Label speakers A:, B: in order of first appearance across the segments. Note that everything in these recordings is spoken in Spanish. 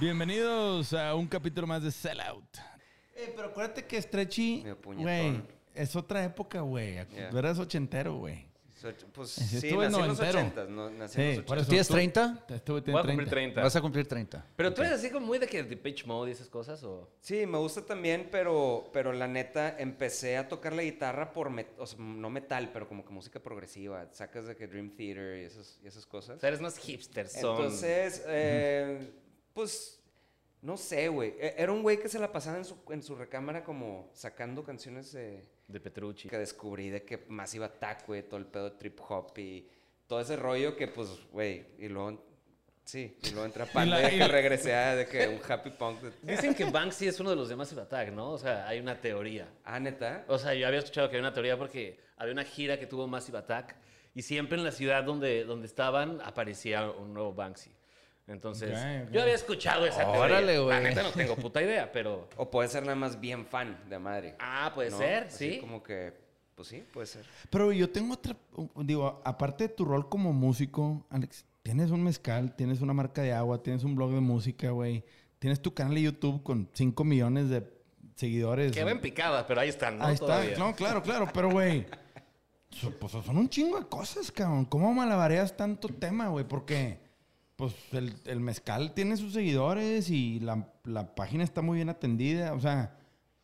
A: Bienvenidos a un capítulo más de Sellout.
B: Eh, pero acuérdate que Stretchy,
C: Medio puñetón.
B: güey, es otra época, güey. Ac-
C: Yeah.
B: Tú eras ochentero, güey.
C: So- Pues
A: Sí,
C: sí,
A: estuve
C: nací en los
A: noventero.
C: 80, no, nací en
A: Sí,
C: los
A: por
C: 80.
A: eso
D: ¿Tienes
A: tú-
D: 30?
A: Te Estuve
E: Voy a cumplir 30.
D: Vas a cumplir 30.
E: Pero tú eres así como muy de que de pitch mode y esas cosas o
C: Sí, me gusta también, pero, pero la neta empecé a tocar la guitarra por, met- o sea, no metal, pero como que música progresiva. Sacas de que Dream Theater y esas, y esas cosas.
E: o sea, eres más hipster son.
C: Entonces, eh, pues, no sé, güey. E- Era un güey que se la pasaba en su, en su recámara como sacando canciones de...
E: de Petrucci.
C: que descubrí de que Massive Attack, güey, todo el pedo de trip hop y todo ese rollo que, pues, güey, y luego, sí, y luego entra Panda
A: la-
C: de
A: y
C: que
A: la-
C: regresé a de que un happy punk. de-
E: Dicen que Banksy es uno de los de Massive Attack, ¿no? O sea, hay una teoría.
C: Ah, neta.
E: O sea, yo había escuchado que había una teoría porque había una gira que tuvo Massive Attack y siempre en la ciudad donde, donde estaban aparecía un nuevo Banksy. Entonces,
A: Ok, ok.
E: yo había escuchado esa
D: Órale,
E: teoría. La
D: güey.
E: neta no tengo puta idea, pero...
C: O puede ser nada más bien fan de madre.
E: Ah, puede
C: ¿no?
E: ser,
C: Así
E: sí.
C: Como que, pues sí, puede ser.
A: Pero yo tengo otra. uh, Digo, aparte de tu rol como músico, Alex, tienes un mezcal, tienes una marca de agua, tienes un blog de música, güey. Tienes tu canal de YouTube con 5 millones de seguidores.
E: Que ven picadas, pero ahí están, ¿no?
A: Ahí está.
E: Todavía.
A: No, claro, claro, pero, güey. so- Pues son un chingo de cosas, cabrón. ¿Cómo malabareas tanto tema, güey? Porque, pues, el, el mezcal tiene sus seguidores y la, la página está muy bien atendida. O sea,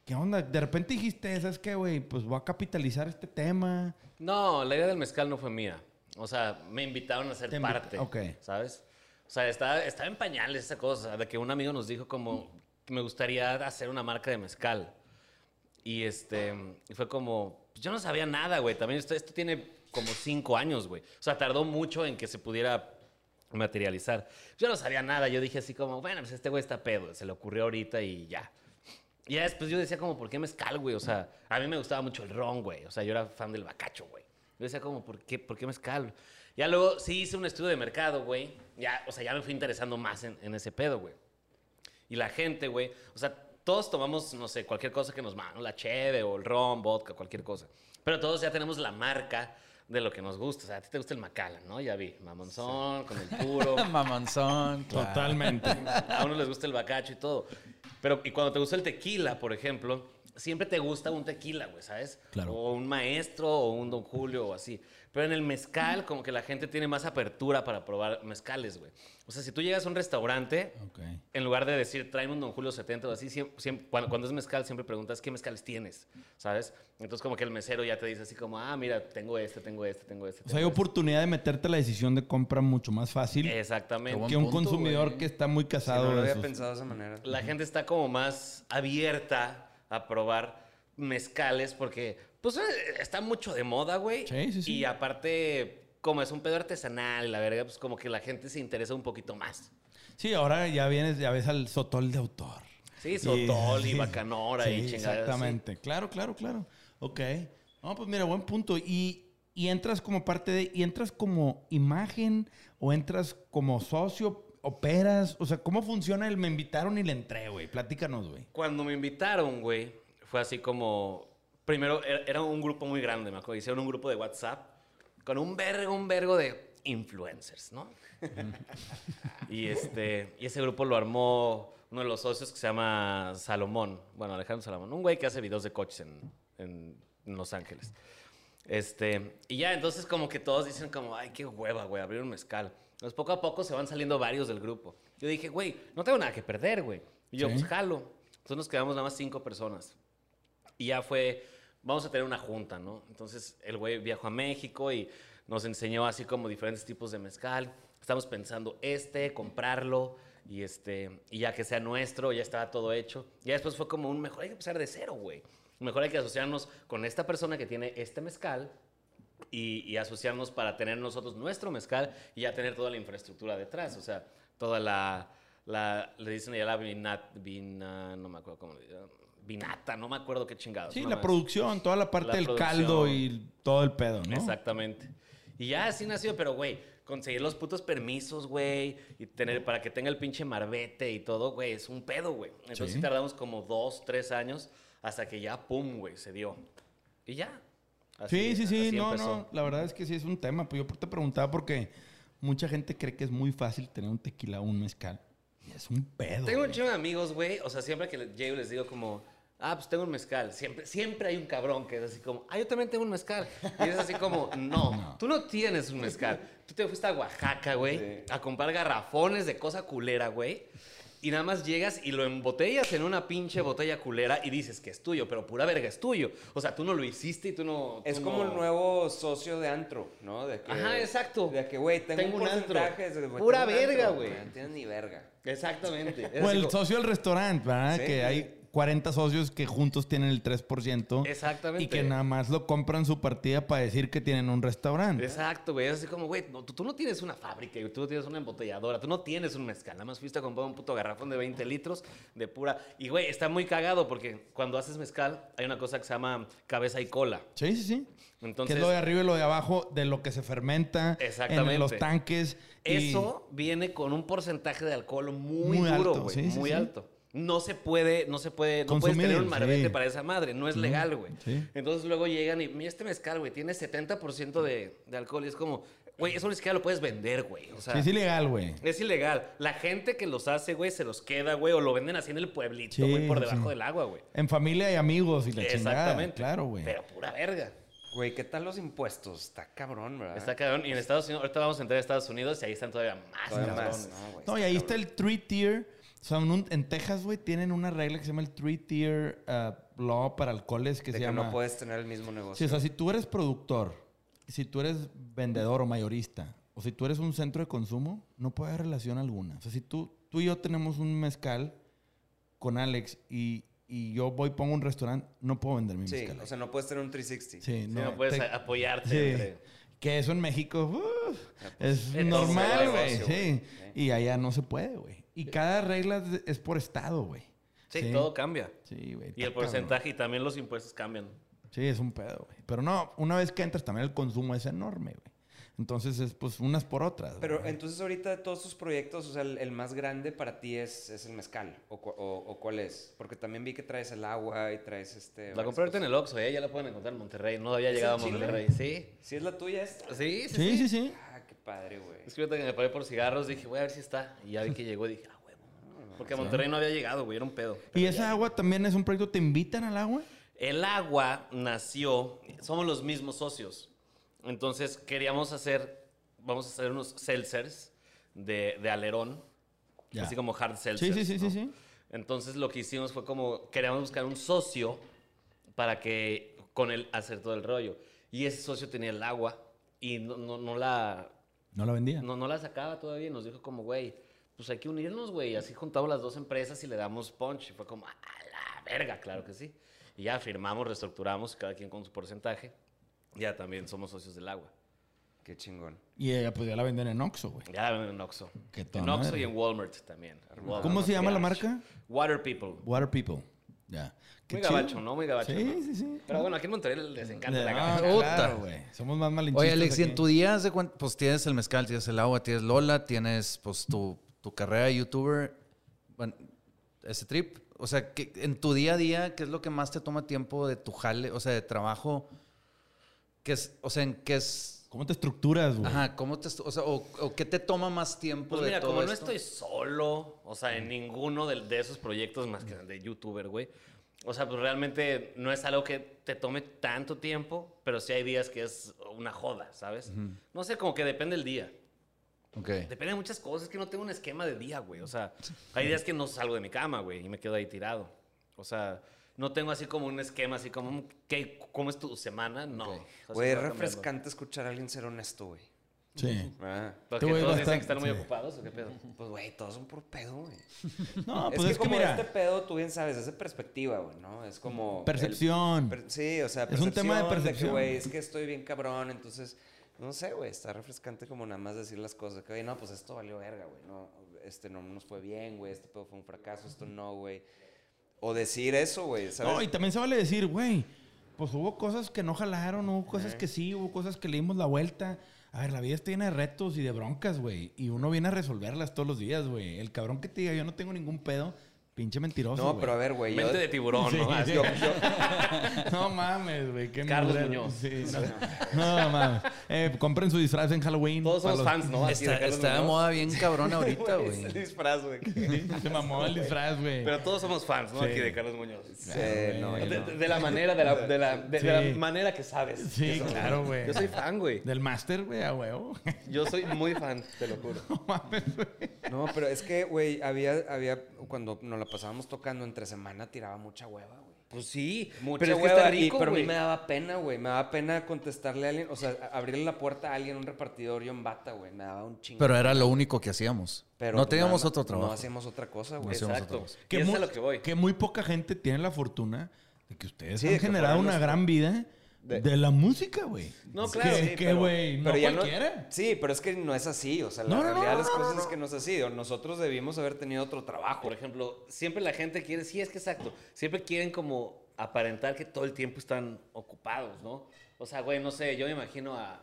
A: ¿qué onda? De repente dijiste, ¿sabes qué, güey? Pues voy a capitalizar este tema.
E: No, la idea del mezcal no fue mía. O sea, me invitaron a ser
A: Te invita-
E: parte.
A: ok.
E: ¿Sabes? O sea, estaba, estaba en pañales esa cosa, de que un amigo nos dijo como que me gustaría hacer una marca de mezcal. Y este, y fue como, pues, yo no sabía nada, güey. También esto, esto tiene como cinco años, güey. O sea, tardó mucho en que se pudiera materializar. Yo no sabía nada. Yo dije así como, bueno, pues este güey está pedo. Se le ocurrió ahorita y ya. Y ya después yo decía como, ¿por qué mezcal, güey? O sea, a mí me gustaba mucho el ron, güey. O sea, yo era fan del bacacho, güey. Yo decía como, ¿por qué, ¿por qué mezcal? Ya luego sí hice un estudio de mercado, güey. Ya, o sea, ya me fui interesando más en, en ese pedo, güey. Y la gente, güey, o sea, todos tomamos, no sé, cualquier cosa que nos mano, la cheve o el ron, vodka, cualquier cosa. Pero todos ya tenemos la marca de lo que nos gusta. O sea, a ti te gusta el Macallan, ¿no? Ya vi, mamonzón, con el puro.
D: Mamonzón. claro.
A: Totalmente.
E: A uno les gusta el bacacho y todo. Pero y cuando te gusta el tequila, por ejemplo, siempre te gusta un tequila, güey, ¿sabes?
A: Claro.
E: O un maestro, o un Don Julio, o así. Pero en el mezcal, como que la gente tiene más apertura para probar mezcales, güey. O sea, si tú llegas a un restaurante,
A: ok.
E: en lugar de decir, tráeme un Don Julio 70 o así, siem- siem- cuando, cuando es mezcal siempre preguntas, ¿qué mezcales tienes? ¿Sabes? Entonces como que el mesero ya te dice así como, ah, mira, tengo este, tengo este, tengo este.
A: O sea, hay
E: tengo este".
A: oportunidad de meterte a la decisión de compra mucho más fácil
E: Exactamente.
A: que un
D: punto,
A: consumidor
D: güey.
A: que está muy
C: Sí, no
A: casado.
C: lo
A: de
C: había
A: sus-
C: pensado de esa manera.
E: la gente está como más abierta a probar mezcales porque, pues, eh, está mucho de moda, güey.
A: Sí, sí, sí.
E: Y aparte, como es un pedo artesanal, y la verga, pues como que la gente se interesa un poquito más.
A: Sí, ahora ya vienes, ya ves al sotol de autor.
E: Sí, Sotol y,
A: sí.
E: Bacanora
A: Sí,
E: y chingadas.
A: Exactamente. Claro, claro, claro. Ok. No, pues mira, buen punto. Y, y entras como parte de. ¿Y entras como imagen? ¿O entras como socio? ¿Operas? O sea, ¿cómo funciona el me invitaron y le entré, güey? Platícanos, güey.
E: Cuando me invitaron, güey, fue así como. Primero, era era un grupo muy grande, me acuerdo. Hicieron un grupo de WhatsApp con un vergo, un vergo de influencers, ¿no? y, este, y ese grupo lo armó uno de los socios que se llama Salomón. Bueno, Alejandro Salomón. Un güey que hace videos de coches en, en- en Los Ángeles. Este, y ya, entonces como que todos dicen como, ay, qué hueva, güey, abrir un mezcal. Entonces poco a poco se van saliendo varios del grupo. Yo dije, güey, no tengo nada que perder, güey. Y yo,
A: Sí.
E: pues jalo. Entonces nos quedamos nada más cinco personas. Y ya fue, vamos a tener una junta, ¿no? Entonces el güey viajó a México y nos enseñó así como diferentes tipos de mezcal. Estamos pensando este, comprarlo y este, y ya que sea nuestro, ya estaba todo hecho. Ya después fue como un mejor hay que empezar de cero, güey. Mejor hay que asociarnos con esta persona que tiene este mezcal y, y asociarnos para tener nosotros nuestro mezcal y ya tener toda la infraestructura detrás. O sea, toda la. la- le dicen ya la vinat, vina, no me acuerdo cómo le dicen, Vinata, no me acuerdo qué chingados.
A: Sí,
E: no
A: la
E: mames.
A: producción, toda la parte
E: La
A: del caldo
E: producción.
A: y todo el pedo, ¿no?
E: Exactamente. Y ya así nació, pero güey, conseguir los putos permisos, güey, y tener para que tenga el pinche marbete y todo, güey, es un pedo, güey. Entonces
A: Sí.
E: tardamos como dos, tres años hasta que ya, pum, güey, se dio. Y ya. Así-
A: Sí, sí, sí,
E: así
A: no,
E: empezó.
A: no, la verdad es que sí es un tema. Pues yo te preguntaba porque mucha gente cree que es muy fácil tener un tequila o un mezcal. Y es un pedo.
E: Tengo un
A: güey.
E: chingo de amigos, güey. O sea, siempre que les llego les digo como, ah, pues tengo un mezcal. Siempre, siempre hay un cabrón que es así como, ah, yo también tengo un mezcal. Y es así como, no, tú no tienes un mezcal. Tú te fuiste a Oaxaca, güey,
C: Sí.
E: a comprar garrafones de cosa culera, güey. Y nada más llegas y lo embotellas en una pinche botella culera y dices que es tuyo, pero pura verga es tuyo. O sea, tú no lo hiciste y tú no...
C: Es
E: tú
C: como
E: no-
C: el nuevo socio de antro, ¿no? De que-
E: Ajá, exacto.
C: De que, güey, tengo,
E: Tengo
C: un
E: un antro.
C: porcentaje. de- güey,
E: Pura
C: tengo un
E: verga,
C: antro,
E: güey.
C: No tienes ni verga.
E: Exactamente. Es
A: O
E: así
A: el
E: como-
A: socio del restaurante, ¿verdad?
C: Sí.
A: Que hay 40 socios que juntos tienen el 3%.
E: Exactamente.
A: Y que nada más lo compran su partida para decir que tienen un restaurante.
E: Exacto, güey. Es así como, güey, no, tú, tú no tienes una fábrica, güey, tú no tienes una embotelladora, tú no tienes un mezcal. Nada más fuiste a comprar un puto garrafón de 20 litros de pura. Y, güey, está muy cagado porque cuando haces mezcal hay una cosa que se llama cabeza y cola.
A: Sí, sí, sí.
E: Entonces,
A: que es lo de arriba y lo de abajo, de lo que se fermenta
E: Exactamente.
A: en los tanques. y-
E: eso viene con un porcentaje de alcohol muy,
A: Muy
E: duro,
A: alto,
E: güey.
A: sí, sí,
E: muy
A: sí.
E: alto. No se puede, no se puede, no puedes
A: Consumir,
E: tener un marbete
A: sí.
E: para esa madre, no es legal, güey.
A: sí.
E: Entonces luego llegan y, mira, este mezcal, güey, tiene 70% de, de alcohol y es como, güey, eso ni siquiera lo puedes vender, güey. O sea,
A: Sí, es ilegal, güey.
E: Es ilegal. La gente que los hace, güey, se los queda, güey, o lo venden así en el pueblito,
A: Sí,
E: güey, por
A: sí.
E: debajo del agua, güey.
A: En familia y amigos y la chingada.
E: Exactamente.
A: Claro, güey.
E: Pero pura verga.
C: Güey, ¿qué tal los impuestos? Está cabrón, ¿verdad?
E: Está cabrón. Y en Estados Unidos, ahorita vamos a entrar a Estados Unidos y ahí están todavía más
C: Todavía
E: cabrones.
C: más. No, güey,
A: No, y ahí está el three tier. O sea, en un- en Texas, güey, tienen una regla que se llama el three tier ah, law para alcoholes que
C: De
A: se
C: que
A: llama.
C: no puedes tener el mismo
A: Sí,
C: negocio.
A: o sea, si tú eres productor, si tú eres vendedor o mayorista, o si tú eres un centro de consumo, no puede haber relación alguna. O sea, si tú, tú y yo tenemos un mezcal con Alex y, y yo voy pongo un restaurante, no puedo vender mi
C: Sí,
A: mezcal. ahí.
C: o sea, no puedes tener un 360.
A: Sí,
E: Sí, no, puedes
A: te-
E: a- apoyarte.
A: sí.
E: entre-
A: Que eso en México uf, es
E: es
A: normal,
E: todo
A: güey.
C: negocio,
A: Sí.
C: güey.
A: Y allá no se puede, güey. Y cada regla es- es por estado, güey.
E: Sí, todo cambia.
A: Sí, güey.
E: Y
A: está
E: el porcentaje y también los impuestos cambian.
A: cabrón. Sí, es un pedo, güey. Pero no, una vez que entras también el consumo es enorme, güey. Entonces es pues unas por otras.
C: Pero
A: güey.
C: entonces ahorita de todos tus proyectos, o sea, el, el más grande para ti es, es el mezcal, o, cu- o- o cuál es? Porque también vi que traes el agua y traes este...
E: La compré ahorita en el Oxxo, ¿eh? ya la pueden encontrar en Monterrey. No había
C: ¿Es
E: llegado a
C: en Chile?
E: Monterrey. Sí.
C: Si es la tuya esta.
E: Sí, sí,
A: Sí, sí,
E: sí.
A: sí.
C: Ah, qué padre, güey.
E: Es que ahorita que me paré por cigarros, dije, voy a ver si está. Y ya vi que llegó y dije, ah, huevo. Porque a Monterrey no había llegado, güey, era un pedo.
A: Y esa agua también es un proyecto. ¿Te invitan al agua?
E: El agua nació, somos los mismos socios. Entonces queríamos hacer, vamos a hacer unos seltzers de, de alerón,
A: Ya.
E: así como hard
A: Sí,
E: seltzers.
A: sí, sí, sí,
E: ¿no?
A: sí.
E: Entonces lo que hicimos fue como, queríamos buscar un socio para que con él hacer todo el rollo. Y ese socio tenía el agua y no, no, no la,
A: No la vendían.
E: no, no la sacaba todavía y nos dijo como, güey, pues hay que unirnos, güey. Así juntamos las dos empresas y le damos punch. Y fue como, a la verga, claro que sí. Y ya firmamos, reestructuramos, cada quien con su porcentaje. Ya también somos socios del agua.
C: Qué chingón.
A: Y ella pues ya la venden en Oxxo, güey.
E: Ya en Oxxo.
A: Qué toda
E: En Oxxo
A: madre.
E: y en Walmart también. Walmart,
A: ¿Cómo se llama la
E: Walmart.
A: marca?
E: Water People.
A: Water People. Ya. Qué
E: Muy
A: chido.
E: gabacho, ¿no? Muy gabacho.
A: Sí,
E: ¿no?
A: sí, sí.
E: Pero bueno, aquí en Monterrey les encanta la
A: Ah,
E: gabacha.
A: claro, güey. Somos más malinchistas
D: Oye, Alex, y en
A: aquí.
D: tu día, haz de cuenta, pues tienes el mezcal, tienes el agua, tienes Lola, tienes pues tu, tu carrera de youtuber, bueno, ese trip. O sea, que en tu día a día, ¿qué es lo que más te toma tiempo de tu jale, o sea, de trabajo? ¿Qué es, o sea, en qué es,
A: ¿Cómo te estructuras, güey?
D: ajá, cómo te, o sea, o, o qué te toma más tiempo
E: Pues
D: de
E: mira,
D: todo
E: como no
D: esto?
E: estoy solo, o sea, en ninguno de, de esos proyectos más que el de youtuber, güey. O sea, pues realmente no es algo que te tome tanto tiempo, pero sí hay días que es una joda, ¿sabes? No sé, como que depende el día.
D: Ok.
E: Depende de muchas cosas, es que no tengo un esquema de día, güey. O sea, hay días que no salgo de mi cama, güey, y me quedo ahí tirado. O sea, no tengo así como un esquema, así como, ¿qué, ¿cómo es tu semana? No. O sea, sí
C: Güey, es
E: va cambiando.
C: refrescante escuchar a alguien ser honesto, güey.
A: Sí.
C: Ah.
E: ¿Por
A: Te
E: qué
A: voy a
E: todos dicen
A: gastar-
E: que están muy
A: sí.
E: ocupados o qué pedo?
C: Pues, güey, todos son por pedo, güey.
A: No, pues
C: es que,
A: es que,
C: como
A: mira,
C: este pedo, tú bien sabes, es de perspectiva, güey, ¿no? Es como... el-
A: Percepción.
C: per- sí, o sea,
A: Es un tema de
C: que,
A: percepción.
C: güey, es que estoy bien cabrón, entonces, no sé, güey, está refrescante como nada más decir las cosas. Que, oye, no, pues esto valió verga, güey, no, este no nos fue bien, güey, este pedo fue un fracaso, esto no, güey. O decir eso, güey, ¿sabes?
A: No, y también se vale
E: Eh.
A: decir, güey, pues hubo cosas que no jalaron, hubo cosas que sí, hubo cosas que le dimos la vuelta. A ver, la vida está llena de retos y de broncas, güey. Y uno viene a resolverlas todos los días, güey. El cabrón que te diga, yo no tengo ningún pedo, pinche mentiroso.
C: No,
A: güey.
C: pero a ver, güey. yo-
E: Mente de tiburón, ¿no? Así.
C: yo- yo-
A: No mames, güey. qué
E: Carlos
A: mierda.
E: Muñoz.
A: Sí, no, no mames. Eh, compren su disfraz en Halloween.
E: Todos
A: para
E: somos
A: los-
E: fans, ¿no? Así
D: Está,
C: de Carlos
D: está de
C: Muñoz.
D: moda bien cabrón ahorita,
A: Pues
C: Ese
D: güey.
C: disfraz, güey.
A: Se mamó el disfraz, güey.
E: Pero todos somos fans, ¿no? Aquí de Carlos Muñoz.
C: Sí, no, yo
E: De,
C: no.
E: de la manera, de la, de la- de- de
A: Sí.
E: la manera que sabes.
A: Sí,
E: que somos.
A: claro, güey.
E: Yo soy fan, güey.
A: Del máster, güey, a huevo.
E: Yo soy muy fan, te lo juro.
A: No mames, güey.
C: No, pero es que, güey, había, había, cuando nos la pasábamos tocando entre semana, tiraba mucha hueva, güey.
E: Pues sí,
C: Mucha
E: pero es que
C: hueva,
E: está
C: y-
E: rico,
C: pero a
E: güey.
C: mí me daba pena, güey. Me daba pena contestarle a alguien, o sea, a- abrirle la puerta a alguien, un repartidor, yo en bata, güey. Me daba un chingo.
D: Pero era lo único que hacíamos.
C: Pero,
D: no
C: pues,
D: teníamos
C: nada,
D: otro trabajo.
C: No hacíamos otra cosa, güey.
D: hacíamos otra
E: Exacto.
D: cosa.
E: Y
A: que
E: eso es
A: muy,
E: a lo que voy.
A: que muy poca gente tiene la fortuna de que ustedes
C: Sí, de
A: han
C: que
A: generado
C: fueron
A: una
C: los-
A: gran vida de, la música, güey.
E: No, claro,
A: Que-
E: sí,
A: Que,
E: pero-
A: güey, no
C: Pero ya no-
A: cualquiera.
C: sí, pero es que no es así. O sea, la
A: No, no, no,
C: realidad de las
A: no, no,
C: cosas
A: no.
C: es que no es así. o Nosotros debimos haber tenido otro trabajo.
E: Por ejemplo, siempre la gente quiere, sí, es que exacto, siempre quieren como aparentar que todo el tiempo están ocupados, ¿no? O sea, güey, no sé, yo me imagino a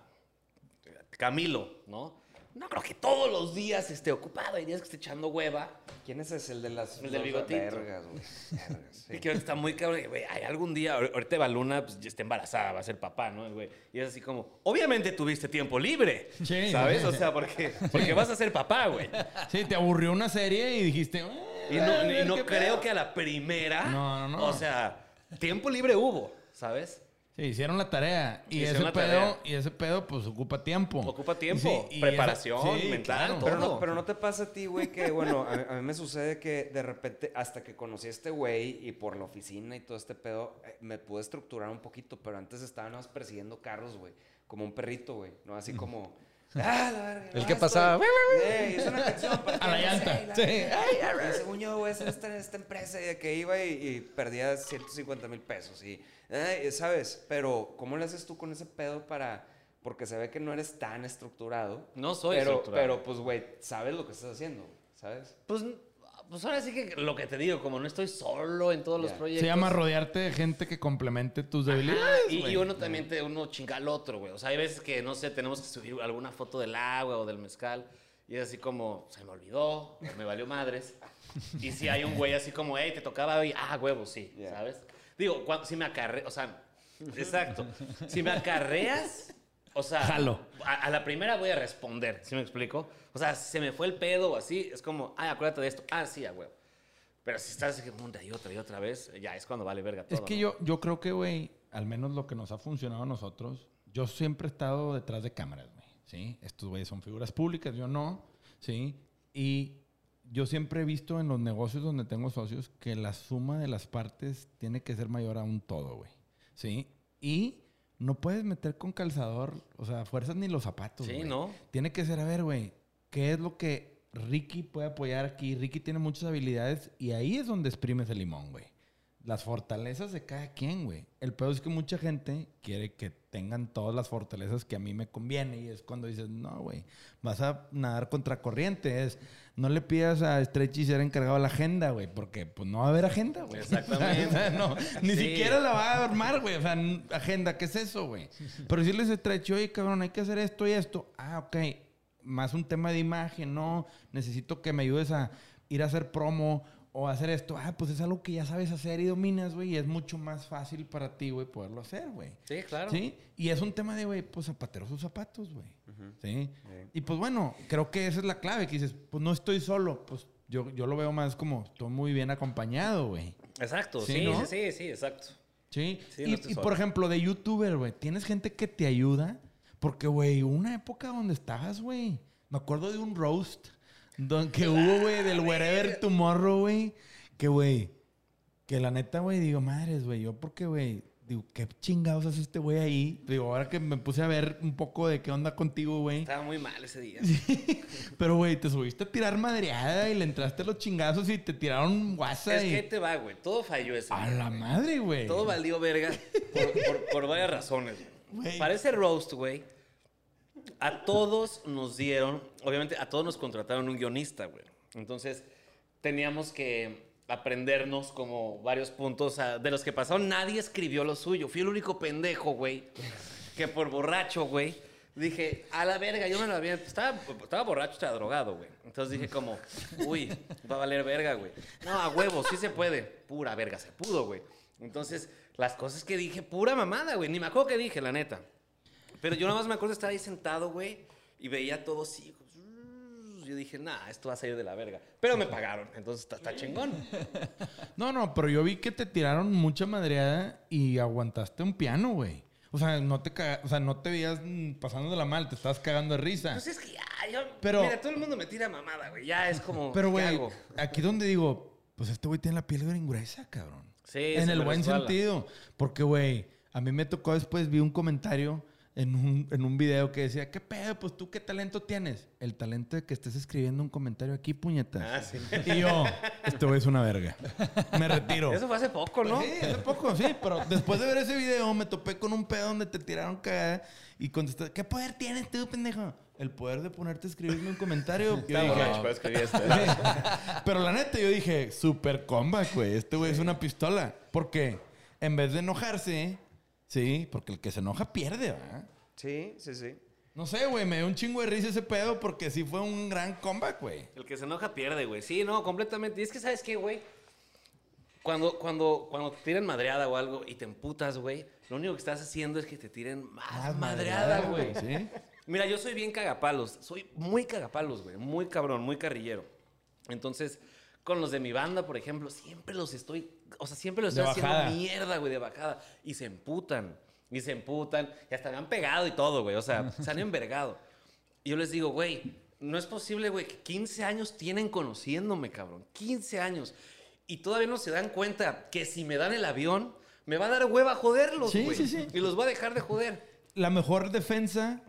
E: Camilo, ¿no? No creo que todos los días esté ocupado, hay días que esté echando hueva
C: ¿Quién es ese? El de las...
E: El del
C: los
E: bigotito.
C: Vergas, güey. Vergas, sí.
E: y que ahorita está muy cabrón. y, Güey, ay, algún día, ahor- ahorita Baluna pues, ya está embarazada, va a ser papá, ¿no? El Güey? Y es así como, obviamente tuviste tiempo libre,
A: Sí,
E: ¿sabes?
A: sí,
E: O
A: sí.
E: sea, porque, porque vas a ser papá, güey.
A: Sí, te aburrió una serie y dijiste.
E: Y
A: "Ah, a
E: no, y
A: ver
E: no
A: qué
E: creo
A: pedo".
E: que a la primera.
A: No, no, no.
E: O sea, tiempo libre hubo, ¿sabes?
A: Sí, hicieron la tarea. Y
E: Hicieron
A: ese
E: la
A: pedo,
E: tarea.
A: y ese pedo, pues ocupa tiempo.
E: Ocupa tiempo, preparación, mental, todo.
C: Pero no, pero no te pasa a ti, güey, que bueno, a, mí- a mí me sucede que de repente, hasta que conocí a este güey y por la oficina y todo este pedo, eh, me pude estructurar un poquito, pero antes estaba nada más persiguiendo carros, güey, como un perrito, güey, ¿no? Así como... ¡Ah, la verga!
D: El
C: no,
D: que
C: esto-
D: pasaba.
C: Ey, es una canción para
A: A la
C: que-
A: llanta,
C: Ey,
A: sí.
C: verga. Y según yo, güey, es en esta, en esta empresa y de que iba y, y perdía 150 mil pesos. Y, ay, eh, ¿sabes? Pero, ¿cómo le haces tú con ese pedo para...? Porque se ve que no eres tan estructurado.
E: No soy
C: pero,
E: estructurado.
C: Pero, pues, güey, sabes lo que estás haciendo, güey, ¿sabes?
E: Pues, pues ahora sí que lo que te digo, como no estoy solo en todos
C: Ya.
E: los proyectos.
A: Se llama rodearte de gente que complemente tus
E: Ah,
A: debilidades.
E: y, y uno también te uno chinga al otro, güey. O sea, hay veces que, no sé, tenemos que subir alguna foto del agua o del mezcal. Y es así como, se me olvidó, me valió madres. Y si hay un güey así como, hey, te tocaba hoy, ah, huevo, sí,
C: Ya.
E: ¿sabes? Digo, cuan- si me acarreas, o sea, exacto. Si me acarreas, o sea,
A: Jalo.
E: A, a la primera voy a responder, ¿sí me explico? O sea, se me fue el pedo o así, es como, ay, acuérdate de esto, ah, sí, a huevo. Pero si estás así, una y otra y otra vez, ya es cuando vale verga todo.
A: Es que
E: ¿no?
A: yo, yo creo que, güey, al menos lo que nos ha funcionado a nosotros, yo siempre he estado detrás de cámaras, güey. ¿Sí? Estos güeyes son figuras públicas, yo no. ¿Sí? Y yo siempre he visto en los negocios donde tengo socios que la suma de las partes tiene que ser mayor a un todo, güey. ¿Sí? Y no puedes meter con calzador, o sea, fuerzas ni los zapatos,
E: Sí,
A: güey.
E: ¿no?
A: Tiene que ser, a ver, güey, ¿qué es lo que Ricky puede apoyar aquí? Ricky tiene muchas habilidades y ahí es donde exprimes el limón, güey. Las fortalezas de cada quien, güey. El peor es que mucha gente quiere que tengan todas las fortalezas que a mí me conviene y es cuando dices, no, güey, vas a nadar contra corriente. Es, no le pidas a Stretchy ser encargado de la agenda, güey, porque pues no va a haber agenda, güey.
E: Exactamente.
A: O sea, no, ni
E: Sí.
A: siquiera la va a armar, güey. O sea, n- agenda, ¿qué es eso, güey? Pero si les estrecho, oye, cabrón, hay que hacer esto y esto. Ah, ok. Más un tema de imagen, no. Necesito que me ayudes a ir a hacer promo o hacer esto. Ah, pues es algo que ya sabes hacer y dominas, güey. Y es mucho más fácil para ti, güey, poderlo hacer, güey.
E: Sí, claro.
A: ¿Sí? Y es un tema de, güey, pues zapatero sus zapatos, güey. ¿Sí? Y pues bueno, creo que esa es la clave, que dices, pues no estoy solo, pues yo, yo lo veo más como estoy muy bien acompañado, güey.
E: Exacto,
A: Sí,
E: sí, sí,
A: ¿no?
E: sí, sí, exacto.
A: Sí.
E: Sí,
A: y,
E: no estoy
A: y,
E: solo.
A: por ejemplo, de youtuber, güey, ¿tienes gente que te ayuda? Porque, güey, hubo una época donde estabas, güey. Me acuerdo de un roast don, que
E: Ah,
A: hubo, güey, del Wherever Tomorrow, güey. Que, güey, que la neta, güey, digo, madres, güey, yo porque, güey, digo, qué chingados hace este güey ahí. Digo, ahora que me puse a ver un poco de qué onda contigo, güey.
E: Estaba muy mal ese día.
A: Pero, güey, te subiste a tirar madreada y le entraste a los chingazos y te tiraron guasa
E: es que
A: y...
E: ahí te va, güey. Todo falló ese
A: A
E: día,
A: la
E: güey.
A: madre, güey.
E: Todo valió verga por, por- por varias razones,
A: Güey.
E: güey. Para ese roast, güey, a todos nos dieron, obviamente a todos nos contrataron un guionista, güey. Entonces teníamos que aprendernos como varios puntos o sea, de los que pasaron. Nadie escribió lo suyo. Fui el único pendejo, güey, que por borracho, güey, Dije, a la verga, yo me lo había... Estaba, estaba borracho, estaba drogado, güey. Entonces dije como, uy, va a valer verga, güey. No, a huevo, sí se puede. Pura verga, se pudo, güey. Entonces, las cosas que dije, pura mamada, güey. Ni me acuerdo que dije, la neta. Pero yo nada más me acuerdo estar ahí sentado, güey, y veía todo así. Yo dije, nah, esto va a salir de la verga. Pero me pagaron, entonces está, está chingón.
A: No, no, pero yo vi que te tiraron mucha madreada y aguantaste un piano, güey. O sea, no te caga- o sea, no te veías mm, pasándola mal, te estabas cagando de risa.
E: Entonces es que ya, yo,
A: Pero-
E: mira, todo el mundo me tira mamada, güey. Ya es como,
A: Pero,
E: ¿qué
A: güey,
E: hago?
A: aquí donde digo, pues este güey tiene la piel bien gruesa, cabrón.
E: Sí, se
A: en el
E: me
A: buen
E: resbala.
A: sentido. Porque, güey, a mí me tocó después, vi un comentario en un, en un video que decía, ¿qué pedo? Pues tú, ¿qué talento tienes? El talento de que estés escribiendo un comentario aquí, puñetas.
E: Ah, sí.
A: Y yo, este güey es una verga. Me retiro.
E: Eso fue hace poco, ¿no?
A: Pues Sí, hace poco, sí, pero después de ver ese video me topé con un pedo donde te tiraron cagada y contestaste, ¿qué poder tienes tú, pendejo? El poder de ponerte a escribirme un comentario. Yo dije,
C: borracho,
E: pues.
C: pero escribí esto.
A: pero la neta, yo dije, super comeback, güey. Este güey es una pistola. Porque en vez de enojarse, sí, porque el que se enoja pierde, ¿verdad?
C: Sí, sí, sí.
A: No sé, güey, me dio un chingo de risa ese pedo porque sí fue un gran comeback, güey.
E: El que se enoja pierde, güey. Sí, no, completamente. Y es que, ¿sabes qué, güey? Cuando, cuando, cuando te tiran madreada o algo y te emputas, güey, lo único que estás haciendo es que te tiren más, madreada, güey.
A: Sí.
E: Mira, yo soy bien cagapalos. Soy muy cagapalos, güey. Muy cabrón, muy carrillero. Entonces, con los de mi banda, por ejemplo, siempre los estoy. O sea, siempre los
A: De
E: estoy haciendo
A: bajada.
E: mierda, güey, de bajada. Y se emputan. Y se emputan. Y hasta me han pegado y todo, güey. O sea, se han envergado. Y yo les digo, güey, no es posible, güey, que 15 años tienen conociéndome, cabrón. 15 años. Y todavía no se dan cuenta que si me dan el avión, me va a dar hueva joderlos,
A: Sí,
E: güey.
A: sí, sí.
E: Y los va a dejar de joder.
A: la mejor defensa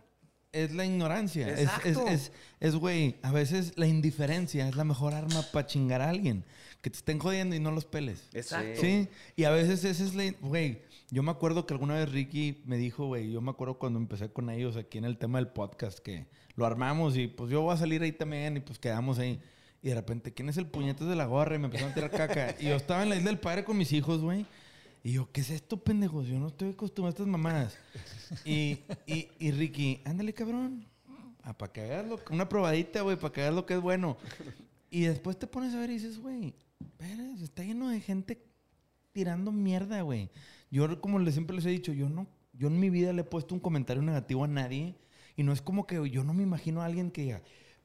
A: es la ignorancia. Es- Es,
E: Exacto.
A: es, es, güey, a veces la indiferencia es la mejor arma para chingar a alguien. Que te estén jodiendo y no los peles.
E: Exacto.
A: Sí, y a veces esa es la... Güey, yo me acuerdo que alguna vez Ricky me dijo, güey, yo me acuerdo cuando empecé con ellos aquí en el tema del podcast, que lo armamos y pues yo voy a salir ahí también y pues quedamos ahí. Y de repente, ¿quién es el puñetas de la gorra? Y me empezaron a tirar caca. Y yo estaba en la isla del padre con mis hijos, güey. Y yo, ¿qué es esto, pendejos? Yo no estoy acostumbrado a estas mamadas. Y, y, y Ricky, ándale, cabrón. para que hagas lo- una probadita, güey, para que hagas lo que es bueno. Y después te pones a ver y dices, güey, espera, está lleno de gente tirando mierda, güey. Yo, como les- siempre les he dicho, yo no, yo en mi vida le he puesto un comentario negativo a nadie. Y no es como que yo no me imagino a alguien que diga,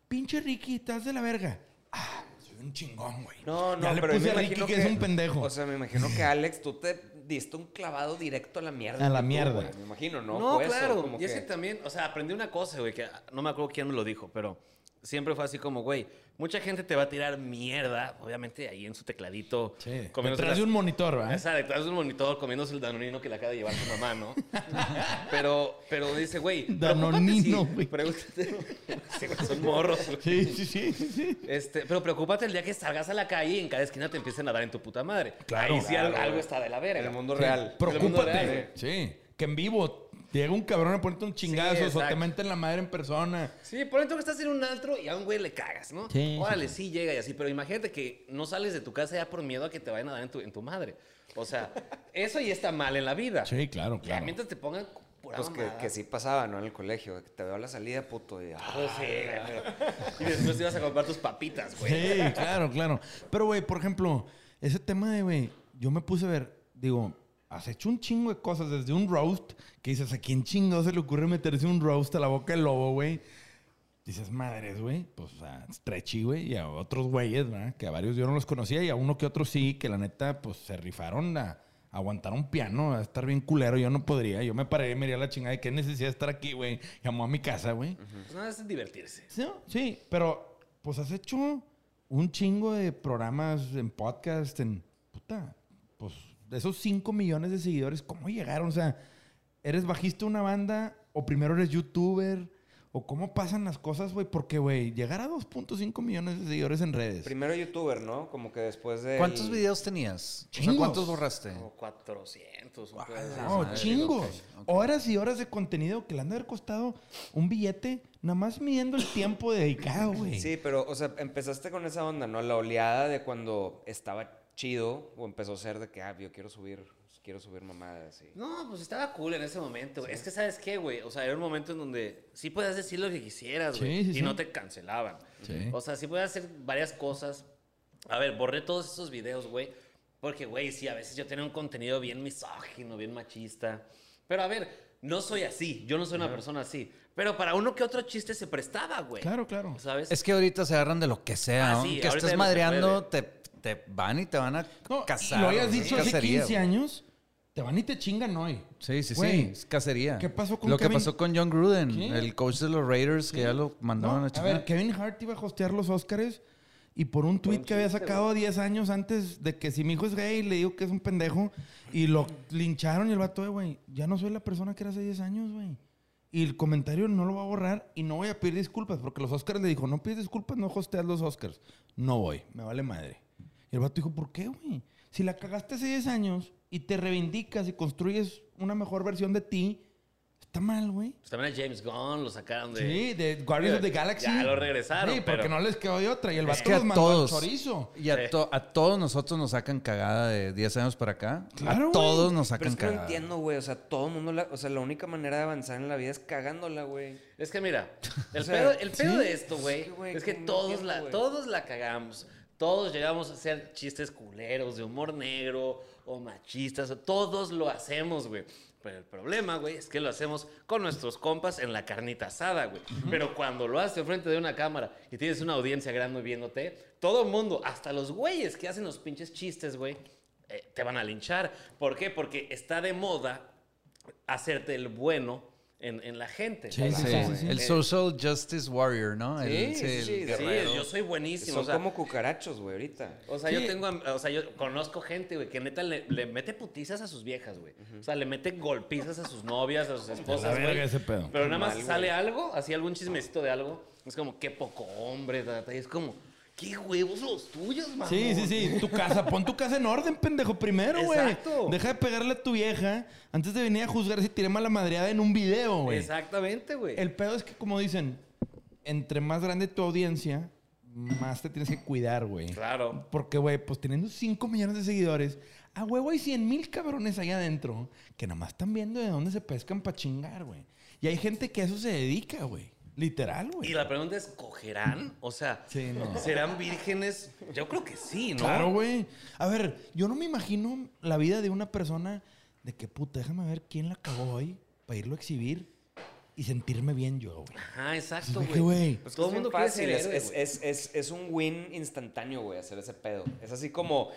A: pinche Ricky, estás de la verga. Ah, soy un chingón, güey.
C: No, no,
A: Ya le
C: pero
A: puse
C: me
A: a Ricky
C: imagino
A: que es un pendejo.
C: O sea, me imagino que Alex, tú te diste un clavado directo a la mierda.
A: A la
C: tú,
A: mierda.
C: güey. Me imagino, ¿no?
E: No,
C: Fue eso,
E: claro.
C: como
E: y es
C: que-
E: que también, o sea, aprendí una cosa, güey, que no me acuerdo quién me lo dijo, pero siempre fue así como, güey, mucha gente te va a tirar mierda, obviamente ahí en su tecladito.
A: Sí,
E: comiéndose
A: detrás de
E: las-
A: un monitor, ¿verdad?
E: o sea, detrás de un monitor comiéndose el danonino que le acaba de llevar su mamá, ¿no? pero, pero dice, güey,
A: Danonino,
E: preocúpate si-
A: güey.
E: Pregúntate. Sí, güey, son morros, güey.
A: Sí, sí, sí, sí, sí.
E: Este, pero preocúpate el día que salgas a la calle y en cada esquina te empiecen a dar en tu puta madre.
A: Claro.
E: Ahí sí algo,
C: Claro.
E: algo está de la verga.
C: En el mundo real. eh.
E: mundo real,
A: Preocúpate. Sí, que en vivo llega un cabrón a ponerte un chingazo o te
E: exacto.
A: meten la madre en persona.
E: Sí, por ejemplo que estás en un altro y a un güey le cagas, ¿no?
A: Sí,
E: Órale, sí, llega y así, pero imagínate que no sales de tu casa ya por miedo a que te vayan a dar en tu, en tu madre. O sea, eso ya está mal en la vida.
A: Sí, claro,
E: Ya,
A: claro.
E: mientras te pongan pura
C: Pues que,
E: mamada.
C: que sí pasaba, ¿no? En el colegio, de que te veo a la salida, puto. Y, ah,
E: Pues sí, pero- Y después ibas a comprar tus papitas, güey.
A: Sí, claro, claro. Pero, güey, por ejemplo, ese tema de, güey, yo me puse a ver, digo, has hecho un chingo de cosas desde un roast, que dices, ¿a quién chingado se le ocurre meterse un roast a la boca del lobo, güey? Dices, madres, güey, pues a Stretchy, güey, y a otros güeyes, ¿verdad? Que a varios yo no los conocía y a uno que otro sí, que la neta, pues se rifaron a aguantar un piano, a estar bien culero, yo no podría, yo me paré, me iría a la chingada de qué necesidad de estar aquí, güey, llamó a mi casa, güey.
E: Pues nada, es divertirse.
A: Sí, ¿no? Sí, pero pues has hecho un chingo de programas en podcast, en puta, pues de esos 5 millones de seguidores, ¿cómo llegaron? O sea, ¿eres bajista de una banda o primero eres youtuber? ¿O cómo pasan las cosas, güey? Porque, güey, llegar a 2.5 millones de seguidores en redes.
C: Primero youtuber, ¿no? Como que después de.
D: ¿Cuántos videos tenías? O sea,
A: Chingos.
D: ¿Cuántos borraste?
E: Como 400. un pedo así.
A: No, chingos. Horas y horas de contenido que le han de haber costado un billete, nada más midiendo el tiempo dedicado, güey.
C: Sí, pero, o sea, empezaste con esa onda, ¿no? La oleada de cuando estaba chido o empezó a ser de que, ah, yo quiero subir quiero subir mamadas. Y...
E: No, pues estaba cool en ese momento, güey. Es que, ¿sabes qué, güey? O sea, era un momento en donde sí podías decir lo que quisieras,
A: Sí,
E: güey.
A: sí,
E: y
A: sí.
E: no te cancelaban.
D: Sí.
E: O sea, sí podías hacer varias cosas. A ver, borré todos esos videos, güey. Porque, güey, sí, a veces yo tenía un contenido bien misógino, bien machista. Pero a ver, no soy así. Yo no soy una persona así. Pero para uno que otro chiste se prestaba, güey.
A: Claro, claro.
E: ¿Sabes?
D: Es que ahorita se agarran de lo que sea.
E: Ah, sí, ahorita
D: aunque estés
E: de lo que
D: madreando, te, te van y te van a
A: No,
D: casar.
A: y lo hayas
D: güey.
A: dicho
D: Es
A: hace
D: cacería,
A: 15
D: güey.
A: años, te van y te chingan hoy.
D: Sí, sí,
A: Güey,
D: sí. Es cacería.
A: ¿qué pasó con
D: Lo que
A: Kevin-
D: pasó con John Gruden,
A: ¿Qué?
D: el coach de los Raiders, que ya lo
A: No,
D: mandaron a
A: a
D: chingar.
A: ver, Kevin Hart iba a hostear los Óscares y por un tweet que había sacado 10 años antes de que si mi hijo es gay, le digo que es un pendejo y lo lincharon y el vato, "Eh, güey, ya no soy la persona que era hace 10 años, güey. Y el comentario no lo va a borrar y no voy a pedir disculpas porque los Óscares le dijo, no pides disculpas, no hosteas los Óscares. No voy, me vale madre. Y el vato dijo, ¿por qué, güey? Si la cagaste hace 10 años y te reivindicas y construyes una mejor versión de ti, está mal, güey.
E: Pues también a James Gunn lo sacaron de...
A: Sí, de Guardians of the Galaxy.
E: Ya lo regresaron,
A: Sí, porque
E: pero-
A: no les quedó de otra. Y el vato
D: Es que
A: los
D: a
A: mandó
D: todos.
A: al chorizo.
D: Y a,
E: Sí.
D: to- a todos nosotros nos sacan cagada de 10 años para acá.
A: Claro,
D: a
A: güey.
D: todos nos
C: Pero
D: sacan
C: es que no
D: cagada.
C: entiendo, güey. O sea, todo el mundo... La, o sea, la única manera de avanzar en la vida es cagándola, güey.
E: Es que mira, el
C: O sea,
E: pedo, el pedo
C: sí.
E: de esto, güey,
C: Es que, güey,
E: es que
C: no
E: todos,
C: entiendo,
E: la,
C: güey.
E: todos la cagamos. Todos llegamos a hacer chistes culeros de humor negro o machistas. o Todos lo hacemos, güey. Pero el problema, güey, es que lo hacemos con nuestros compas en la carnita asada, güey. Pero cuando lo haces frente de una cámara y tienes una audiencia grande viéndote, todo el mundo, hasta los güeyes que hacen los pinches chistes, güey, eh, te van a linchar. ¿Por qué? Porque está de moda hacerte el bueno en, en la gente.
A: Sí,
D: Sí,
A: sí, sí.
D: El social justice warrior, ¿no?
C: Sí,
D: el,
C: sí, sí.
D: el-
E: Sí, yo soy buenísimo.
C: Son
E: o sea,
C: como cucarachos, güey, ahorita.
E: o sea, yo tengo, am- o sea, yo conozco gente, güey, que neta le, le mete putizas a sus viejas, güey. O sea, le mete golpizas a sus novias, a sus esposas,
A: verga
E: güey.
A: ese pedo.
E: Pero nada más
C: Mal, güey.
E: sale algo, así algún chismecito de algo. Es como, qué poco hombre, ta, ta, y es como, qué huevos los tuyos, mamón.
A: Sí, sí, sí. Tu casa, pon tu casa en orden, pendejo, primero, güey.
E: Exacto.
A: Deja de pegarle a tu vieja antes de venir a juzgar si tiré mala madreada en un video, güey.
E: Exactamente, güey.
A: El pedo es que, como dicen, entre más grande tu audiencia, más te tienes que cuidar, güey.
E: Claro.
A: Porque, güey, pues teniendo 5 millones de seguidores, a huevo hay 100 mil cabrones allá adentro que nada más están viendo de dónde se pescan para chingar, güey. Y hay gente que a eso se dedica, güey. Literal, güey.
E: Y la pregunta es, ¿cogerán? O sea,
A: Sí, no.
E: ¿serán vírgenes? Yo creo que sí, ¿no?
A: Claro, güey. A ver, yo no me imagino la vida de una persona de que, puta, déjame ver quién la cagó hoy para irlo a exhibir y sentirme bien yo, güey.
E: Ajá, exacto,
A: Dije,
E: güey.
A: güey.
C: Pues
E: Todo el mundo quiere ser
C: es,
E: héroe,
C: es,
E: güey.
C: es, es- es un win instantáneo, güey, hacer ese pedo. Es así como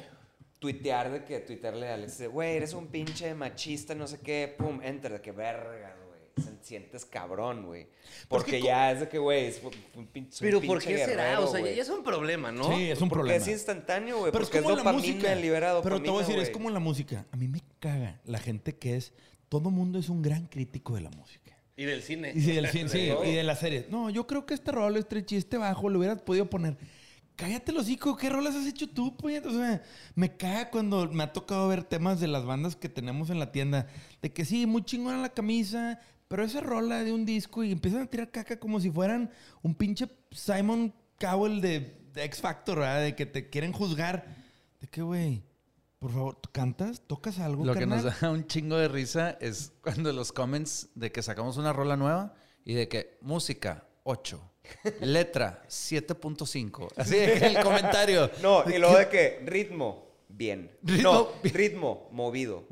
C: tuitear de que tuitearle a Alex, de, güey, eres un pinche machista, no sé qué, pum, enter, de que verga, güey. Sen- Sientes cabrón, güey. Porque ya es de que, güey, es un pin- pinche.
E: Pues Pero ¿por qué será?
C: guerrero,
E: O sea,
C: güey.
E: ya es un problema, ¿no?
A: Sí, es un
C: Porque
A: problema.
C: es instantáneo, güey.
A: Pero
C: Porque
A: es
C: es,
A: como en la
C: dopamina,
A: música.
C: libera dopamina.
A: Pero te voy a decir, es
C: güey.
A: como en la música. A mí me caga la gente que es. Todo mundo es un gran crítico de la música.
E: Y del cine.
A: Y, sí, del cien- sí,
C: todo.
A: y de las series. No, yo creo que este rol, este chiste bajo, lo hubieras podido poner. Cállate los hocico, ¿qué rolas has hecho tú, puñet? O sea, me caga cuando me ha tocado ver temas de las bandas que tenemos en la tienda. De que sí, muy chingona la camisa, pero esa rola de un disco y empiezan a tirar caca como si fueran un pinche Simon Cowell de, de X Factor, ¿verdad? De que te quieren juzgar. De que, güey, por favor, ¿tú ¿cantas? ¿Tocas algo,
D: Lo que nos
A: carnal?
D: da un chingo de risa es cuando los comments de que sacamos una rola nueva y de que música 8, letra 7.5. Así es el comentario.
C: No, y luego de que ritmo, bien.
D: Ritmo,
C: no,
D: bien.
C: ritmo, movido.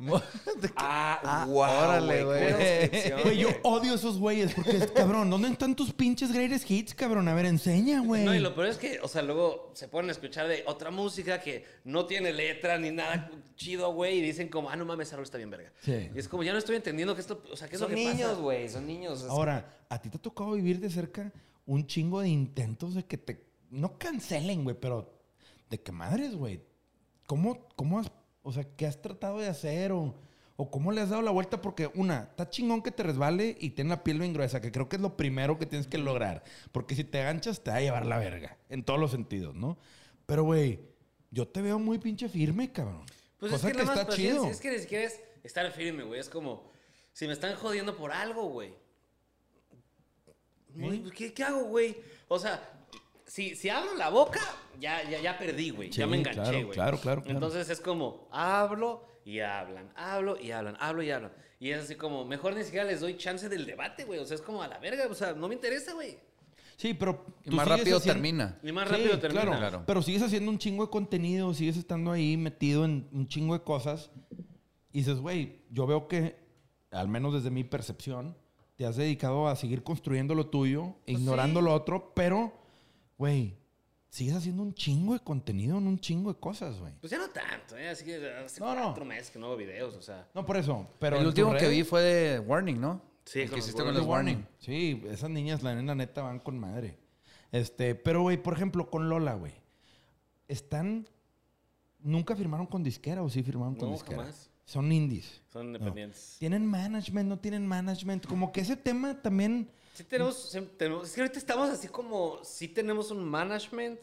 D: De que-
C: Ah,
D: Ah,
C: guau,
D: órale,
C: güey.
D: güey.
C: qué descripción,
A: Güey, yo
C: güey.
A: odio esos güeyes porque, es- cabrón, ¿dónde están tus pinches greatest hits, cabrón? A ver, enseña, güey.
E: No, y lo peor es que, o sea, luego se ponen a escuchar de otra música que no tiene letra ni nada chido, güey, y dicen como, ah, no mames, esa rola está bien verga.
A: Sí.
E: Y es como, ya no estoy entendiendo que esto, o sea, ¿qué es
C: Son
E: lo que
C: niños,
E: pasa?
C: güey, son niños. es-
A: Ahora, ¿a ti te ha tocado vivir de cerca un chingo de intentos de que te... No cancelen, güey, pero... ¿De qué madres, güey? ¿Cómo, ¿Cómo has... O sea, ¿qué has tratado de hacer o... ¿O cómo le has dado la vuelta? Porque una, está chingón que te resbale y ten la piel bien gruesa, que creo que es lo primero que tienes que lograr. Porque si te ganchas, te va a llevar la verga. En todos los sentidos, ¿no? Pero, güey, yo te veo muy pinche firme, cabrón.
E: Pues
A: Cosa
E: es que,
A: que,
E: nada más
A: está
E: paciencia,
A: chido.
E: Es que ni siquiera es estar firme, güey, es como, si me están jodiendo por algo, güey. Güey, ¿Qué, qué hago, güey? O sea, si, si abro la boca, ya, ya, ya perdí, güey. ya
A: Sí,
E: me enganché,
A: claro,
E: güey.
A: claro, claro, claro.
E: Entonces es como, hablo y hablan, hablo y hablan, hablo y hablan. Y es así como, mejor ni siquiera les doy chance del debate, güey. O sea, es como a la verga, o sea, no me interesa, güey.
A: Sí, pero.
D: Y
A: tú
D: más
A: sigues
D: rápido
A: haciendo-
D: termina.
E: Y más
A: Sí,
E: rápido termina.
A: Claro,
D: Claro.
A: Pero sigues haciendo un chingo de contenido, sigues estando ahí metido en un chingo de cosas. Y dices, güey, yo veo que, al menos desde mi percepción, te has dedicado a seguir construyendo lo tuyo,
E: Pues
A: ignorando lo otro, pero, güey, sigues haciendo un chingo de contenido en un chingo de cosas, güey.
E: Pues ya no tanto, ¿eh? Así que hace
A: No, no.
E: cuatro meses que no hago videos, o sea.
A: No, por eso. Pero
D: el
A: en
D: último
A: tus
D: que vi
A: redes-
D: fue de Warning, ¿no?
E: Sí, con
D: El que
E: los
D: hiciste con
E: Warning.
D: los Warning.
A: Sí, esas niñas, la nena neta, van con madre. Este, pero, güey, por ejemplo, con Lola, güey. Están. Nunca firmaron con disquera o sí firmaron con
E: No,
A: disquera.
E: jamás.
A: Son indies.
E: Son independientes.
A: Tienen management, no tienen management. Como que ese tema también.
E: Sí tenemos, sí tenemos- es que ahorita estamos así como, sí tenemos un management,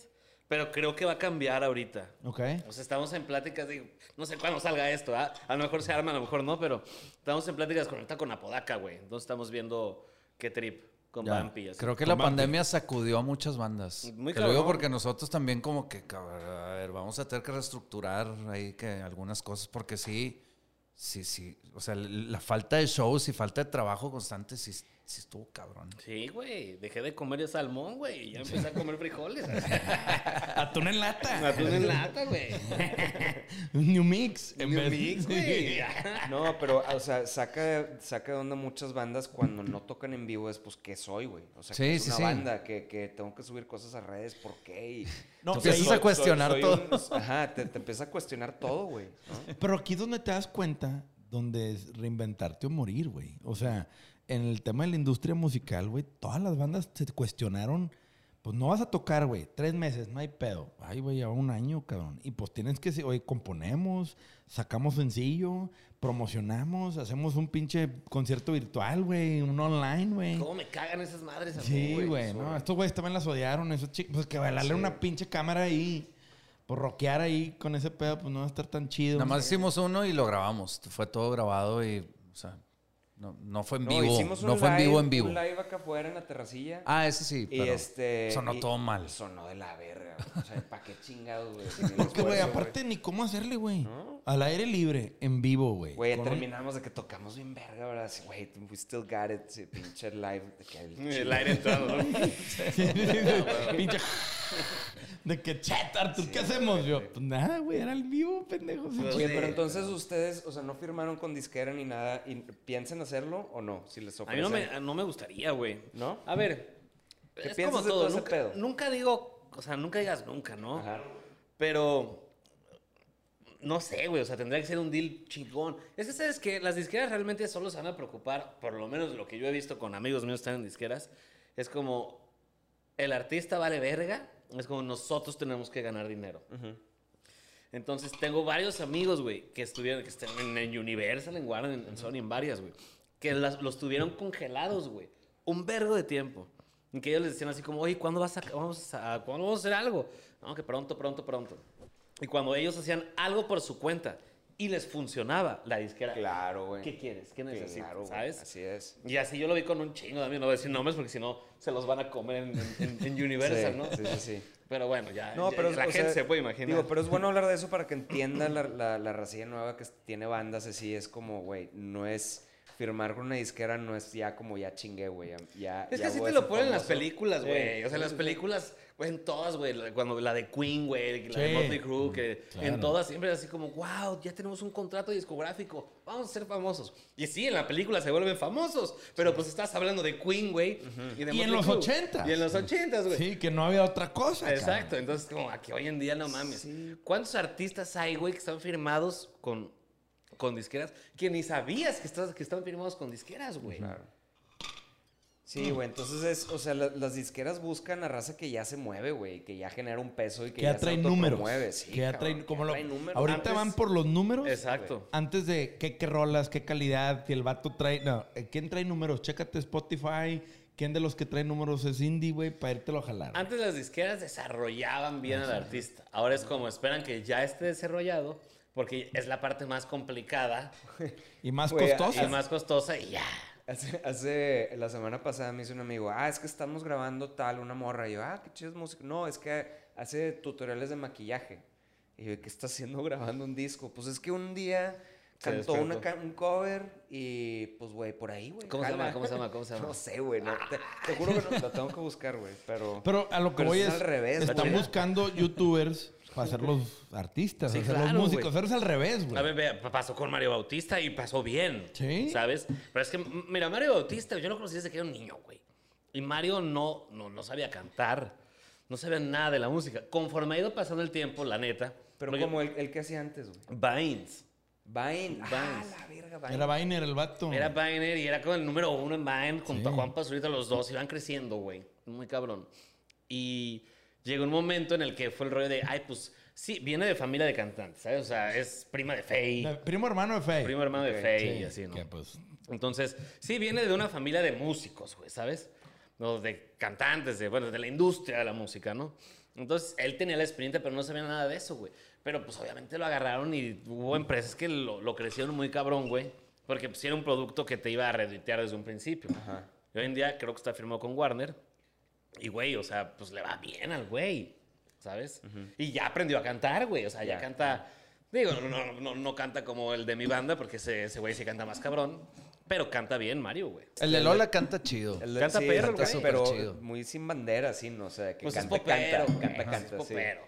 E: pero creo que va a cambiar ahorita.
A: Ok.
E: O sea, estamos en pláticas de, no sé cuándo salga esto, ¿ah? a lo mejor se arma, a lo mejor no, pero estamos en pláticas con ahorita con Apodaca, güey. Entonces estamos viendo qué trip con
A: Ya,
E: Bampi. así.
D: Creo que la pandemia sacudió a muchas bandas.
E: Muy
D: Te lo digo
E: cabrón.
D: porque nosotros también como que, cabrón, a ver, vamos a tener que reestructurar ahí que algunas cosas porque sí, sí, sí. O sea, la falta de shows y falta de trabajo constante sí, sí estuvo cabrón.
E: Sí, güey, dejé de comer salmón, güey, y ya empecé a comer frijoles.
A: Atún en lata.
E: Atún en lata, güey.
A: Un New mix. en vez-
E: Mix, güey. Ah,
C: No, pero, o sea, saca, saca de onda muchas bandas cuando no tocan en vivo. Es pues, ¿qué soy, güey? O sea,
D: Sí,
C: que es
D: sí,
C: una
D: sí.
C: banda que, que tengo que subir cosas a redes. ¿Por qué? Y-
A: No,
D: Te empiezas
A: pero-
D: a cuestionar
C: soy- soy
D: todo.
C: un- ajá, te, te empieza a cuestionar todo, güey. ¿no?
A: Pero aquí es donde te das cuenta, donde es reinventarte o morir, güey. O sea, en el tema de la industria musical, güey, todas las bandas se cuestionaron. Pues no vas a tocar, güey. Tres meses, no hay pedo. Ay, güey, lleva un año, cabrón. Y pues tienes que, oye, componemos, sacamos sencillo, promocionamos, hacemos un pinche concierto virtual, güey, un online, güey.
E: ¿Cómo me cagan esas madres a mí,
A: Sí, güey,
E: eso,
A: no. Estos güeyes también las odiaron, esos chicos. Pues que bailarle una pinche cámara ahí, por rockear ahí con ese pedo, pues no va a estar tan chido.
D: Nada más hicimos uno y lo grabamos. Fue todo grabado y, o sea, no, no fue en vivo. No,
C: un
D: fue en vivo, en
C: live-
D: vivo.
C: Un live acá afuera en la terracilla.
D: Ah, ese sí,
C: y
D: pero
C: este.
D: sonó
C: y-
D: todo mal.
C: Sonó de la verga, güey. O sea, ¿para qué chingados, güey? Sin el
A: Porque, güey,
C: esfuerzo,
A: aparte ni cómo hacerle, güey. Al aire libre, en vivo, güey.
C: Güey,
A: Con-
C: terminamos de que tocamos bien verga, ¿verdad? Así, güey, we still got it, sí, pinche live. de que el
E: El aire entrando, ¿no?
A: Sí, sí, sí. Pinche. De que chat, Artur, ¿qué hacemos? Yo, pues nada, güey, era el vivo, pendejo. Sí,
C: Oye,
E: Sí,
C: pero entonces ustedes, o sea, no firmaron con disquera ni nada, y ¿piensan hacerlo o no? Si les
E: A
C: ofrecen.
E: mí no me, Ah, no me gustaría, güey.
C: ¿No?
E: A ver,
C: ¿Qué
E: es
C: piensas
E: como
C: de
E: todo.
C: todo ese
E: Nunca,
C: pedo?
E: nunca digo, o sea, nunca digas nunca, ¿no?
C: Ajá.
E: Pero, no sé, güey, o sea, tendría que ser un deal chingón. Es que, ¿sabes que Las disqueras realmente solo se van a preocupar, por lo menos lo que yo he visto con amigos míos que están en disqueras, es como, el artista vale verga, es como nosotros tenemos que ganar dinero. Entonces tengo varios amigos, güey, que estuvieron, que están en, en Universal, en Warner, en, en Sony, en varias, güey, que las- los tuvieron congelados, güey, un vergo de tiempo. En que ellos les decían así como, oye, ¿cuándo vas a, vamos a, ¿cuándo vamos a hacer algo? No, que pronto, pronto, pronto. Y cuando ellos hacían algo por su cuenta y les funcionaba, la disquera,
C: Claro, güey.
E: ¿qué quieres? ¿Qué necesitas?
C: Claro, güey,
E: ¿Sabes?
C: Así es.
E: Y así yo lo vi con un chingo también, no voy a decir nombres porque si no se los van a comer en, en- en- en Universal,
C: Sí,
E: ¿no?
C: sí, sí, sí.
E: Pero bueno, ya,
C: No,
E: ya-
C: pero
E: la
C: o
E: gente
C: sea,
E: se puede imaginar.
C: Digo, pero es bueno hablar de eso para que entienda la, la, la racilla nueva que tiene bandas así. Es como, güey, no es firmar con una disquera, no es ya como ya chingué, güey. ya- Ya,
E: Es que
C: ya
E: así
C: voy
E: te
C: a
E: lo
C: ser
E: ponen en las
C: famoso.
E: películas, güey.
C: Sí,
E: O sea, en las
C: sí, sí.
E: películas, güey, en todas, güey. la- Cuando la de Queen, güey, la de
A: Sí.
E: Motley Crue, que
C: Mm,
A: claro.
E: en todas siempre es así como, wow, ya tenemos un contrato discográfico, vamos a ser famosos. Y sí, en la película se vuelven famosos, pero pues estás hablando de Queen, güey. Y, de
A: Y en
E: Motley
A: los
E: Crue.
A: ochentas.
E: Y en los ochentas, güey.
A: Sí, que no había otra cosa.
E: Exacto, entonces como aquí hoy en día no mames. ¿Cuántos artistas hay, güey, que están firmados con, con disqueras que ni sabías que, estás, que están firmados con disqueras, güey?
C: Claro. Sí, güey, entonces es, o sea, la- las disqueras buscan a raza que ya se mueve, güey, que ya genera un peso y que,
A: Que ya
C: ya se
A: traen números.
C: autopromueve, sí,
A: que ya
C: cabrón,
A: traen, como lo,
C: trae números.
A: ahorita
C: Antes-
A: van por los números.
E: Exacto.
A: Antes de qué, qué rolas, qué calidad, si el vato trae. No, eh, ¿quién trae números? Chécate Spotify. ¿Quién de los que trae números es indie, güey? Para irte a jalar.
E: Antes las disqueras desarrollaban bien al artista. Ahora es como esperan que ya esté desarrollado porque es la parte más complicada
A: Y más
C: Güey,
A: costosa.
E: y más costosa y ya.
C: Hace, hace- la semana pasada me hizo un amigo, ah, es que estamos grabando tal, una morra. Y yo, ah, qué chido es música. No, es que hace tutoriales de maquillaje. Y yo, ¿qué está haciendo grabando un disco? Pues es que un día
E: Se
C: cantó una
E: despertó.
C: ca- un cover y pues, güey, por ahí, güey.
E: ¿Cómo se
C: jala.
E: llama? ¿Cómo se llama? ¿Cómo se llama?
C: No sé, güey. no, te, te juro que no, lo tengo que buscar, güey. Pero,
A: Pero a lo que
C: Pero
A: voy
C: eso
A: es.
C: es al revés,
A: están
C: güey.
A: buscando youtubers para ser los artistas,
E: Sí,
A: hacer
E: claro,
A: los músicos.
E: güey.
A: Hacerlos al revés,
E: A
A: güey.
E: ver, vea, pa- pasó con Mario Bautista y pasó bien.
A: Sí.
E: ¿Sabes? Pero es que, m- mira, Mario Bautista, yo lo conocí desde que era un niño, güey. Y Mario no, no, no sabía cantar, no sabía nada de la música. Conforme ha ido pasando el tiempo, la neta.
C: pero
E: porque-
C: como el, el que hacía antes, güey.
E: Vines.
C: Vine. Ah,
E: Vines.
C: la verga, Vine.
A: Era Viner el vato.
E: Era Viner y era como el número uno en Vine junto a Juan Pazurita, los dos iban creciendo, güey. Muy cabrón. Y llegó un momento en el que fue el rollo de, ay, pues sí, viene de familia de cantantes, ¿sabes? O sea, es prima de Faye,
A: Primo hermano de Faye.
E: primo hermano de
C: Ok,
E: Faye
A: Sí,
E: y así, ¿no?
A: que, pues,
E: Entonces, sí, viene de una familia de músicos, güey, ¿sabes? No, de cantantes, de, bueno, de la industria de la música, ¿no? Entonces, él tenía la experiencia, pero no sabía nada de eso, güey. Pero, pues, obviamente lo agarraron y hubo empresas que lo, lo crecieron muy cabrón, güey. Porque, pues, era un producto que te iba a reduitear desde un principio.
C: Ajá.
E: Y hoy en día creo que está firmado con Warner. Y, güey, o sea, pues le va bien al güey, ¿sabes? Y ya aprendió a cantar, güey. O sea, ya
C: Ya.
E: canta. Digo, no, no, no, no canta como el de mi banda, porque ese ese güey se canta más cabrón. Pero canta bien Mario, güey.
D: El de Lola canta chido.
C: El de-
E: Canta perro,
C: canta
E: güey.
C: súper pero
D: chido.
C: muy sin bandera, sí, no, o sea, que
E: Pues
C: canta,
E: es
C: canta,
E: popero. güey.
C: canta,
E: Pues
C: canta,
E: Es
C: sí.
E: popero.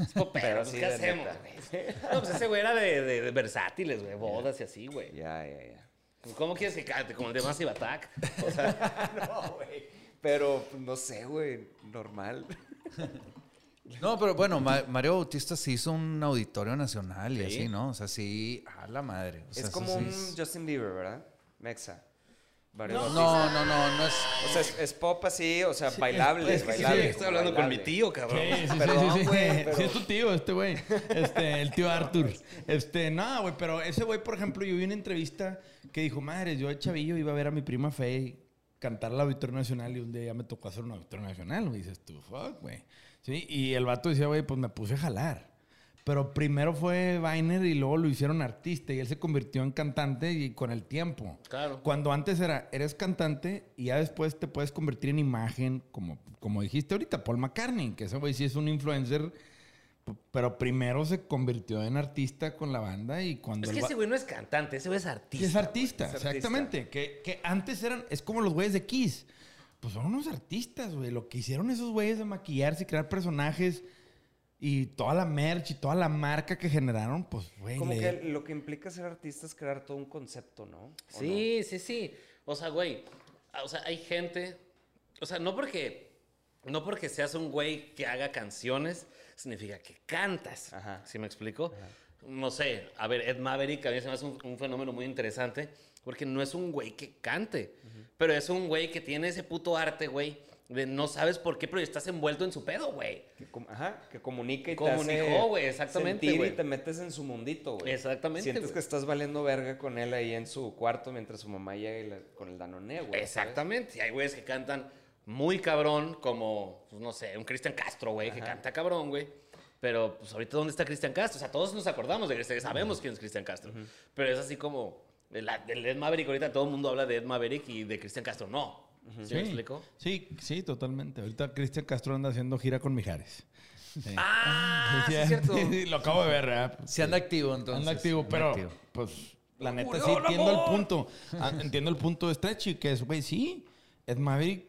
E: Es popero.
C: Pero
E: pues,
C: sí,
E: ¿Qué
C: de
E: hacemos,
C: neta.
E: güey? No, pues ese güey era de, de- de versátiles, güey. Bodas y así, güey.
C: Ya, ya, ya.
E: ¿Cómo quieres que cante? Como el de Massive Attack. O sea,
C: No, güey. Pero pues, no sé, güey, normal.
D: No, pero bueno, Ma- Mario Bautista sí hizo un auditorio nacional y
E: Sí.
D: así, ¿no? O sea, sí, a la madre. O sea,
C: es
D: eso
C: como
D: sí
C: un
D: es-
C: Justin Bieber, ¿verdad? Mexa. Varios-
D: No, no, no, no es.
C: O sea, es, es pop así, o sea, bailable,
A: es que sí,
C: bailable.
E: estoy hablando con mi
C: bailable.
E: tío, cabrón.
A: Sí, sí, sí,
C: Perdón,
A: sí, sí.
C: güey,
A: Sí,
C: pero-
A: es tu tío, este güey. Este, el tío Arthur. Este, no, güey, pero ese güey, por ejemplo, yo vi una entrevista que dijo, madre, yo de chavillo iba a ver a mi prima Faye cantar la Auditorio Nacional y un día ya me tocó hacer una Auditorio Nacional. güey. dices tú, fuck, güey. Sí, y el vato decía, güey, pues me puse a jalar. Pero primero fue Viner y luego lo hicieron artista y él se convirtió en cantante y con el tiempo.
E: Claro.
A: Cuando antes era, eres cantante y ya después te puedes convertir en imagen, como, como dijiste ahorita, Paul McCartney, que ese güey sí es un influencer, p- pero primero se convirtió en artista con la banda y cuando...
E: Es
A: el
E: que
A: va-
E: ese güey no es cantante, ese güey es
A: y
E: artista.
A: es artista,
C: güey, es artista.
A: exactamente. Que, que antes eran, es como los güeyes de Kiss. Pues son unos artistas, güey. Lo que hicieron esos güeyes de maquillarse y crear personajes y toda la merch y toda la marca que generaron, pues, güey.
C: Como
A: le-
C: que lo que implica ser artista es crear todo un concepto, ¿no? ¿O
E: Sí, sí, sí. O sea, güey, ah, o sea, hay gente, o sea, no porque no porque seas un güey que haga canciones significa que cantas.
C: Ajá.
E: ¿Sí me explico? No sé, a ver, Ed Maverick a mí se me hace un, un fenómeno muy interesante porque no es un güey que cante, pero es un güey que tiene ese puto arte, güey, de no sabes por qué, pero estás envuelto en su pedo, güey.
C: no? Que, com- ajá, que comunica y te hace
E: Comunicó, güey, exactamente,
C: sentir
E: güey.
C: y te metes en su mundito, güey.
E: Exactamente,
C: Sientes
E: güey.
C: que estás valiendo verga con él ahí en su cuarto mientras su mamá llega y la- con el danone, güey. ¿sabes?
E: Exactamente. Y hay güeyes que cantan muy cabrón, como, pues, no sé, un Cristian Castro, güey, que canta cabrón, güey. Pero, pues, ahorita, ¿dónde está Cristian Castro? O sea, todos nos acordamos de Cristian, sabemos quién es Cristian Castro. Pero es así como, el, el Ed Maverick, ahorita todo el mundo habla de Ed Maverick y de Cristian Castro no. ¿Sí me explico?
A: Sí, sí, totalmente. Ahorita Cristian Castro anda haciendo gira con Mijares. Sí.
E: ¡Ah! Sí, es cierto.
A: Sí, lo acabo de ver, ¿verdad?
D: Se anda activo, entonces.
A: Anda activo, pero
D: activo.
A: pues la neta
E: Murió
A: sí
E: el
A: entiendo el
E: amor.
A: punto. Ah, Entiendo el punto de Stretchy, que es, güey, sí, Ed Maverick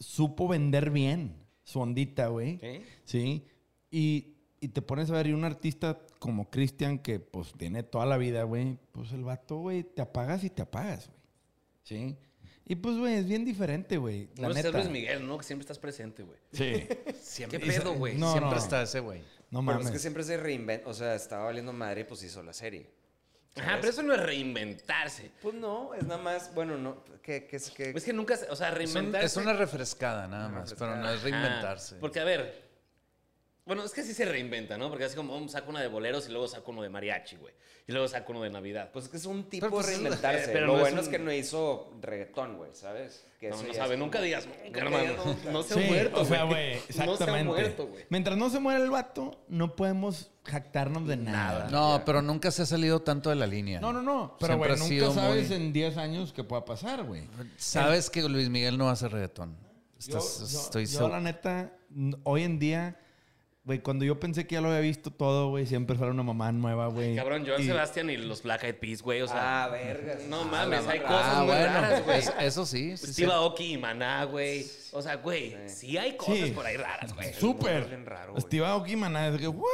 A: supo vender bien su ondita, güey.
E: Sí.
A: Sí. Y, y te pones a ver, y un artista como Christian, que pues tiene toda la vida, güey, pues el vato, güey, te apagas y te apagas, güey. Sí. Y pues, güey, es bien diferente, güey. La
E: No es
A: neta.
E: Luis Miguel, ¿no? Que siempre estás presente, güey.
A: Sí.
E: ¿Qué pedo, güey?
A: No,
D: Siempre
A: no.
D: está ese güey.
A: No
C: Pero
A: mames.
C: es que siempre se reinventa, o sea, estaba valiendo madre y pues hizo la serie.
E: Ajá, pero eso no es reinventarse.
C: Pues no, es nada más, bueno, no, que, que, que-
E: Es que nunca, se- o sea,
D: Es, un-
E: reinventarse.
D: es una refrescada nada más, pero no es
E: Ajá.
D: reinventarse.
E: Porque, a ver, Bueno, es que sí se reinventa, ¿no? Porque así como um, saco una de boleros y luego saco uno de mariachi, güey. Y luego saco uno de Navidad.
C: Pues es que es un tipo
D: Pero, pues,
C: de reinventarse.
E: eh, pero
C: Lo
E: no es
C: bueno es,
E: un-
C: que no hizo reggaetón, güey, ¿sabes? Que
E: no,
C: eso
E: no
C: ya
E: sabe,
C: es
E: nunca
C: como-
E: digas nunca,
C: Nunca
E: hermano.
C: digas nunca.
E: No se ha
A: Sí,
E: muerto,
A: o sea,
E: güey.
A: güey, exactamente.
E: No se ha muerto, güey.
A: Mientras no se muera el vato, no podemos jactarnos de nada.
D: No, pero nunca se ha salido tanto de la línea.
A: No, no, no. Pero,
D: Siempre
A: güey,
D: ha sido
A: nunca sabes
D: muy-
A: en 10 años qué pueda pasar, güey.
D: Sabes que Luis Miguel no hace reggaetón.
A: Yo,
D: Estás-
A: yo-
D: estoy
A: yo,
D: seguro.
A: la neta, n- hoy en día, güey, cuando yo pensé que ya lo había visto todo, güey, siempre sale una mamá nueva, güey.
E: Cabrón, Joan
A: Y-
E: Sebastián y los Black Eyed Peas, güey. O sea,
C: Ah, vergas.
E: no
C: Ah,
E: mames,
C: la
E: hay
C: madre.
E: cosas
D: Ah,
E: muy
D: bueno,
E: raras, güey. Pues
D: es- eso sí. sí, sí.
E: Steve Aoki y Maná, güey. O sea, güey, sí. hay cosas
A: Sí.
E: por ahí raras, güey.
A: Súper.
C: Bien raro, güey.
A: Steve Aoki, maná, es que, ¿what?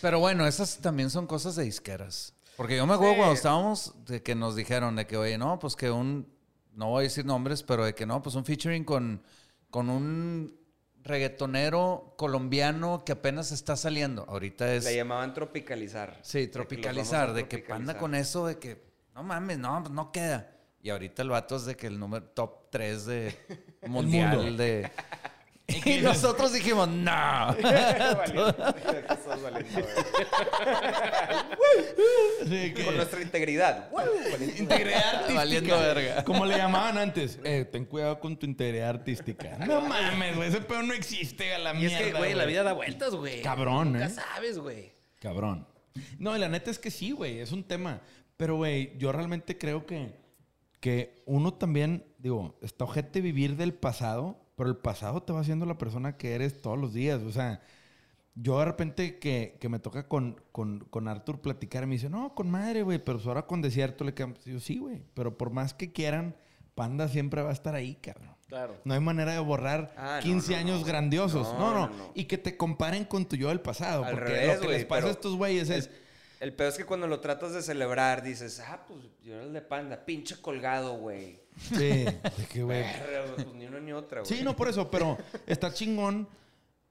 D: Pero bueno, esas también son cosas de disqueras. Porque yo me acuerdo cuando estábamos de que nos dijeron de que, oye, no, pues que un, no voy a decir nombres, pero de que no, pues un featuring con, con un reggaetonero colombiano que apenas está saliendo. Ahorita es...
C: Le llamaban tropicalizar.
D: Sí,
C: De que los vamos a
D: tropicalizar, de que panda
C: tropicalizar.
D: con eso, de que no mames, no, pues, no queda. Y ahorita el vato es de que el número top 3 de mundial
A: mundo.
D: de. Y nosotros dijimos, no.
C: Valiente, que sos valiente, güey.
A: Sí, que-
C: Con nuestra integridad. güey.
A: Integridad artística.
D: Valiendo verga.
A: Como le llamaban antes. Eh, ten cuidado con tu integridad artística. No mames, güey. Ese pedo no existe a la
E: Y es
A: mierda.
E: que, güey, la vida da vueltas, güey.
A: Cabrón,
E: Nunca
A: ¿eh?
E: sabes, güey.
A: Cabrón. No, y la neta es que sí, güey. Es un tema. Pero, güey, yo realmente creo que, que uno también, digo, está ojete vivir del pasado, pero el pasado te va haciendo la persona que eres todos los días. O sea, yo de repente que, que me toca con, con, con Arthur platicar, me dice, no, con madre, güey, pero pues ahora con desierto le quedamos. Yo, sí, güey, pero por más que quieran, Panda siempre va a estar ahí, cabrón.
E: Claro.
A: No hay manera de borrar
C: Ah, no,
A: 15
C: no, no,
A: años
C: güey.
A: grandiosos.
C: No,
A: No no,
C: no, no.
A: Y que te comparen con tu yo del pasado.
C: Al
A: porque
C: revés,
A: lo que
C: güey,
A: les pasa a
C: pero
A: estos güeyes es.
C: El peor es que cuando lo tratas de celebrar, dices, ah, pues yo era el de panda, pinche colgado, güey.
A: Sí, de que, güey.
C: Verga, güey, Pues ni una ni otra, güey.
A: Sí, no por eso, pero está chingón.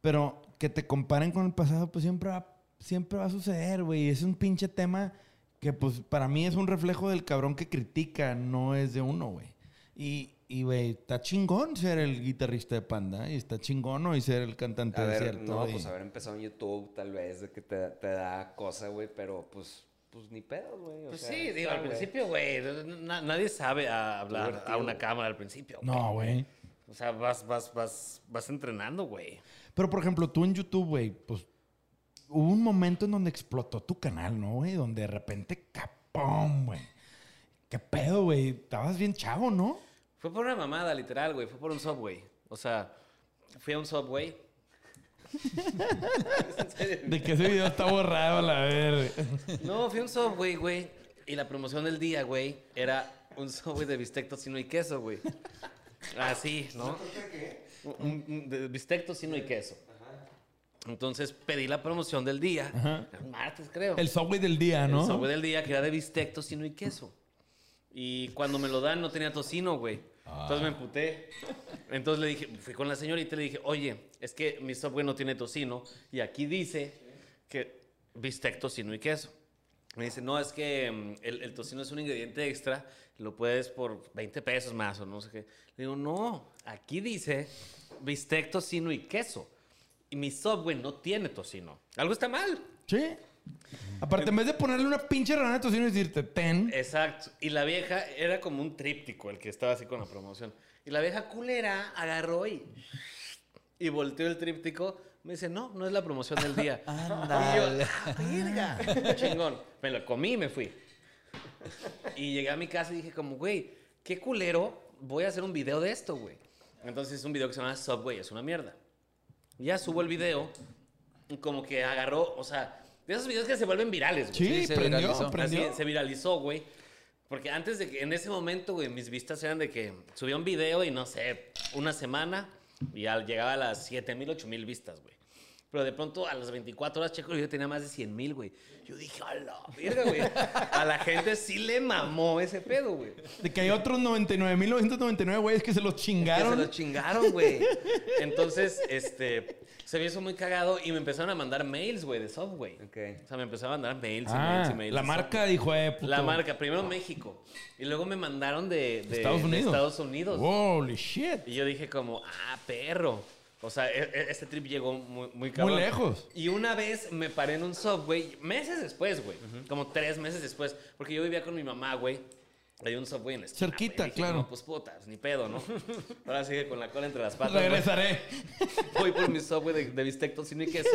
A: Pero que te comparen con el pasado, pues siempre va, siempre va a suceder, güey. Es un pinche tema que, pues, para mí es un reflejo del cabrón que critica, no es de uno, güey. Y, y, güey, está chingón ser el guitarrista de Panda. Y está chingón hoy ser el cantante
C: A
A: de
C: ver,
A: cierto.
C: no,
A: y-
C: pues haber empezado en YouTube, tal vez, de que te, te da cosa, güey, pero pues, pues ni pedo, güey. o
E: Pues
C: sea,
E: sí,
C: está,
E: digo, al
C: güey.
E: principio, güey, na- nadie sabe a hablar a
C: Divertido.
E: una cámara al principio.
A: No, güey.
E: O sea, vas, vas, vas, vas entrenando, güey.
A: Pero, por ejemplo, tú en YouTube, güey, pues hubo un momento en donde explotó tu canal, ¿no, güey? Donde de repente, capón, güey. ¿Qué pedo, güey? Estabas bien chavo, ¿no?
E: Fue por una mamada, literal, güey. Fue por un subway. O sea, fui a un subway.
A: De que ese video está borrado, la verga.
E: No, fui a un subway, güey. Y la promoción del día, güey, era un subway de bistec tocino y queso, güey. Así, ¿no? Un, un- de bistec tocino y queso. Entonces pedí la promoción del día. El martes, creo.
A: El subway del día, ¿no?
E: El sabor del día que era de bistec, tocino y queso. Y cuando me lo dan, no tenía tocino, güey. Entonces
A: Ah.
E: me emputé. Entonces le dije, fui con la señorita y le dije, oye, es que mi subway no tiene tocino. Y aquí dice que bistec, tocino y queso. Me dice, no, es que mm, el, el tocino es un ingrediente extra, lo puedes por 20 pesos más o no sé qué. Le digo, no, aquí dice bistec, tocino y queso. Y mi subway no tiene tocino. Algo está mal.
A: Sí. Aparte, en vez de ponerle una pinche rana de tocino y decirte, ten.
E: Eh, Exacto. Y la vieja era como un tríptico el que estaba así con la promoción. Y la vieja culera agarró y, y volteó el tríptico. Me dice, no, no es la promoción del día. Y yo, "Ah, verga. Chingón. Me lo comí y me fui. Y llegué a mi casa y dije como, güey, qué culero, voy a hacer un video de esto, güey. Entonces es un video que se llama Subway, es una mierda. Ya subo el video y como que agarró, o sea, de esos videos que se vuelven virales, güey.
A: Sí,
D: Sí, se viralizó.
A: prendió,
E: Así
A: prendió.
E: se viralizó, güey. Porque antes de que, en ese momento, güey, mis vistas eran de que subía un video y no sé, una semana y al, llegaba a las 7 mil, 8 mil vistas, güey. Pero de pronto a las 24 horas checo, yo tenía más de 100 mil, güey. Yo dije, a la verga, güey. A la gente sí le mamó ese pedo, güey.
A: De que hay otros 99.999 güeyes que se los
E: Que
A: chingaron.
E: se lo chingaron, güey. Entonces, este, se me hizo muy cagado y me empezaron a mandar mails, güey, de Subway.
C: Ok.
E: O sea, me empezaron a mandar mails y
A: Ah,
E: mails y mails.
A: la
E: de
A: marca dijo, eh, puto.
E: La marca, primero México. Y luego me mandaron de, de-
A: Estados
E: de
A: Unidos.
E: Estados Unidos.
A: Holy shit.
E: Y yo dije como, ah, perro. O sea, e- e- este trip llegó muy, muy cabrón.
A: lejos.
E: Y una vez me paré en un subway, meses después, güey. Como tres meses después. Porque yo vivía con mi mamá, güey. Hay un subway en la esquina,
A: Cerquita,
E: güey. Dije,
A: claro.
E: No, pues puta, pues, ni pedo, ¿no? Ahora sigue con la cola entre las patas. güey.
A: Regresaré.
E: Voy por mi subway de, de bistec tocino y queso.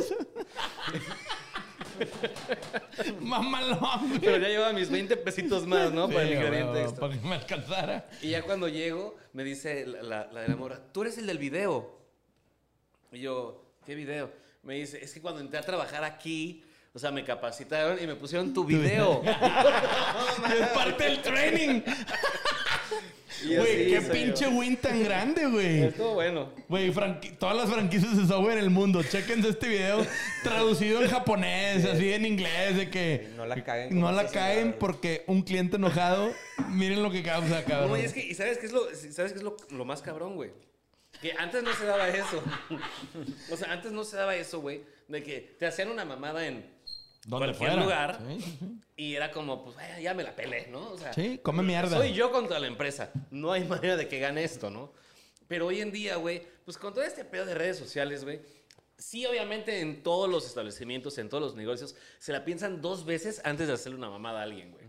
A: Mamalón.
E: Pero ya llevaba mis 20 pesitos más, ¿no? Para el ingrediente extra.
A: Para que me alcanzara.
E: Y ya cuando llego, me dice la, la, la de la morra, tú eres el del video. Y yo, ¿qué video? Me dice, es que cuando entré a trabajar aquí, o sea, me capacitaron y me pusieron tu video.
A: Es parte del training.
E: Y así
A: Güey, qué
E: soy
A: pinche
E: yo.
A: win tan grande, güey.
E: Estuvo bueno.
A: Güey, franqui- todas las franquicias de software en el mundo. Chequense este video traducido en japonés, así en inglés, de que.
C: No la caguen.
A: No
C: como
A: la
C: dice
A: caen
C: Salvador.
A: porque un cliente enojado, miren lo que causa, cabrón.
E: No, y es que, ¿y sabes qué es lo, sabes qué es lo, lo más cabrón, güey? Que antes no se daba eso. O sea, antes no se daba eso, güey, de que te hacían una mamada en
A: Donde
E: cualquier
A: fuera.
E: lugar.
A: Sí, sí, sí.
E: Y era como, pues vaya, ya me la pelé, ¿no? O sea,
A: Sí, come mierda.
E: Soy yo contra la empresa. No hay manera de que gane esto, ¿no? Pero hoy en día, güey, pues con todo este pedo de redes sociales, güey, sí, obviamente en todos los establecimientos, en todos los negocios, se la piensan dos veces antes de hacerle una mamada a alguien, güey.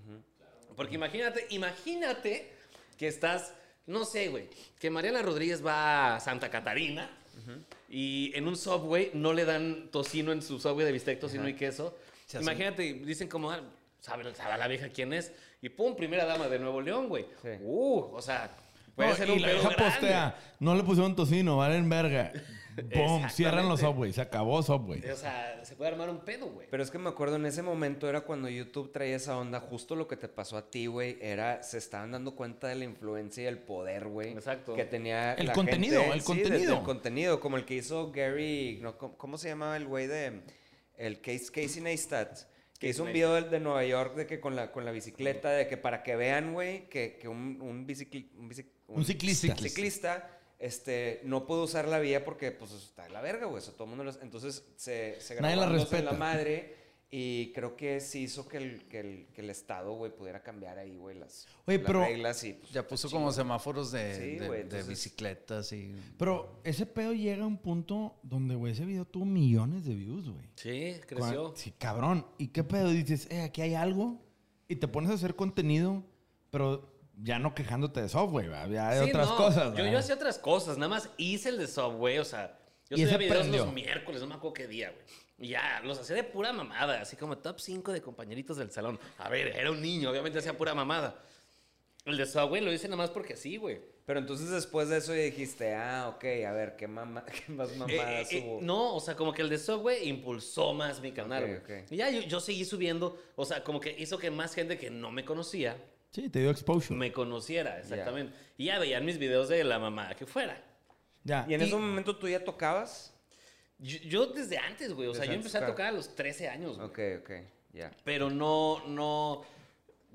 E: Porque imagínate, imagínate que estás, no sé, güey, que Mariana Rodríguez va a Santa Catarina y en un subway no le dan tocino en su subway de bistec, tocino y queso.
D: Se hacen-
E: Imagínate, dicen como, ah, sabe, sabe la vieja quién es. Y pum, primera dama de Nuevo León, güey.
C: Sí.
E: Uh, o sea, puede
A: No,
E: ser
A: y
E: un
A: la
E: pedo
A: vieja
E: grande.
A: postea, no le pusieron tocino, valen verga. Boom,
E: Exactamente.
A: cierran los subway, se acabó subway.
E: O sea, se puede armar un pedo, güey.
C: Pero es que me acuerdo en ese momento era cuando YouTube traía esa onda, justo lo que te pasó a ti, güey, era se estaban dando cuenta de la influencia y el poder, güey,
E: Exacto.
C: que tenía
A: El
C: la
A: contenido,
C: gente.
A: el
C: Sí, desde
A: contenido.
C: el contenido, como el que hizo Gary, no, ¿cómo, cómo se llamaba el güey de el Case- Casey Neistat? Que hizo un video del- de Nueva York de que con la, con la bicicleta, de que para que vean, güey, que, que un, un, bicicli- un bici-
A: Un ciclista.
C: ciclista, este, no puede usar la vía porque, pues, está de la verga, güey. Eso todo el mundo los- Entonces, se, se
A: Nadie la
C: grabó dándose
A: respeta.
C: la madre y creo que sí hizo que el, que el, que el Estado, güey, pudiera cambiar ahí, güey, las,
A: Oye,
C: las
A: pero-
C: reglas y... pues,
D: Ya puso como semáforos de,
C: Sí,
D: de-
C: güey,
D: de
C: entonces-
D: bicicletas y...
A: Pero ese pedo llega a un punto donde, güey, ese video tuvo millones de views, güey.
E: Sí, creció.
A: Cuan- Sí, cabrón. ¿Y qué pedo? Dices, eh, aquí hay algo. Y te pones a hacer contenido, pero ya no quejándote de software, ¿verdad? ya de
E: Sí,
A: otras
E: no,
A: cosas.
E: Yo,
A: ¿verdad?
E: yo hacía otras cosas, nada más hice el de Subway, o sea, yo
A: Y
E: hacía
A: ese
E: videos
A: prendió.
E: los miércoles, no me acuerdo qué día, güey. Y ya, los hacía de pura mamada, así como top 5 de compañeritos del salón. A ver, era un niño, obviamente hacía pura mamada. El de Subway lo hice nada más porque sí, güey.
C: Pero entonces después de eso ya dijiste, ah, ok, a ver, ¿qué, mama, qué más
E: Eh,
C: mamadas
E: eh, eh,
C: hubo?
E: no, o sea, como que el de Subway impulsó más mi canal,
C: Ok,
E: güey.
C: ok.
E: Y ya yo, yo seguí subiendo, o sea, como que hizo que más gente que no me conocía
A: Sí, te dio exposure.
E: me conociera, exactamente. Y ya veían mis videos de la mamada que fuera.
A: Ya.
C: ¿Y en ese momento tú ya tocabas?
E: Yo, yo desde antes, güey. O sea,
C: Desde
E: yo
C: antes,
E: empecé a
C: claro.
E: tocar a los 13 años, güey.
C: Ok, ok, ya.
E: Pero no, no.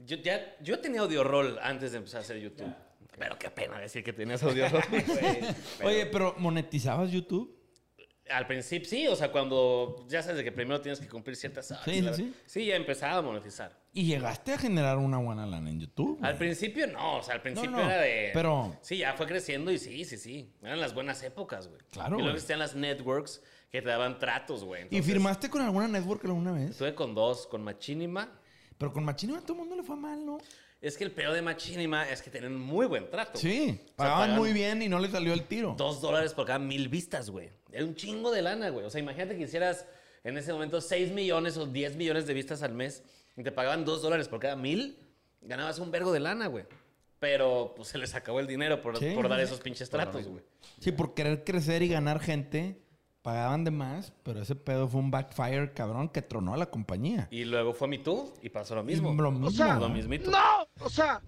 E: Yo, ya, yo tenía audio roll antes de empezar a hacer YouTube. Pero qué pena decir que tenías audio roll.
A: Oye, pero ¿monetizabas YouTube?
E: Al principio sí, o sea, cuando ya sabes de que primero tienes que cumplir ciertas horas,
A: Sí,
E: la
A: sí,
E: verdad.
A: sí.
E: Sí, ya empezaba a monetizar.
A: Y llegaste a generar una buena lana en YouTube.
E: Al
A: güey.
E: principio no, o sea, al principio
A: no,
E: era de.
A: pero-
E: Sí, ya fue creciendo y sí, sí, sí. Eran las buenas épocas, güey.
A: Claro,
E: Y luego
A: güey.
E: existían las networks que te daban tratos,
A: ¿Y
E: güey. Entonces,
A: firmaste con alguna network alguna vez?
E: Estuve con dos, con Machinima.
A: Pero con Machinima todo el mundo le fue mal, ¿no?
E: Es que el peor de Machinima es que tienen muy buen trato.
A: Sí,
E: O sea,
A: pagaban
E: pagan
A: muy bien y no le salió el tiro.
E: Dos dólares por cada mil vistas, güey. Era un chingo de lana, güey. O sea, imagínate que hicieras en ese momento 6 millones o 10 millones de vistas al mes y te pagaban dos dólares por cada mil. Ganabas un vergo de lana, güey. Pero pues se les acabó el dinero por,
A: Sí,
E: por dar
A: sí,
E: esos pinches tratos, güey.
A: Sí, por querer crecer y ganar gente, pagaban de más, pero ese pedo fue un backfire cabrón que tronó a la compañía.
E: Y luego fue mi tú y pasó lo mismo.
A: lo mismo,
E: lo
A: güey.
E: mismito.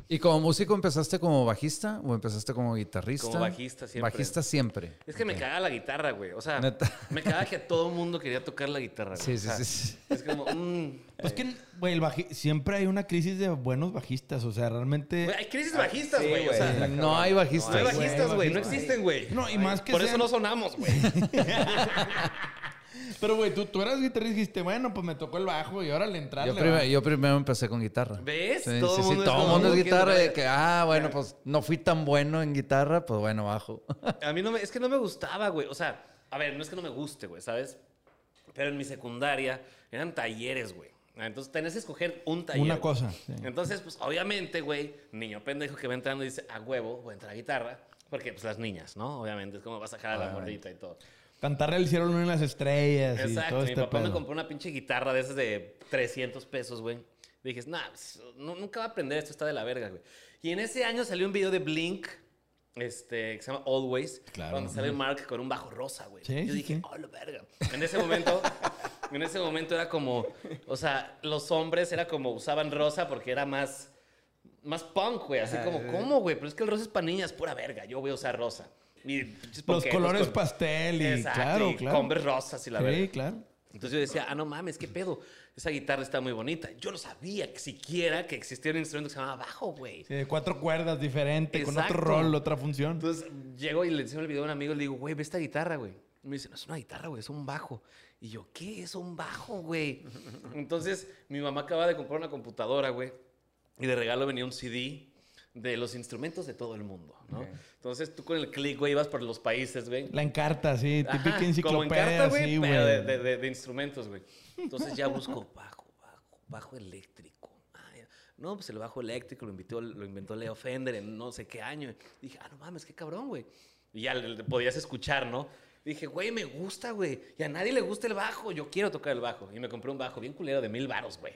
D: ¿Y como músico empezaste como bajista o empezaste como guitarrista?
E: Como bajista siempre.
D: Bajista siempre.
E: Es que me cagaba la guitarra, güey. O sea,
D: Neta.
E: me cagaba que todo el mundo quería tocar la guitarra, güey.
D: Sí,
E: O
D: sí,
E: sea,
D: sí, sí.
E: Es como, mm,
A: Pues que, güey, el baji- siempre hay una crisis de buenos bajistas, o sea, realmente...
E: güey, hay crisis bajistas,
C: Ah, Sí,
E: güey. o
C: güey.
E: sea,
C: Está
D: No
C: cabrón.
D: hay bajistas,
E: No hay
D: güey.
E: bajistas, güey. No
A: bajistas.
E: existen, güey.
A: No, y más que
E: Por eso
A: sean-
E: no sonamos, güey.
A: Pero, güey, tú, tú eras guitarrista y dijiste, bueno, pues me tocó el bajo y ahora le entraste.
D: Yo, prime- yo primero empecé con guitarra.
E: ¿Ves?
D: Sí,
E: Todo
D: sí, sí,
E: mundo es
D: todo
E: como,
D: mundo
E: "No,
D: es
E: quiero
D: guitarra.
E: tocar".
D: de que, ah, bueno, pues no fui tan bueno en guitarra, pues bueno, bajo.
E: A mí no me, es que no me gustaba, güey. O sea, A ver, no es que no me guste, güey, ¿sabes? Pero en mi secundaria eran talleres, güey. Ah, Entonces tenés que escoger un taller.
A: Una
E: güey.
A: cosa, sí.
E: Entonces, pues obviamente, güey, niño pendejo que va entrando y dice, a huevo, voy a entrar a guitarra. Porque, pues las niñas, ¿no? Obviamente, es como vas a jalar a la gordita y todo.
A: Cantarle al cielo en las estrellas y
E: Exacto.
A: todo
E: Mi
A: este
E: papá me
A: pedo.
E: compró una pinche guitarra de esas de 300 pesos, güey. Dije, nah, pues, no- nunca va a aprender, esto está de la verga, güey. Y en ese año salió un video de Blink, este, que se llama Always,
A: Claro.
E: donde sale Mark con un bajo rosa, güey.
A: Sí,
E: Yo
A: sí,
E: dije,
A: sí.
E: oh, la verga. En ese momento, en ese momento era como, o sea, los hombres era como usaban rosa porque era más, más punk, güey. Así como, ¿cómo, güey? Pero es que el rosa es para niñas, pura verga. Yo voy a usar rosa. Y pues, pinches
A: Los
E: ponquetos
A: colores
E: con-
A: pastel y
E: Exacto,
A: claro,
E: y
A: claro.
E: Converse rosas y la verga.
A: sí, claro.
E: Entonces yo decía, ah, no mames, qué pedo. Esa guitarra está muy bonita. Yo no sabía que siquiera que existía un instrumento que se llamaba bajo, güey.
A: Sí, de cuatro cuerdas diferente, con otro
E: Exacto.
A: rol, otra función.
E: Entonces llego y le enseño el video a un amigo y le digo, güey, ve esta guitarra, güey. Y me dice, no es una guitarra, güey, es un bajo. Y yo, ¿qué es un bajo, güey? Entonces mi mamá acaba de comprar una computadora, güey. Y de regalo venía un CD de los instrumentos de todo el mundo, ¿no?
C: Ok.
E: Entonces tú con el clic, güey, ibas por los países, güey.
A: La encarta, sí,
E: Ajá,
A: típica
E: como en
A: enciclopedia,
E: carta,
A: sí,
E: güey,
A: güey.
E: pero de, de- de- de instrumentos, güey. Entonces ya busco bajo, bajo, bajo eléctrico. Ah, ya. no, pues el bajo eléctrico lo, invitó- lo inventó Leo Fender en no sé qué año. Dije, ah, no mames, qué cabrón, güey. Y ya le- le podías escuchar, ¿no? Dije, güey, me gusta, güey. Y a nadie le gusta el bajo. Yo quiero tocar el bajo. Y me compré un bajo bien culero de mil varos, güey.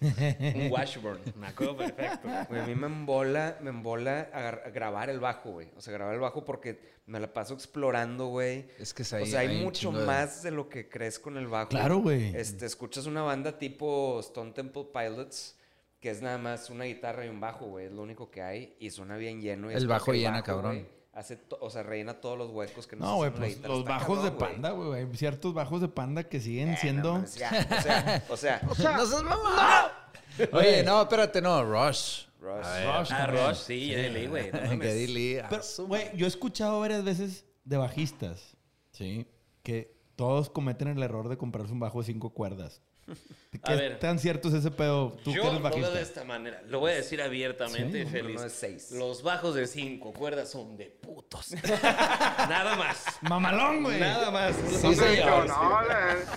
E: un Washburn. Me acuerdo perfecto.
C: Güey, a mí me embola, me embola agar- grabar el bajo, güey. O sea, grabar el bajo porque me la paso explorando, güey.
D: Es que es ahí-
C: O sea, hay,
D: hay un
C: mucho
D: chingo de-
C: más de lo que crees con el bajo.
A: Claro, güey.
C: Este, escuchas una banda tipo Stone Temple Pilots, que es nada más una guitarra y un bajo, güey. Es lo único que hay y suena bien lleno. y es
D: El bajo
C: porque
D: llena, cabrón.
C: güey, hace to- o sea, rellena todos los huecos que nos
A: No, güey,
C: hace una
A: pues
C: guitarra.
A: los
C: Está
A: bajos de
C: cabrón, güey.
A: panda, güey. Hay ciertos bajos de panda que siguen
C: Eh, no
A: siendo.
C: mames, ya, o sea, o sea,
D: ¡No seas mamá! Oye, no, espérate, no. Rush.
C: Rush.
D: A ver,
A: Rush,
E: Ah,
A: cabrón.
E: Rush, sí, ya leí, güey. no mames.
D: que dile, ah,
A: Pero,
D: su-
A: güey, yo he escuchado varias veces de bajistas, ¿sí? Que todos cometen el error de comprarse un bajo de cinco cuerdas. ¿Qué
E: A ver.
A: tan cierto es ese pedo? Tú
E: Yo
A: que eres
E: lo veo
A: bajista.
E: de esta manera. Lo voy a decir abiertamente y
C: Sí,
E: feliz.
C: uno de seis.
E: Los bajos de cinco cuerdas son de putos. Nada más.
A: ¡Mamalón, güey!
E: Nada más.
D: Sí, señor.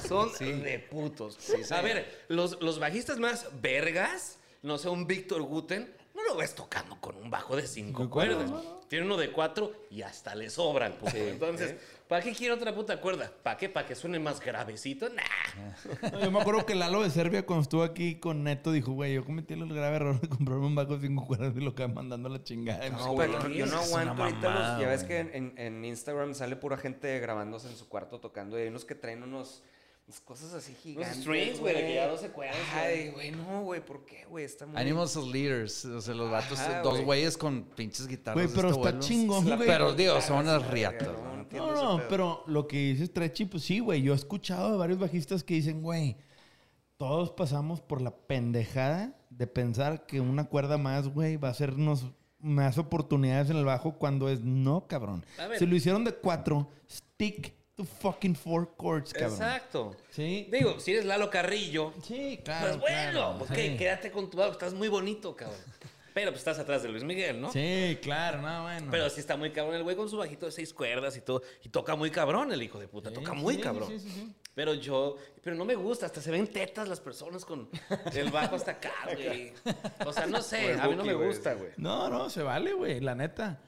E: Son de putos. a ver, los, los bajistas más vergas, no sé, un Víctor Guten, no lo ves tocando con un bajo de cinco
A: ¿De cuerdas,
E: cuerdas. Tiene uno de cuatro y hasta le sobran. puto. Entonces, ¿para qué quiero otra puta cuerda? ¿Para qué? ¿Para que suene más gravecito? Nah.
A: No, yo me acuerdo que Lalo de Serbia, cuando estuvo aquí con Neto, dijo, güey, yo cometí el grave error de comprarme un bajo de cinco cuerdas y lo acabé mandando a la chingada.
C: No, güey,
E: güey,
C: yo no
D: es una
C: aguanto ahorita
D: mamada,
C: los. Ya ves
D: güey.
C: que en, en Instagram sale pura gente grabándose en su cuarto tocando y hay unos que traen unos. unas cosas así gigantes.
E: strings, güey, de que ya 12 cuerdas,
C: Ay, güey, no, güey, ¿por qué, güey? Está muy.
D: Animals as leaders. O sea, los vatos,
C: Ajá,
D: dos
C: güey.
D: güeyes con pinches guitarras.
A: Güey,
D: de
A: pero
D: este
A: está
D: vuelo.
A: chingón,
D: La-
A: güey.
D: Pero, digo, son unas
C: Verga,
D: riatas.
C: no,
D: ¿no?
C: entiendo ese
A: No, no,
C: pedo.
A: pero lo que dice Stretchy, pues sí, güey. Yo he escuchado de varios bajistas que dicen, güey, todos pasamos por la pendejada de pensar que una cuerda más, güey, va a hacernos más oportunidades en el bajo cuando es no, cabrón.
E: A ver.
A: Si lo hicieron de cuatro, stick to fucking four chords, cabrón.
E: Exacto.
A: Sí.
E: Digo, si eres Lalo Carrillo,
A: Sí, claro.
E: pues bueno,
A: claro,
E: pues
A: sí.
E: qué, quédate con tu bajo, estás muy bonito, cabrón. Pero pues estás atrás de Luis Miguel, ¿no?
A: Sí, claro, no, bueno.
E: Pero sí está muy cabrón el güey con su bajito de seis cuerdas y todo. Y toca muy cabrón el hijo de puta, toca muy
A: sí,
E: cabrón.
A: sí, sí, sí.
E: Pero yo, pero no me gusta, hasta se ven tetas las personas con el bajo hasta acá, güey. O sea, no
C: Como
E: sé,
C: el
E: Eh, a mí no
C: Buki,
E: me
C: güey.
E: gusta, güey.
A: No, no, se vale, güey, la neta.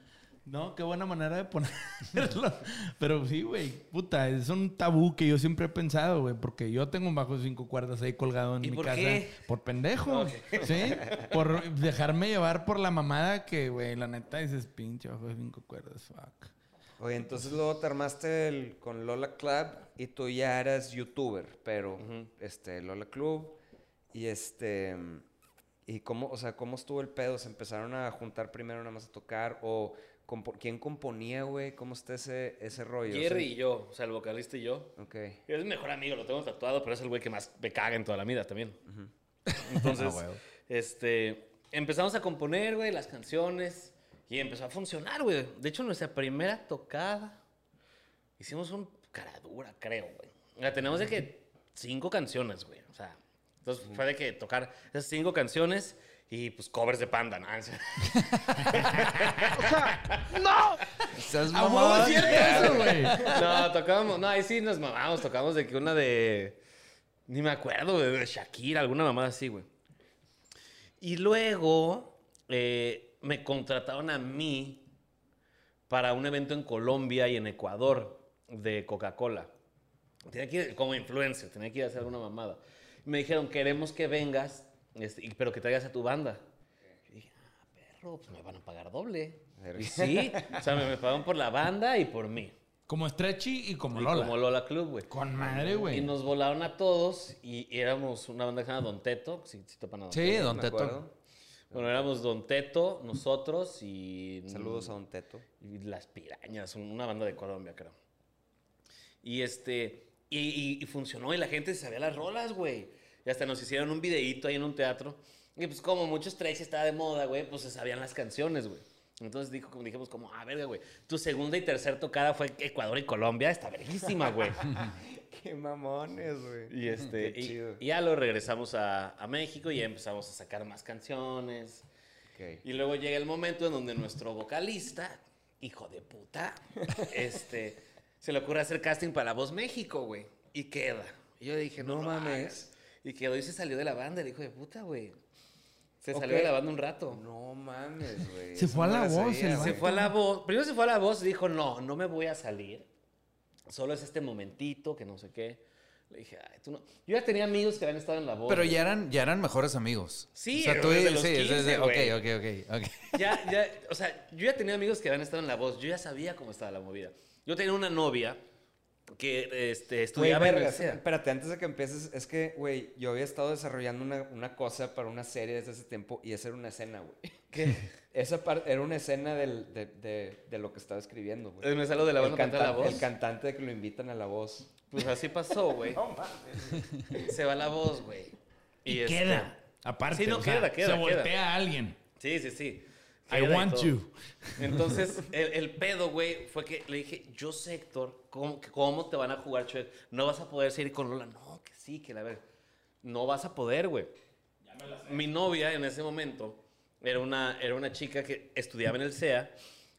A: No, qué buena manera de ponerlo. Pero sí, güey, puta, es un tabú que yo siempre he pensado, güey, porque yo tengo un bajo de cinco cuerdas ahí colgado en
E: ¿Y
A: mi
E: por
A: casa.
E: qué?
A: Por pendejo, ¿sí? Por dejarme llevar por la mamada que, güey, la neta dices, pinche bajo de cinco cuerdas, fuck.
C: Oye, entonces luego te armaste el- con Lola Club y tú ya eras youtuber, pero este, Lola Club y este. ¿Y cómo, o sea, cómo estuvo el pedo? ¿Se empezaron a juntar primero nada más a tocar? ¿O compo- quién componía, güey? ¿Cómo está ese, ese rollo? O sea,
E: Jerry y yo, o sea, el vocalista y yo.
C: ok.
E: Es mi mejor amigo, lo tengo tatuado, pero es el güey que más me caga en toda la vida también. Entonces, este, empezamos a componer, güey, las canciones y empezó a funcionar, güey. De hecho, nuestra primera tocada, hicimos un caradura, creo, güey. La tenemos de que cinco canciones, güey. O sea, Entonces fue de que tocar esas cinco canciones y pues covers de Panda. ¿no?
D: Estás
B: A huevo,
D: mamada.
B: sí era eso, güey.
E: No, tocábamos, no, ahí sí nos mamamos, tocábamos de que una de, ni me acuerdo, de de Shakira, alguna mamada así, güey. Y luego eh, me contrataron a mí para un evento en Colombia y en Ecuador de Coca-Cola. Tenía que ir como influencer, tenía que ir a hacer alguna mamada. Me dijeron, queremos que vengas, este, y- pero que traigas a tu banda. Y dije, ah, perro, pues me van a pagar doble. Y sí, o sea, me, me pagaron por la banda y por mí.
B: Como Stretchy y como
E: Y
B: Lola.
E: Como Lola Club, güey.
B: Con madre,
E: Y
B: güey.
E: nos volaron a todos y éramos una banda que se llama Don Teto. Si, si topan a Don
D: Sí,
E: Teto.
D: don
C: me
D: Teto.
C: acuerdo.
E: Bueno, éramos Don Teto, nosotros y... mm,
C: Saludos a Don Teto.
E: y Las Pirañas, un- una banda de Colombia, creo. Y este... Y, y- y funcionó y la gente sabía las rolas, güey. Y hasta nos hicieron un videíto ahí en un teatro. Y pues como muchos tracks estaba de moda, güey, pues se sabían las canciones, güey. Entonces dijo, como dijimos como, ah, verga, güey. Tu segunda y tercera tocada fue Ecuador y Colombia. Está verguísima, güey.
C: Qué mamones, güey.
E: Y, este,
C: Qué
E: y-
C: chido.
E: y ya lo regresamos a, a México y ya empezamos a sacar más canciones.
C: Ok.
E: Y luego llega el momento en donde nuestro vocalista, hijo de puta, este, se le ocurre hacer casting para Voz México, güey. Y queda. Y yo dije, no,
C: No
E: mames.
C: mames.
E: Y quedó y se salió de la banda, el hijo de puta, güey. Se
C: Ok.
E: salió de la banda un rato.
C: No mames, güey.
B: Se
C: Eso
B: fue a
C: no
B: la voz,
C: sabía,
B: el
C: güey.
E: Se fue a la voz. Primero se fue a la voz y dijo, no, no me voy a salir. Solo es este momentito, que no sé qué. Le dije, ay, tú no. Yo ya tenía amigos que habían estado en la voz.
D: Pero
E: güey.
D: ya eran, ya eran mejores amigos.
E: Sí, desde los 15,
D: ok,
E: güey.
D: ok, ok, ok.
E: ya, ya, o sea, yo ya tenía amigos que habían estado en la voz, yo ya sabía cómo estaba la movida. Yo tenía una novia que este,
C: Güey,
E: estudiaba en la
C: verga,
E: universidad.
C: espérate, antes de que empieces, es que, güey, yo había estado desarrollando una, una cosa para una serie desde hace tiempo y esa era una escena, güey. Esa parte era una escena del- de, de- de lo que estaba escribiendo, güey.
E: Eh, Me salgo de la
C: El
E: banda para entrar a la
C: cantante-
E: voz.
C: El cantante de que lo invitan a la voz.
E: Pues así pasó, güey. Se va la voz, güey.
B: Y,
E: este-
B: queda. Aparte,
E: Sí, no,
B: o sea,
E: queda, queda,
B: se
E: queda.
B: voltea a alguien.
E: Sí, sí, sí.
B: I
E: Queda y
B: want
E: todo.
B: you.
E: Entonces, el, el pedo, güey, fue que le dije, yo sé, Héctor, ¿cómo, cómo te van a jugar, Chuec? No vas a poder seguir con Lola. No, que sí, que la ver. No vas a poder, güey. Mi novia en ese momento era una, era una chica que estudiaba en el CEA,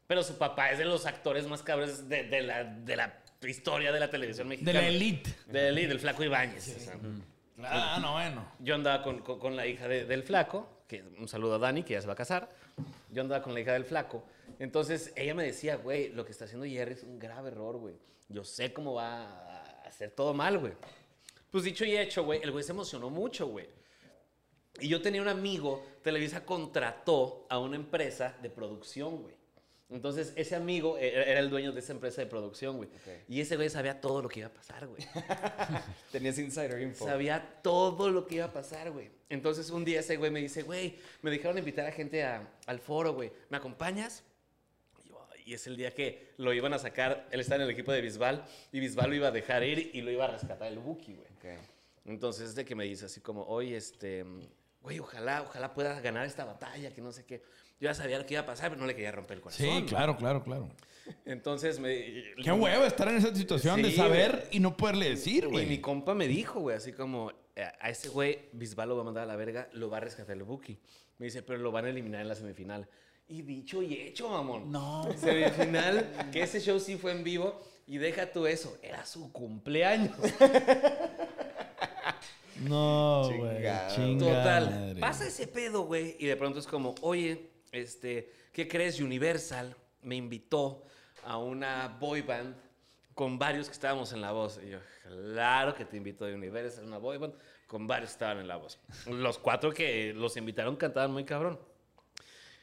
E: pero su papá es de los actores más cabres de, de la, de la historia de la televisión
B: De
E: mexicana.
B: la elite.
E: De Elite, del Flaco Ibáñez. o sea.
B: Ah, no, bueno.
E: Yo andaba con, con- con la hija de- del flaco, que un saludo a Dani, que ya se va a casar. Yo andaba con la hija del flaco. Entonces ella me decía, güey, lo que está haciendo Jerry es un grave error, güey. Yo sé cómo va a hacer todo mal, güey. Pues dicho y hecho, güey, el güey se emocionó mucho, güey. Y yo tenía un amigo, Televisa contrató a una empresa de producción, güey. Entonces, ese amigo eh, era el dueño de esa empresa de producción, güey.
C: Ok.
E: Y ese güey sabía todo lo que iba a pasar, güey.
C: Tenías insider info.
E: Sabía todo lo que iba a pasar, güey. Entonces un día ese güey me dice, güey, me dejaron invitar a gente a- al foro, güey. ¿Me acompañas? Y, yo, "Ay", y es el día que lo iban a sacar. Él estaba en el equipo de Bisbal y Bisbal lo iba a dejar ir y lo iba a rescatar el Buki, güey.
C: Ok.
E: Entonces de que me dice así como, oye, este, güey, ojalá, ojalá puedas ganar esta batalla, que no sé qué. Yo ya sabía lo que iba a pasar, pero no le quería romper el corazón.
B: Sí, claro, claro, claro.
E: Entonces me...
B: Qué huevo estar en esa situación de
E: Sí,
B: saber y no poderle decir,
E: Y mi
B: güey.
E: compa me dijo, güey, así como, eh, a ese güey Bisbal lo va a mandar a la verga, lo va a rescatar el Buki. Me dice, pero lo van a eliminar en la semifinal. Y dicho y hecho, mamón.
D: No.
E: Semifinal, que ese show sí fue en vivo. Y deja tú eso, era su cumpleaños.
B: No, güey.
C: Chingado.
B: chinga
E: Total.
B: madre.
E: Pasa ese pedo, güey. Y de pronto es como, oye, este, ¿qué crees? Universal me invitó a una boy band con varios que estábamos en la voz. Y yo, claro que te invito de Universal, una boy band con varios que estaban en la voz. Los cuatro que los invitaron cantaban muy cabrón.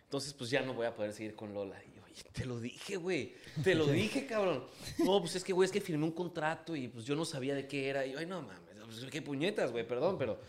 E: Entonces, pues ya no voy a poder seguir con Lola. Y yo, "Oye, te lo dije, güey. Te lo dije, cabrón. No, pues es que, güey, es que firmé un contrato y pues yo no sabía de qué era. Y yo, ay, no mames. Pues, qué puñetas, güey, perdón, pero.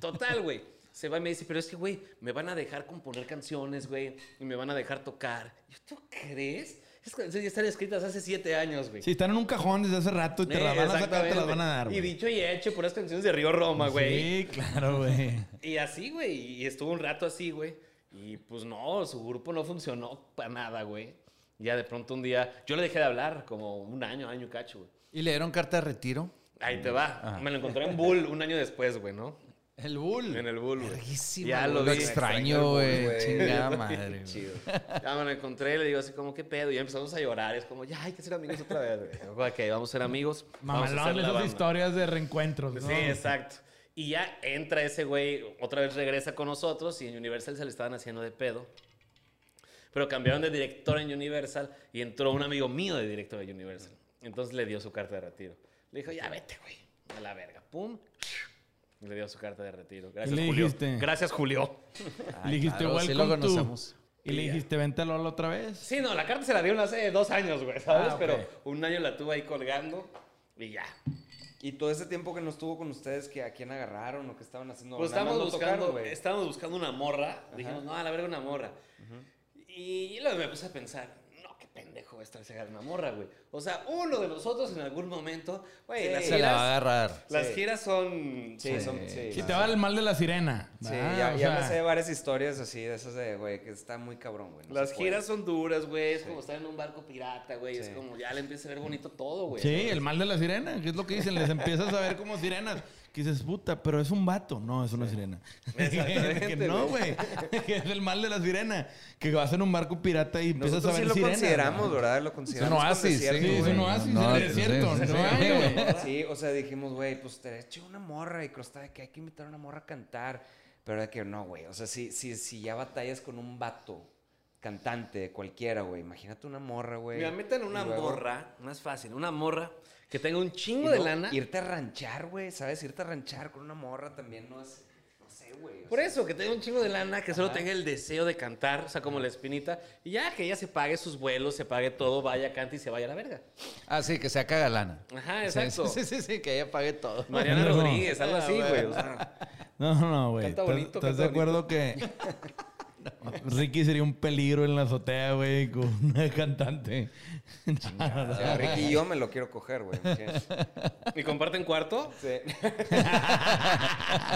E: Total, güey. Se va y me dice, pero es que, güey, me van a dejar componer canciones, güey, y me van a dejar tocar. Y yo, ¿tú crees? Esas canciones ya están escritas hace siete años, güey.
B: Si están en un cajón desde hace rato y te
E: Eh,
B: la van a sacar, te
E: exactamente.
B: las van a dar,
E: Y
B: güey.
E: dicho y hecho, puras canciones de Río Roma, güey.
B: Sí, claro, güey.
E: Y así, güey. Y estuvo un rato así, güey. Y pues no, su grupo no funcionó para nada, güey. Ya de pronto un día, yo le dejé de hablar como un año, año y cacho, güey.
D: ¿Y le dieron carta de retiro? Ah.
E: Ahí te va. Me lo encontré en Bull un año después, güey, ¿no?
D: El bull.
E: En el Bull, güey.
D: Verguísima,
E: Ya
D: güey,
E: lo
D: lo
E: vi.
D: extraño,
C: Extraño el
D: güey.
C: Bull, güey.
D: Chingada madre. güey.
C: Chido.
E: Ya me lo encontré, le digo así como, ¿qué pedo? Y ya empezamos a llorar. Es como, ya hay que ser amigos otra vez, güey. Ok, vamos a ser amigos. vamos a hacer
A: Mamalón,
E: la
A: esas
E: banda.
A: historias de reencuentros,
E: Pues
A: ¿no?
E: Sí, exacto. Y ya entra ese güey, otra vez regresa con nosotros y en Universal se le estaban haciendo de pedo. Pero cambiaron de director en Universal y entró un amigo mío de director de Universal. Entonces le dio su carta de retiro. Le dijo, ya vete, güey, a la verga. Pum. Y Le dio su carta de retiro. Gracias,
A: le
E: Julio.
A: dijiste?
E: Gracias, Julio.
D: Ay,
A: le dijiste,
D: claro, sí
A: welcome
D: lo
A: to-"
D: conocemos.
A: Y le dijiste, vente a Lola otra vez.
E: Sí, no, la carta se la dieron hace dos años, güey, ¿sabes?
A: Ah, ok.
E: Pero un año la tuve ahí colgando y ya.
C: Y todo ese tiempo que no estuvo con ustedes, que ¿a quién agarraron o qué estaban haciendo?
E: Pues
C: Nada más
E: estábamos
C: lo tocaron,
E: buscando, este
C: güey.
E: estábamos buscando una morra. Dijimos, no, a la verga una morra. Y luego me puse a pensar, no, qué pendejo esta vez agarrar una morra, güey. O sea, uno de nosotros en algún momento, güey,
C: Sí.
E: las
D: Se la va a
E: giras,
D: agarrar.
E: las
C: Sí.
E: giras son...
C: Sí, son- sí,
A: Si
C: no,
A: te va el mal de la sirena.
C: Sí,
A: ¿verdad?
C: ya,
A: Ah, O
C: ya
A: sea,
C: me sé varias historias así de esas de, güey, que está muy cabrón, güey. no
E: Las
C: se puede.
E: giras son duras, güey. Es como estar en un barco pirata, güey. Es
C: Sí.
E: como ya le empieza a ver bonito todo,
C: Pues,
E: güey.
A: Sí, el mal de la sirena, que es lo que dicen, les empiezas a ver como sirenas. Que dices, puta, pero es un vato. No, es una sirena. que
C: Exactamente,
A: no, güey. Que es el mal de la sirena. Que vas en un barco pirata y empiezas
C: Nosotros
A: a
C: sí
A: ver
C: lo
A: sirenas.
C: consideramos,
A: ¿no?
C: ¿verdad? Lo
D: Es un
C: consideramos. con
D: oasis.
C: desierto,
A: sí, es un
C: güey.
D: güey.
A: oasis en el desierto,
D: sí,
A: no
D: sí.
A: hay, güey.
C: Sí, o sea, dijimos, güey, pues te hecho una morra y crostada que hay que invitar a una morra a cantar. Pero de que no, güey. O sea, si, si, si ya batallas con un vato cantante, cualquiera, güey. Imagínate una morra, güey.
E: Mira, metan una
C: Y luego-
E: morra, más fácil, una morra que tenga un
C: y
E: chingo de
C: luego
E: lana.
C: Irte a ranchar, güey. ¿Sabes? Irte a ranchar con una morra también no es. No sé, güey. o
E: Por
C: sea,
E: eso, que tenga un chingo de lana, que solo
C: Ajá.
E: tenga el deseo de cantar, o sea, como la espinita, y ya que ella se pague sus vuelos, se pague todo, vaya, cante y se vaya a la verga.
D: Ah, sí, que sea cagalana.
E: Ajá,
D: Sí,
E: exacto.
D: Sí, Ah, sí, sí, que ella pague todo.
E: Mariana
A: No.
E: Rodríguez, algo así, güey. o sea,
A: No, no, güey.
C: Canta
A: ¿Estás
C: bonito,
A: estás
C: canta
A: de acuerdo que Ricky sería un peligro en la azotea, güey, con una cantante?
C: o sea, Ricky y yo me lo quiero coger, güey. imagínate.
E: ¿Y comparten cuarto?
C: Sí.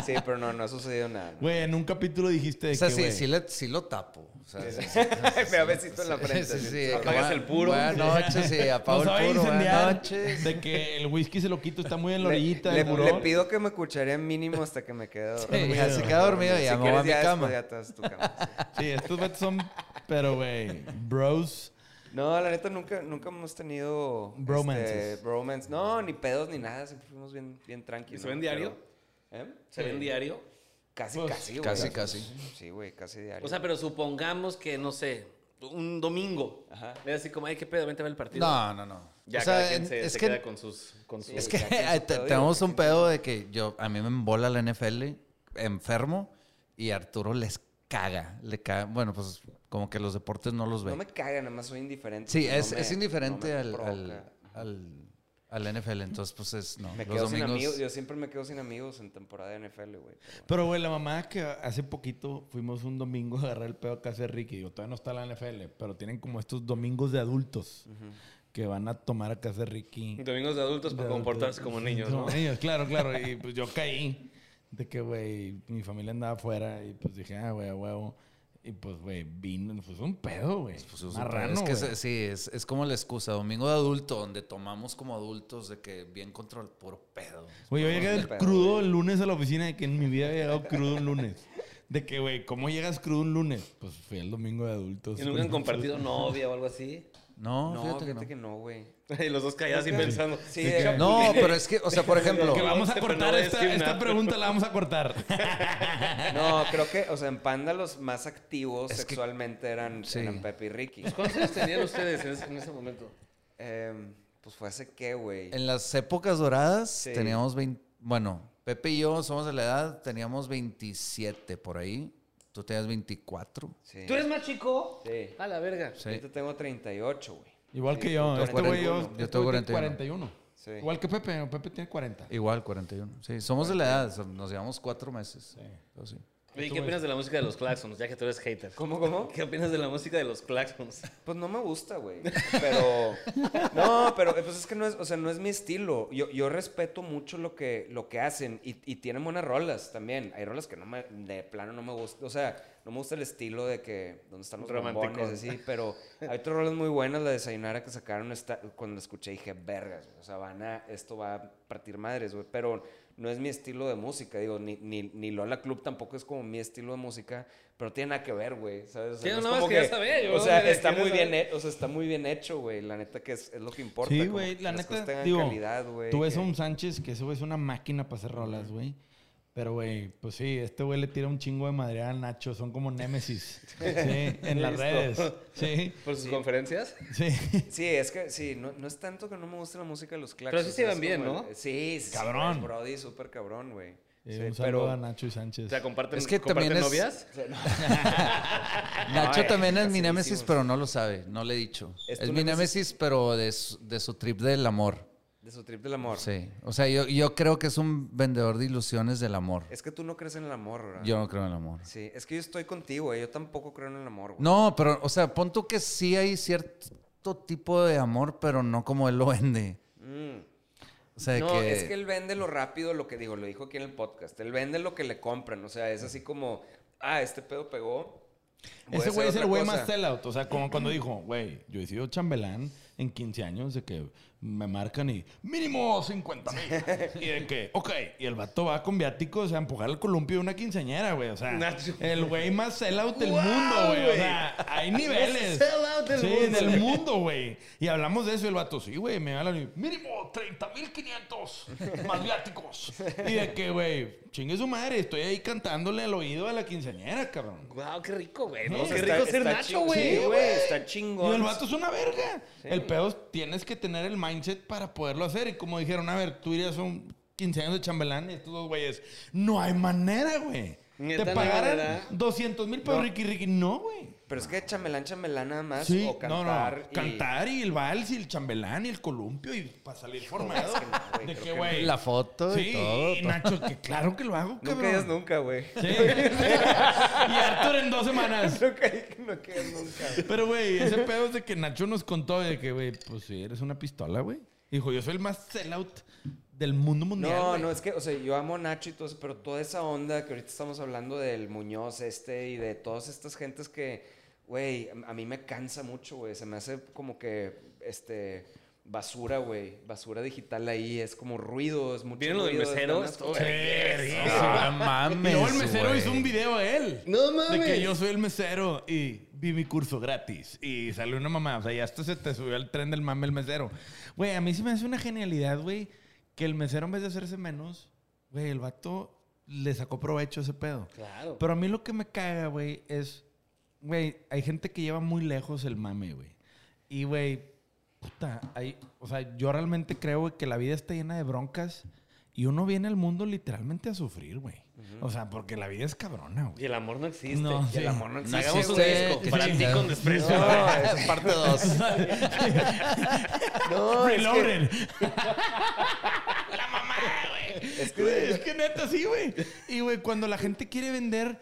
C: sí, pero no, no ha sucedido nada. ¿no?
A: Güey, en un capítulo dijiste
D: O
A: de
D: sea,
A: que,
D: sí,
A: güey,
D: sí, le- sí lo tapo. O sea, sí, sí,
C: Me da besito en la frente.
D: sí,
C: así.
D: sí,
E: Apagas
D: que
E: el puro.
D: Buenas noches, sí, apago
A: no
D: el
A: sabe
D: puro. Buenas
A: incendiar.
D: noches.
A: De que el whisky se lo quito, está muy en la
C: Le,
A: orillita.
C: le-
A: del buró.
C: le pido que me cucharía mínimo hasta que me quede dormido.
D: Sí, ya se queda dormido y ya
C: Si
D: me voy a
C: quieres, ya
D: mi
C: después
D: cama.
C: ya te vas a tu cama, sí.
A: Sí, estos vatos son, pero, güey, bros.
C: No, la neta nunca, nunca hemos tenido
A: Bromances.
C: este, bromance. No, ni pedos ni nada. Siempre fuimos bien, bien tranquilos.
E: ¿Se ven diario?
C: ¿Eh?
E: ¿Se ven diario?
C: Casi,
A: Pues,
C: casi, güey.
D: casi, casi.
C: Sí, güey, casi diario.
E: O sea, pero supongamos que, no sé, un domingo.
C: Ajá.
E: Le das así como, ay, qué pedo, vente a ver el partido.
D: No, no, no.
E: Ya
D: O sea,
E: cada quien
D: en-
E: se,
D: es
E: se
D: que-
E: queda con sus... Con sus...
D: Es
C: Sí,
D: que eh,
C: cada quien su
D: te-
C: pedo y
D: tenemos
C: cada
D: un pedo de que yo, a mí me embola la NFL, enfermo, y Arturo les caga. Le caga. Bueno, pues como que los deportes no los ve.
C: no me caga, nada más soy indiferente.
D: sí,
C: No
D: es,
C: me-
D: es indiferente
C: no me
D: al, al,
C: provoca.
D: al- al NFL, entonces pues es, no,
C: Me
D: los
C: quedo sin
D: domingos.
C: amigos. Yo siempre me quedo sin amigos en temporada de NFL, güey. pero bueno.
A: Pero, güey, la mamá que hace poquito fuimos un domingo a agarrar el pedo que hace Ricky. Digo, todavía no está la NFL, pero tienen como estos domingos de adultos que van a tomar a casa de Ricky.
E: Domingos de adultos Pues, para
A: De
E: comportarse
A: adultos.
E: como niños, ¿no?
A: Como
D: pues,
A: niños, claro, claro. Y pues yo caí de que, güey, mi familia andaba afuera y pues dije, ah, güey, a huevo. Y pues, güey, vino, pues un pedo, güey.
D: Pues, es un
A: Marrano,
D: pedo. es que
A: güey.
D: es- sí, es, es como la excusa, domingo de adulto, donde tomamos como adultos de que bien control, puro pedo.
A: Güey, yo llegué del
C: pedo,
A: crudo
C: güey.
A: el lunes a la oficina de que en mi vida había llegado crudo un lunes. De que, güey, ¿cómo llegas crudo un lunes? Pues fui el domingo de adultos.
E: Y nunca
D: pues,
E: han compartido novia o algo así.
D: No,
C: No,
D: fíjate que no.
C: fíjate que no, güey.
E: Y los dos callados y pensando.
C: Sí,
E: "Qué
C: de-
E: chapulín".
D: No, pero es que, o sea, por ejemplo,
A: Que vamos a
E: Pero
A: cortar
E: no
A: esta,
E: decir
A: esta
E: nada.
A: pregunta, la vamos a cortar.
C: No, creo que, o sea, en Panda los más activos
D: Es que-
C: sexualmente eran,
D: Sí.
C: eran Pepe y Ricky.
E: ¿Cuántos años tenían ustedes en ese, en ese momento?
C: Em, pues fue hace qué, güey.
D: en las épocas doradas
C: Sí.
D: teníamos 20, bueno, Pepe y yo somos de la edad, teníamos 27 por ahí, tú tenías 24.
C: Sí.
E: ¿Tú eres más chico?
C: Eh, Sí.
E: A la verga.
D: Sí.
C: Yo te tengo 38, güey.
A: Igual
C: Sí,
A: que
C: tú
A: yo. Este güey yo,
D: 41. Yo
A: este güey
D: tengo
A: tiene 41.
C: Sí.
A: Igual que Pepe. Pepe tiene 40.
D: Igual, 41. Sí, somos de la edad, so- nos llevamos cuatro meses. Pero sí.
E: Oye, ¿qué opinas de la música de los Claxons? Ya que tú eres hater.
C: ¿Cómo, cómo?
E: ¿Qué opinas de la música de los Claxons?
C: Pues no me gusta, güey. Pero. No, pero eh, pues es que no es, o sea, no es mi estilo. Yo, yo respeto mucho lo que, lo que hacen y, y tienen buenas rolas también. Hay rolas que no me, de plano no me gusta. O sea, no me gusta el estilo de que. ¿Dónde están los
E: Romántico.
C: bombones? Así, pero hay otras rolas muy buenas. La de Sayonara que sacaron esta- cuando la escuché dije, vergas, güey, O sea, van a. Esto va a partir madres, güey. Pero no es mi estilo de música. Digo, ni, ni, ni Lola Club tampoco es como mi estilo de música, pero tiene nada que ver, güey. ¿Sabes? O sea,
E: Sí,
C: no es
E: no, es
C: como
E: que ya sabía, yo
C: o sea,
E: quería
C: está
E: decir
C: muy
E: eso.
C: bien, he- o sea, está muy bien hecho, güey. La neta que es, es lo que importa.
A: Sí,
C: como
A: güey,
C: que
A: la
C: las
A: neta,
C: cosas tengan
A: digo,
C: calidad, güey.
A: Tú ves
C: que-
A: a un Sánchez que ese güey es una máquina para hacer rolas, güey. Pero, güey, pues sí, este güey le tira un chingo de madreada a Nacho. Son como némesis. Sí, en las
C: Listo.
A: redes. Sí,
E: ¿Por sus conferencias?
A: sí.
C: Sí, es que sí, no, no es tanto que no me gusta la música de los claxons.
E: sí se
C: es
E: van bien,
C: como
E: ¿no?
C: el- sí, sí,
A: Cabrón.
C: sí, güey, Brody, súper cabrón, güey.
A: Eh,
C: Sí,
A: un saludo
C: pero
A: a Nacho y Sánchez.
E: O sea, comparten,
D: Es que
E: comparten
D: también es-
E: novias.
D: Nacho
C: eh,
D: también es
C: casi
D: mi némesis,
C: hicimos.
D: pero no lo sabe, no le he dicho.
C: ¿Es
D: Es,
C: tu
D: mi
C: némesis?
D: némesis, pero de su, de su trip del amor.
C: de su trip del amor.
D: Sí. O sea, yo, yo creo que es un vendedor de ilusiones del amor.
C: Es que tú no crees en el amor, ¿verdad?
D: Yo no creo en el amor.
C: Sí, es que yo estoy contigo, güey. Yo tampoco creo en el amor, güey.
D: No, pero, o sea, pon tú que sí hay cierto tipo de amor, pero no como él lo vende.
C: Mm.
D: O sea,
C: no,
D: que...
C: es que él vende lo rápido, lo que digo, lo dijo aquí en el podcast. Él vende lo que le compran. O sea, es así como, ah, este pedo pegó. voy
A: Ese
C: a hacer
A: güey es
C: otra
A: el güey
C: cosa.
A: más sellout. O sea, como cuando dijo, güey, yo he sido chambelán en 15 años de que me marcan y mínimo 50 mil. y de que, ok, y el vato va con viáticos a empujar el columpio de una quinceañera, güey. O sea,
E: Nacho.
A: el güey más sellout del
E: ¡Wow,
A: mundo, güey. O
E: güey!
A: sea, hay niveles.
E: sellout del
A: sí,
E: mundo,
A: del
E: güey.
A: mundo, güey. Y hablamos de eso y el vato, sí, güey, me hablan y mínimo 30 mil 500 más viáticos. Y de que, güey, chingue su madre, estoy ahí cantándole al oído a la quinceañera, cabrón.
E: Wow, qué rico, güey. ¿no?
C: O sea,
E: qué
C: está-
E: rico ser
C: está
E: Nacho,
C: ching-
E: güey.
C: Sí, güey, está
A: Y
C: chingón.
A: el vato es una verga. El pedo es, tienes que tener el mindset para poderlo hacer. Y como dijeron, a ver, tú irías a un 15 años de chambelán y estos dos güeyes. No hay manera, güey.
E: Neta,
A: Te
E: no hay manera.
A: pagaran 200 mil por Ricky Ricky. No, güey.
C: Pero es que chamelán, chamelán nada más.
A: Sí,
C: o
A: no,
C: cantar.
A: no.
C: y-
A: Cantar y el vals y el chambelán y el columpio y para salir formado.
C: que no, güey,
A: de
C: creo
A: que,
C: que
A: güey.
D: La foto
A: Sí,
D: y todo.
A: y Nacho, que claro que lo hago,
C: Nunca
A: cabrón.
C: digas nunca, güey.
A: Sí. y Arthur en dos semanas.
C: Nunca digas- no digas nunca. güey.
A: Pero, güey, ese pedo es de que Nacho nos contó de que, güey, pues sí, eres una pistola, güey. Dijo, yo soy el más sellout del mundo mundial.
C: No,
A: güey.
C: no, es que, o sea, yo amo a Nacho y todo eso, pero toda esa onda que ahorita estamos hablando del Muñoz este y de todas estas gentes que, güey, a a mí me cansa mucho, güey. Se me hace como que, este, basura, güey. Basura digital ahí, es como ruido, es mucho
E: ¿Vieron lo del
C: ruido, es
E: mesero?
C: nada más-
E: Estuvo
A: Sí,
D: Ah,
A: verguísima.
D: mames,
A: Y luego el mesero
D: güey.
A: hizo un video a él.
E: No
A: De
E: mames.
A: que yo soy el mesero y vi mi curso gratis. Y salió una mamá. O sea, ya hasta se te subió al tren del mame el mesero. Güey, a mí se me hace una genialidad, güey, que el mesero en vez de hacerse menos, güey, el vato le sacó provecho a ese pedo.
E: Claro.
A: Pero a mí lo que me caga, güey, es, güey, hay gente que lleva muy lejos el mame, güey. Y, güey, puta, hay, o sea, yo realmente creo güey, que la vida está llena de broncas y uno viene al mundo literalmente a sufrir, güey. O sea, porque la vida es cabrona,
E: Y
A: güey.
E: el amor no existe.
A: No,
E: Y el
A: sí.
E: amor no
D: No
E: existe. Hagamos un
D: existe,
E: disco
D: que
E: para ti
D: chingada.
E: con desprecio.
C: No, es-
D: Parte 2.
C: no, es que-
A: Reloaded. la mamá, güey.
C: Es que-
A: Güey, Es que neta, sí, güey. Y, güey, cuando la gente quiere vender,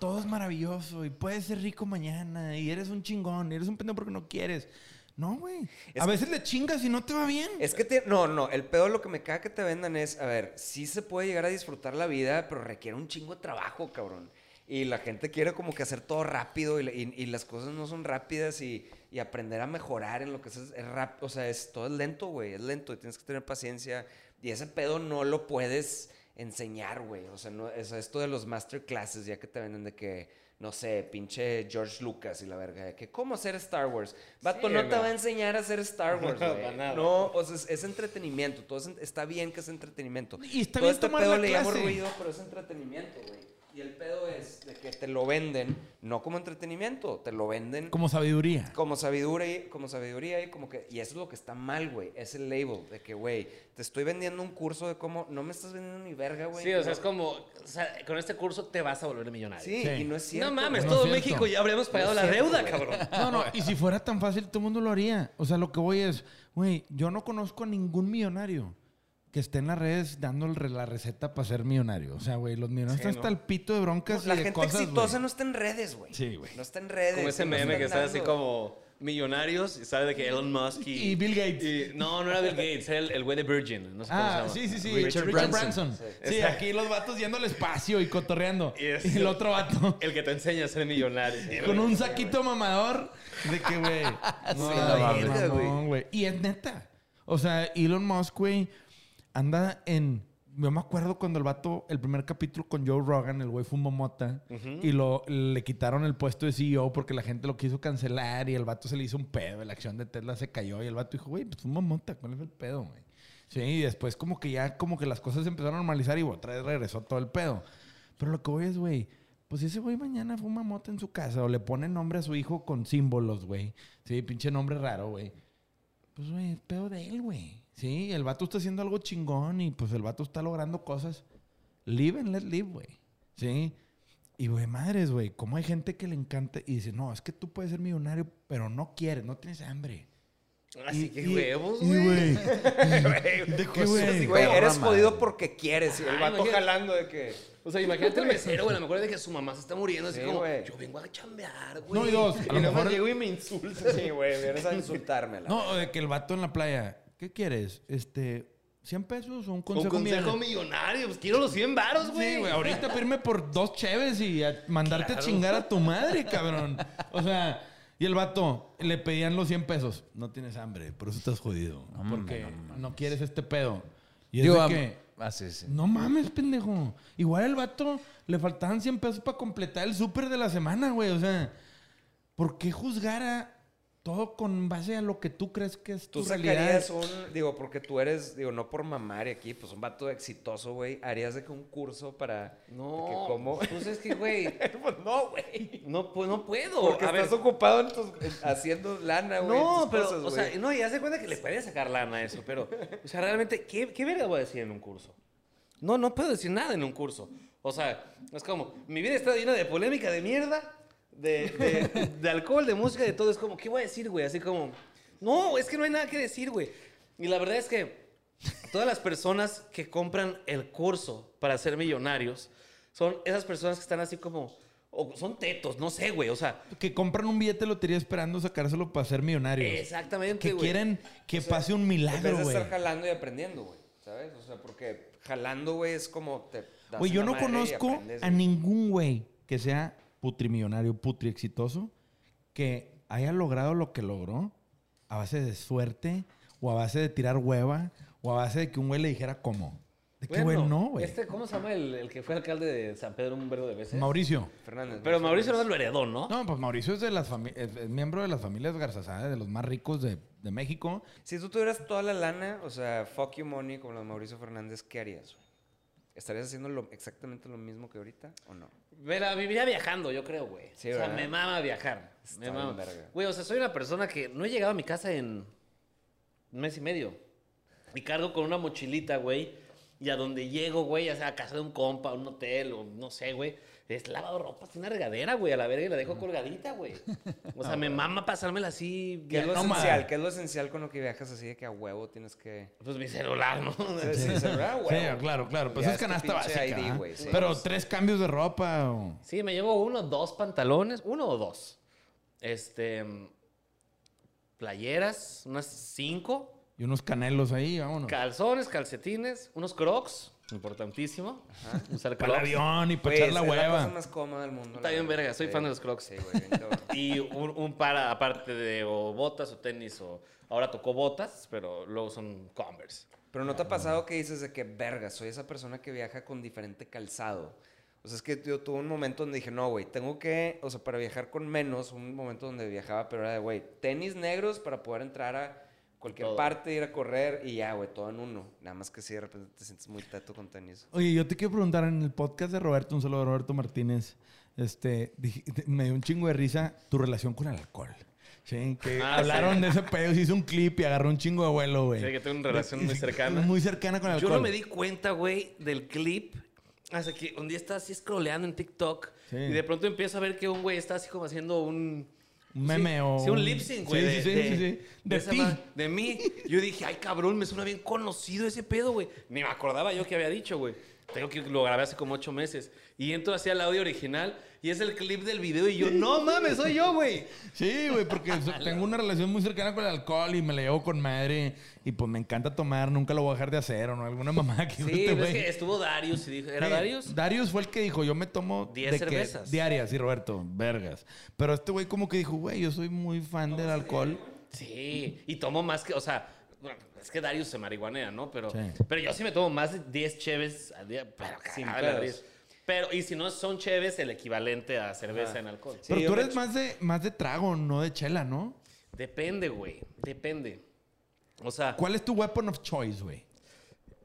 A: todo es maravilloso y puedes ser rico mañana y eres un chingón y eres un pendejo porque no quieres. No, güey.
C: Es
A: A
C: que-
A: veces le chingas y no te va bien.
C: Es que te- no, no, el pedo lo que me caga que te vendan es, a ver, sí se puede llegar a disfrutar la vida, pero requiere un chingo de trabajo, cabrón. Y la gente quiere como que hacer todo rápido y, la- y- y las cosas no son rápidas y, y aprender a mejorar en lo que haces es rápido, o sea, es, todo es lento, güey, es lento y tienes que tener paciencia. Y ese pedo no lo puedes enseñar, güey. O sea, no, o sea, esto de los masterclasses, ya que te venden de que, no sé, pinche George Lucas y la verga, de que cómo hacer Star Wars. Vato,
E: Sí,
C: no te
E: güey.
C: va a enseñar a hacer Star Wars, güey.
E: Para nada.
C: No, o sea, es, es entretenimiento. Todo es en- está bien que es entretenimiento.
A: Y está
C: Todo este
A: bien tomar la
C: le llamo
A: clase.
C: ruido, pero es entretenimiento, güey. Y el pedo es de que te lo venden, no como entretenimiento, te lo venden
A: Como sabiduría.
C: como sabiduría, y- como sabiduría y como que y eso es lo que está mal, güey, es el label de que, güey, te estoy vendiendo un curso de cómo no me estás vendiendo ni verga, güey.
E: Sí, o sea,
C: No.
E: es como, o sea, con este curso te vas a volver millonario.
C: sí,
A: Sí.
C: y no es cierto.
E: no mames,
A: güey.
E: todo
A: No es cierto.
E: México ya habríamos pagado la
C: cierto,
E: deuda,
C: güey.
E: cabrón.
A: No, no, y si fuera tan fácil, todo el mundo lo haría. O sea, lo que voy es, güey, yo no conozco a ningún millonario que esté en las redes dando el re- la receta para ser millonario. O sea, güey, los millonarios
E: Sí,
A: están hasta
E: ¿no?
A: el pito de broncas
C: la
A: y de
C: gente
A: cosas,
C: exitosa
A: güey.
C: no está en redes, güey.
A: Sí, güey.
C: No está en redes.
E: Como ese
C: no
E: meme
C: están
E: que está así
C: dando.
E: como millonarios y sabe de que Elon Musk y...
A: Y Bill Gates.
E: y- no, no era Bill Gates, era el el güey de Virgin. No sé
A: Ah,
E: cómo se
A: sí,
E: llama.
A: sí, sí.
D: Richard
A: Richard,
D: Branson.
A: Branson. Sí, aquí los vatos yendo al espacio y cotorreando.
E: Y es-
A: Y el otro vato
E: El que te enseña a ser millonario.
A: con un saquito mamador de que, güey. No,
D: Sí, la
A: güey,
D: verga,
A: mamón, güey. Y es neta. O sea, Elon Musk, güey, anda en Yo me acuerdo cuando el vato, el primer capítulo con Joe Rogan, el güey fumó mota y lo, le quitaron el puesto de CEO porque la gente lo quiso cancelar y el vato se le hizo un pedo. La acción de Tesla se cayó y el vato dijo, güey, pues fumo mota, ¿cuál es el pedo, güey? Sí, y después como que ya como que las cosas se empezaron a normalizar y otra vez regresó todo el pedo. Pero lo que voy es, güey, pues si ese güey mañana fuma mota en su casa o le pone nombre a su hijo con símbolos, güey. Sí, pinche nombre raro, güey. Pues, güey, es pedo de él, güey. Sí, el vato está haciendo algo chingón y pues el vato está logrando cosas. Live and let live, güey. Sí. Y, güey, madres, güey, cómo hay gente que le encanta y dice, no, es que tú puedes ser millonario, pero no quieres, no tienes hambre.
E: Así que
A: Y- y-
E: huevos,
A: y,
E: güey. pues,
A: ¿De qué, güey?
C: Güey, eres
D: Rama.
C: jodido porque quieres. Y el
E: Ay,
C: vato
E: imagínate.
C: jalando de que.
E: O sea, imagínate el mesero, güey. A lo mejor de que su mamá se está muriendo. Así
C: Sí,
E: como,
C: güey.
E: yo vengo a chambear, güey.
A: No, y dos, a
C: Y
A: lo
C: no me
A: mejor...
C: llego y me insulta. Sí, güey, vienes a insultármela.
A: No, o de que el vato en la playa, ¿qué quieres? Este, 100 pesos o un
E: Un
A: consejo
E: consejo
A: millonario?
E: millonario. Pues quiero los 100 varos, güey.
A: Sí, güey, ahorita pedirme por dos cheves y a- mandarte
E: Claro.
A: a chingar a tu madre, cabrón. O sea, y el vato le pedían los 100 pesos. No tienes hambre, por eso estás jodido. porque no, quieres este pedo. Y es
D: Digo,
A: de
D: am-
A: que,
D: ah, sí, sí.
A: no mames, pendejo. Igual el vato le faltaban 100 pesos para completar el súper de la semana, güey. O sea, ¿por qué juzgar a todo con base a lo que tú crees que es
C: Tú
A: tu realidad?
C: sacarías un, digo, porque tú eres, digo, no por mamar y aquí, pues un vato exitoso, güey. Harías de que un curso para.
E: No.
C: de que cómo-
E: Pues es que, güey.
C: pues no, güey.
E: No, pu- no puedo.
C: Porque
E: a ver,
C: estás ocupado en tus- en- haciendo lana, güey. en
E: No,
C: tus
E: pero,
C: cosas,
E: o
C: güey.
E: sea, no, y haz de cuenta que le puedes sacar lana a eso, pero, o sea, realmente, ¿qué, qué verga voy a decir en un curso? No, no puedo decir nada en un curso. O sea, es como, mi vida está llena de polémica, de mierda, de, de- de alcohol, de música, de todo. Es como, ¿qué voy a decir, güey? Así como, no, es que no hay nada que decir, güey. Y la verdad es que todas las personas que compran el curso para ser millonarios son esas personas que están así como, o son tetos, no sé, güey. O sea,
A: Que compran un billete de lotería esperando sacárselo para ser millonarios.
E: exactamente,
A: que
E: güey.
A: quieren que pase un
C: En vez
A: milagro,
C: de
A: güey.
C: estar jalando y aprendiendo, güey. ¿Sabes? O sea, porque jalando, güey, es como te. das
A: Güey, yo no
C: una madre y
A: conozco
C: aprendes,
A: a
C: güey.
A: ningún güey que sea putri millonario, putri exitoso, que haya logrado lo que logró a base de suerte o a base de tirar hueva o a base de que un güey le dijera cómo. De que, güey,
E: Bueno,
A: no, güey.
E: Este, ¿Cómo se llama el, el que fue alcalde de San Pedro un vergo de veces?
A: Mauricio.
C: Fernández.
E: Pero
C: ¿no?
E: Mauricio no lo heredó, ¿no?
A: No, pues Mauricio es de las fami- es, es miembro de las familias garzasadas, de los más ricos de, de México.
C: Si tú tuvieras toda la lana, o sea, fuck you money, como lo de Mauricio Fernández, ¿qué harías, güey? ¿Estarías haciendo lo- exactamente lo mismo que ahorita o no?
E: Pero viviría viajando, yo creo, güey.
C: Sí,
E: o sea,
C: ¿verdad?
E: me mama viajar. me
C: bien
E: mama.
C: verga.
E: Güey, o sea, soy una persona que no he llegado a mi casa en un mes y medio. Y cargo con una mochilita, güey. Y a donde llego, güey, ya sea a casa de un compa, a un hotel, o no sé, güey. Es lavado ropa, es una regadera, güey, a la verga y la dejo colgadita, güey. O sea, me mama pasármela así.
C: ¿Qué es lo
E: viajando.
C: esencial? ¿Qué es lo esencial con lo que viajas así de que a huevo tienes que. "Ah,
E: Pues mi celular, ¿no?
C: Sí, celular, güey.
A: Sí, claro, claro. Pues
C: Ya
A: es
E: este
C: tu
A: canasta
C: pinche
A: básica.
C: ID,
A: ¿ah?
C: güey, sí.
A: Pero tres cambios de ropa o...
E: Sí, me llevo uno, dos pantalones, uno o dos. Este. mm, Playeras, unas cinco.
A: Y unos canelos ahí, vámonos.
E: Calzones, calcetines, unos crocs, importantísimo. Usar
A: Para el
E: crocs.
A: avión y para
C: Güey,
A: echar la
C: es la
A: hueva.
C: cosa más cómoda del mundo.
E: Está
C: la
E: bien,
C: verdad.
E: verga, soy
C: Sí.
E: fan de los Crocs.
C: Sí, güey, bien cabrón.
E: Y un, un par a- aparte de o botas o tenis o. Ahora tocó botas, pero luego son Converse.
C: Pero ¿no te ha pasado que dices de que, verga, soy esa persona que viaja con diferente calzado? O sea, es que yo tuve un momento donde dije, no, güey, tengo que, o sea, para viajar con menos, un momento donde viajaba, pero era de, güey, tenis negros para poder entrar a cualquier
E: Todo.
C: parte, ir a correr y ya, güey, todo en uno. Nada más que si de repente te sientes muy teto con tenis.
A: Oye, yo te quiero preguntar en el podcast de Roberto, un saludo a Roberto Martínez. Este, dije- me dio un chingo de risa tu relación con el alcohol. Sí, que
E: Ah,
A: hablaron de ese pedo, se hizo un clip y agarró un chingo de vuelo, güey.
E: Sí, que tengo una relación muy cercana.
A: Muy cercana con el
E: Yo
A: alcohol.
E: no me di cuenta, güey, del clip. Hasta que un día estaba así scrolleando en TikTok.
A: Sí.
E: Y de pronto empiezo a ver que un güey está así como haciendo un.
A: Un meme
E: sí,
A: o
E: Sí, un lip sync, güey.
A: Sí, sí,
E: de-
A: sí,
E: de-
A: sí, sí. De
E: esa
A: ti.
E: ma- De mí. Yo dije, ay, cabrón, me suena bien conocido ese pedo, güey. Ni me acordaba yo que había dicho, güey. Tengo que lo grabé hace como ocho meses. Y entro así al audio original y es el clip del video y yo, no mames, soy yo, güey.
A: Sí, güey, porque so- tengo una relación muy cercana con el alcohol y me la llevo con madre. Y pues me encanta tomar, nunca lo voy a dejar de hacer o no, alguna mamá que
E: Sí,
A: guste,
E: pero es
A: güey.
E: que estuvo Darius y dijo, ¿era
A: Sí,
E: Darius?
A: Darius fue el que dijo, yo me tomo
E: Diez
A: de que-
E: cervezas.
A: diarias, sí, Roberto, vergas. Pero este güey como que dijo, güey, yo soy muy fan del alcohol.
E: Sí, y tomo más que, o sea, bueno, es que Darius se marihuanea, ¿no? Pero,
A: Sí.
E: pero yo sí me tomo más de 10 cheves al día. Pero,
C: Sin
E: cagada la
C: pedos.
E: risa. pero, y si no son cheves, el equivalente a cerveza
C: Ajá.
E: en alcohol.
C: Sí,
A: Pero
C: yo
A: tú
C: me
A: eres
C: ch-
A: más de, más de trago, no de chela, ¿no?
E: Depende, güey. Depende. O sea,
A: ¿Cuál es tu weapon of choice, güey?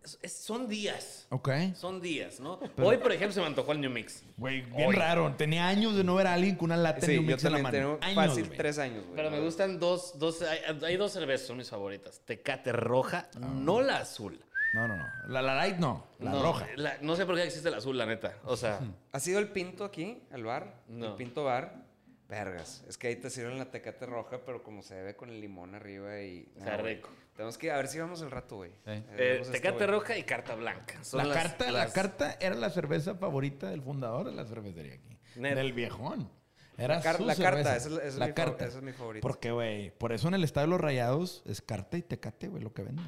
E: es- es- son días.
A: Ok.
E: Son días, ¿no? Hoy, por ejemplo, se me antojó el New Mix.
A: Güey, bien
E: Hoy.
A: raro. Tenía años de no ver a alguien con una lata de
C: Sí,
A: New
C: yo
A: Mix en la
C: también
A: mano.
C: tengo
A: Años,
C: fácil
A: güey.
C: tres años, güey.
E: Pero me gustan dos, dos hay, hay dos cervezas, son mis favoritas. Tecate roja, no la azul.
A: No, no, no. La, la light no. Ah. La
E: No,
A: roja.
E: la- no sé por qué existe la azul, la neta. O sea,
C: ¿Has ido al Pinto aquí, al bar?
E: No.
C: El Pinto Bar. Vergas. Es que ahí te sirven la tecate roja, pero como se bebe con el limón arriba y.
E: Está
C: güey.
E: rico.
C: Tenemos que a ver si vamos al rato, güey.
D: Eh,
E: eh,
C: vamos a esto,
E: tecate
C: güey.
E: roja y carta blanca.
A: este
E: Son
A: La,
E: las-
A: carta, la
E: las-
A: carta era la cerveza favorita del fundador de la cervecería aquí.
E: Neta.
A: Del viejón. Era
C: La car-
A: su
C: la carta,
A: cerveza.
C: esa es la- esa es
A: la
C: mi fav-
A: carta.
C: esa es mi favorita.
A: Porque, güey, por eso en el estado de los rayados es carta y tecate, güey, lo que venden.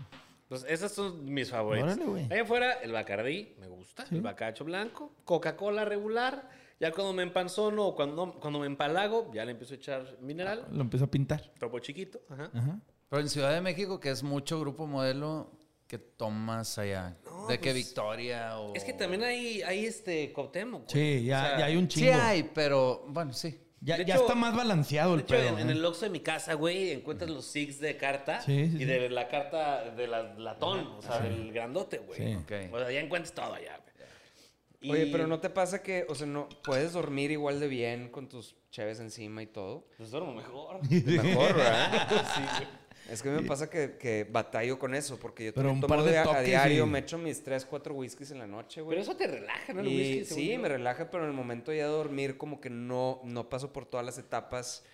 E: Pues esas son mis favoritas.
A: Órale, güey.
E: Ahí afuera, el Bacardí, me gusta. El Bacacho blanco. Coca-Cola regular. Ya cuando me empanzono o cuando, cuando me empalago, ya le empiezo a echar mineral.
A: Lo empiezo a pintar.
E: Tropo chiquito. Ajá.
A: Ajá.
D: Pero en Ciudad de México, que es mucho grupo modelo, que tomas allá? de que Victoria o...
E: Es que también hay, hay este Cuauhtémoc. güey.
A: Sí, ya,
E: O sea,
A: ya hay un
D: Sí
A: chingo.
D: hay, pero bueno, sí.
A: Ya,
E: De
A: ya
E: hecho-
A: está más balanceado
E: De
A: el
E: hecho,
A: pedo.
E: en, en
A: ¿eh?
E: el Oxxo de mi casa, güey, encuentras los six de carta
A: Sí, sí,
E: y de la carta de la latón, o sea, del grandote, güey.
A: Sí.
D: Ok.
E: O sea, ya encuentras todo allá. güey.
C: Oye,
E: Y-
C: pero ¿no te pasa que, o sea, no puedes dormir igual de bien con tus cheves encima y todo?
E: Pues duermo mejor.
C: Mejor, ¿verdad?
E: sí, güey.
C: Es que a mí me pasa que, que batallo con eso, porque yo
A: Pero
C: también
A: un
C: tomo
A: par de
C: de a- a
A: toques
C: diario,
A: y-
C: me echo mis 3, 4 whiskies en la noche, güey.
E: Pero eso te relaja, ¿no? El
C: Y
E: whisky, según
C: sí,
E: yo.
C: me relaja, pero en el momento ya de dormir como que no, no paso por todas las etapas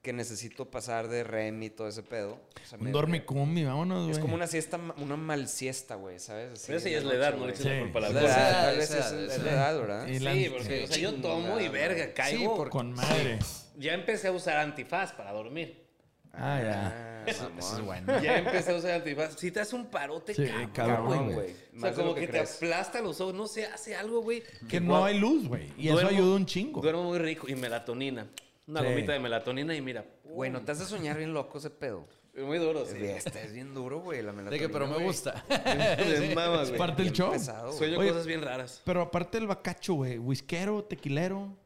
C: que necesito pasar de REM y todo ese pedo. O sea, me-
A: Un dormicumbi, vámonos, güey.
C: Es como una siesta, ma- una mal siesta, güey, ¿sabes? Así,
E: Pero esa
C: en
E: ya es la edad,
C: noche,
E: no le eches
C: güey.
E: la culpa a
C: Es
E: la
C: la
D: Sí.
E: edad.
C: edad,
D: edad,
C: tal vez
D: esa
C: es
D: edad,
C: es
D: esa
C: la edad, ¿verdad?
A: Sí, la-
E: Sí, porque,
D: Sí.
E: o sea, yo tomo y verga, caigo.
D: porque-
A: Con madre.
E: Ya empecé a usar antifaz para dormir.
A: Ah, ya.
C: Ah,
D: Eso es
C: mamón.
D: bueno.
E: Ya empecé a usar antifaz. Si te hace un parote,
A: Sí,
E: cabrón,
A: cabrón,
E: güey.
C: güey.
E: O sea,
C: Más de
E: como
C: lo
E: que,
C: que
E: te
C: crees.
E: aplasta los ojos, no sé, hace algo, güey.
A: Que no hay luz, güey. Y eso
E: Duermo-
A: ayuda un chingo.
E: Duermo muy rico y melatonina. Una
A: Sí.
E: gomita de melatonina y mira.
C: Güey, no te hace soñar bien loco ese pedo.
E: Muy duro, sí.
C: Es, este, es bien duro, güey, la melatonina.
D: De que, pero me
C: güey.
D: gusta.
E: Es mama,
A: es
E: güey.
A: parte del
C: Bien
A: show.
C: pesado, güey.
E: Sueño
A: Oye.
E: cosas bien raras.
A: Pero aparte del bacacho, güey. Whiskero, tequilero.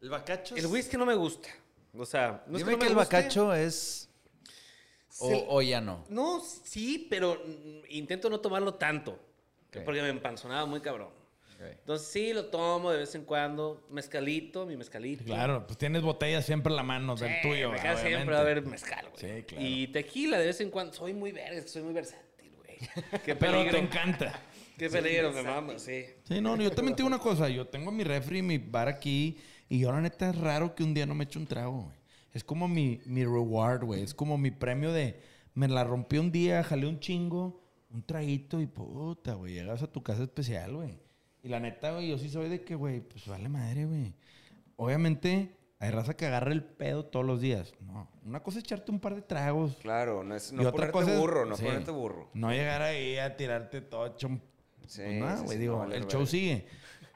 D: El bacacho.
E: El whisky no me gusta. O sea, no es
D: Dime
E: no
D: que
E: me
D: el
E: guste.
D: bacacho es.
E: Sí.
D: O, o ya no.
E: No, sí, pero mm, intento no tomarlo tanto. Porque me empanzonaba muy cabrón. Entonces sí, lo tomo de vez en cuando. Mezcalito, mi mezcalito.
A: Claro, pues tienes botellas siempre en la mano
E: Sí,
A: del tuyo,
E: en mi
A: güey,
E: casa siempre va a
A: obviamente.
E: haber mezcal, güey.
A: Sí, claro.
E: Y tequila de vez en cuando. Soy muy verga, soy muy versátil, güey. Qué
A: Pero
E: peligro.
A: te encanta.
E: Qué peligro, me mama, sí.
A: Sí, no, yo también tengo una cosa. Yo tengo mi refri, mi bar aquí. Y yo, la neta, es raro que un día no me eche un trago, güey. Es como mi, mi reward, güey. Es como mi premio de. Me la rompí un día, jalé un chingo, un traguito y puta, güey. Llegas a tu casa especial, güey. Y la neta, güey, yo sí soy de que, güey, pues vale madre, güey. Obviamente, hay raza que agarra el pedo todos los días. No. Una cosa es echarte un par de tragos.
C: Claro, no, es,
A: Y
C: no
A: otra
C: ponerte
A: cosa es-
C: burro, no
A: sí.
C: ponerte burro.
A: No llegar ahí a tirarte todo hecho un-
C: Sí,
A: pues nada,
C: sí,
A: güey.
C: sí,
A: digo,
C: no vale
A: el
C: verga.
A: show sigue.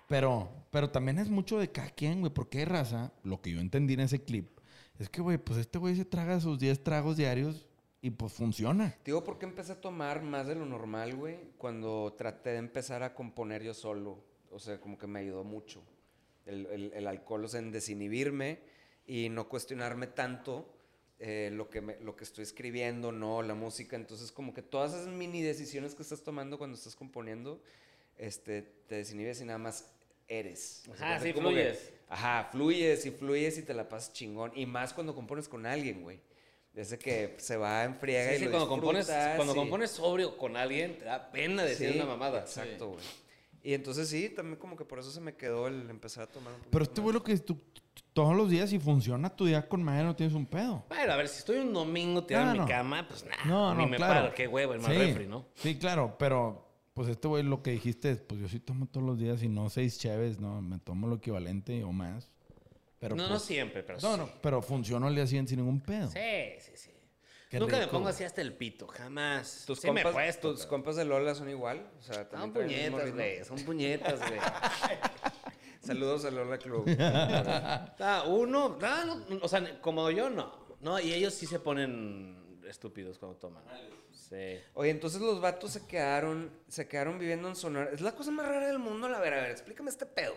A: Pero, pero también es mucho de cada quien, güey. Porque hay raza, lo que yo entendí en ese clip, es que, güey, pues este güey se traga sus 10 tragos diarios y pues funciona.
C: Te Digo, ¿por qué empecé a tomar más de lo normal, güey? Cuando traté de empezar a componer yo solo. O sea, como que me ayudó mucho. El, el- el alcohol, o sea, en desinhibirme y no cuestionarme tanto eh, lo, que me- lo que estoy escribiendo, no, la música. Entonces, como que todas esas mini decisiones que estás tomando cuando estás componiendo, este, te desinhibes y nada más eres. O sea,
E: Ajá,
C: que
E: sí,
C: como que-
E: fluyes.
C: Ajá, fluyes y fluyes y te la pasas chingón. Y más cuando compones con alguien, güey. Desde que se va en friega
E: Sí,
C: y
E: sí,
C: lo
E: cuando compones,
C: disfrutas
E: cuando
C: y-
E: compones sobrio con alguien, te da pena decir
C: Sí,
E: una mamada.
C: Exacto, güey. Y entonces sí, también como que por eso se me quedó el empezar a tomar un poquito
A: Pero este
C: más.
A: güey lo que es tú, todos los días y funciona tu día con madre, no tienes un pedo.
E: Bueno, a ver, si estoy un domingo tirado en
A: No,
E: mi
A: no.
E: cama, pues nada.
A: No, no,
E: ni me
A: claro.
E: paro, qué huevo, el más
A: Sí,
E: refri, ¿no?
A: Sí, claro, pero pues este güey lo que dijiste es, pues yo sí tomo todos los días y no seis cheves, no, me tomo lo equivalente o más. Pero
E: no, no
A: pues,
E: siempre, pero
A: no,
E: sí.
A: no, pero funcionó al día siguiente sin ningún pedo.
E: Sí, sí, sí.
A: Qué
E: Nunca me
A: rico,
E: pongo
A: güey.
E: así hasta el pito, jamás.
C: tus
E: sí
C: compas,
E: me puesto.
C: tus compas de Lola son igual, o sea,
E: Son
C: también traen el mismo
E: puñetas,
C: ritmo.
E: güey. Son puñetas, güey.
C: Saludos a Lola Club.
E: Ah, uno, ah, no, o sea, como yo no. No, y ellos sí se ponen estúpidos cuando toman. Sí.
C: Oye, entonces los vatos se quedaron, se quedaron viviendo en Sonora. Es la cosa más rara del mundo, la verdad. A ver, explícame este pedo.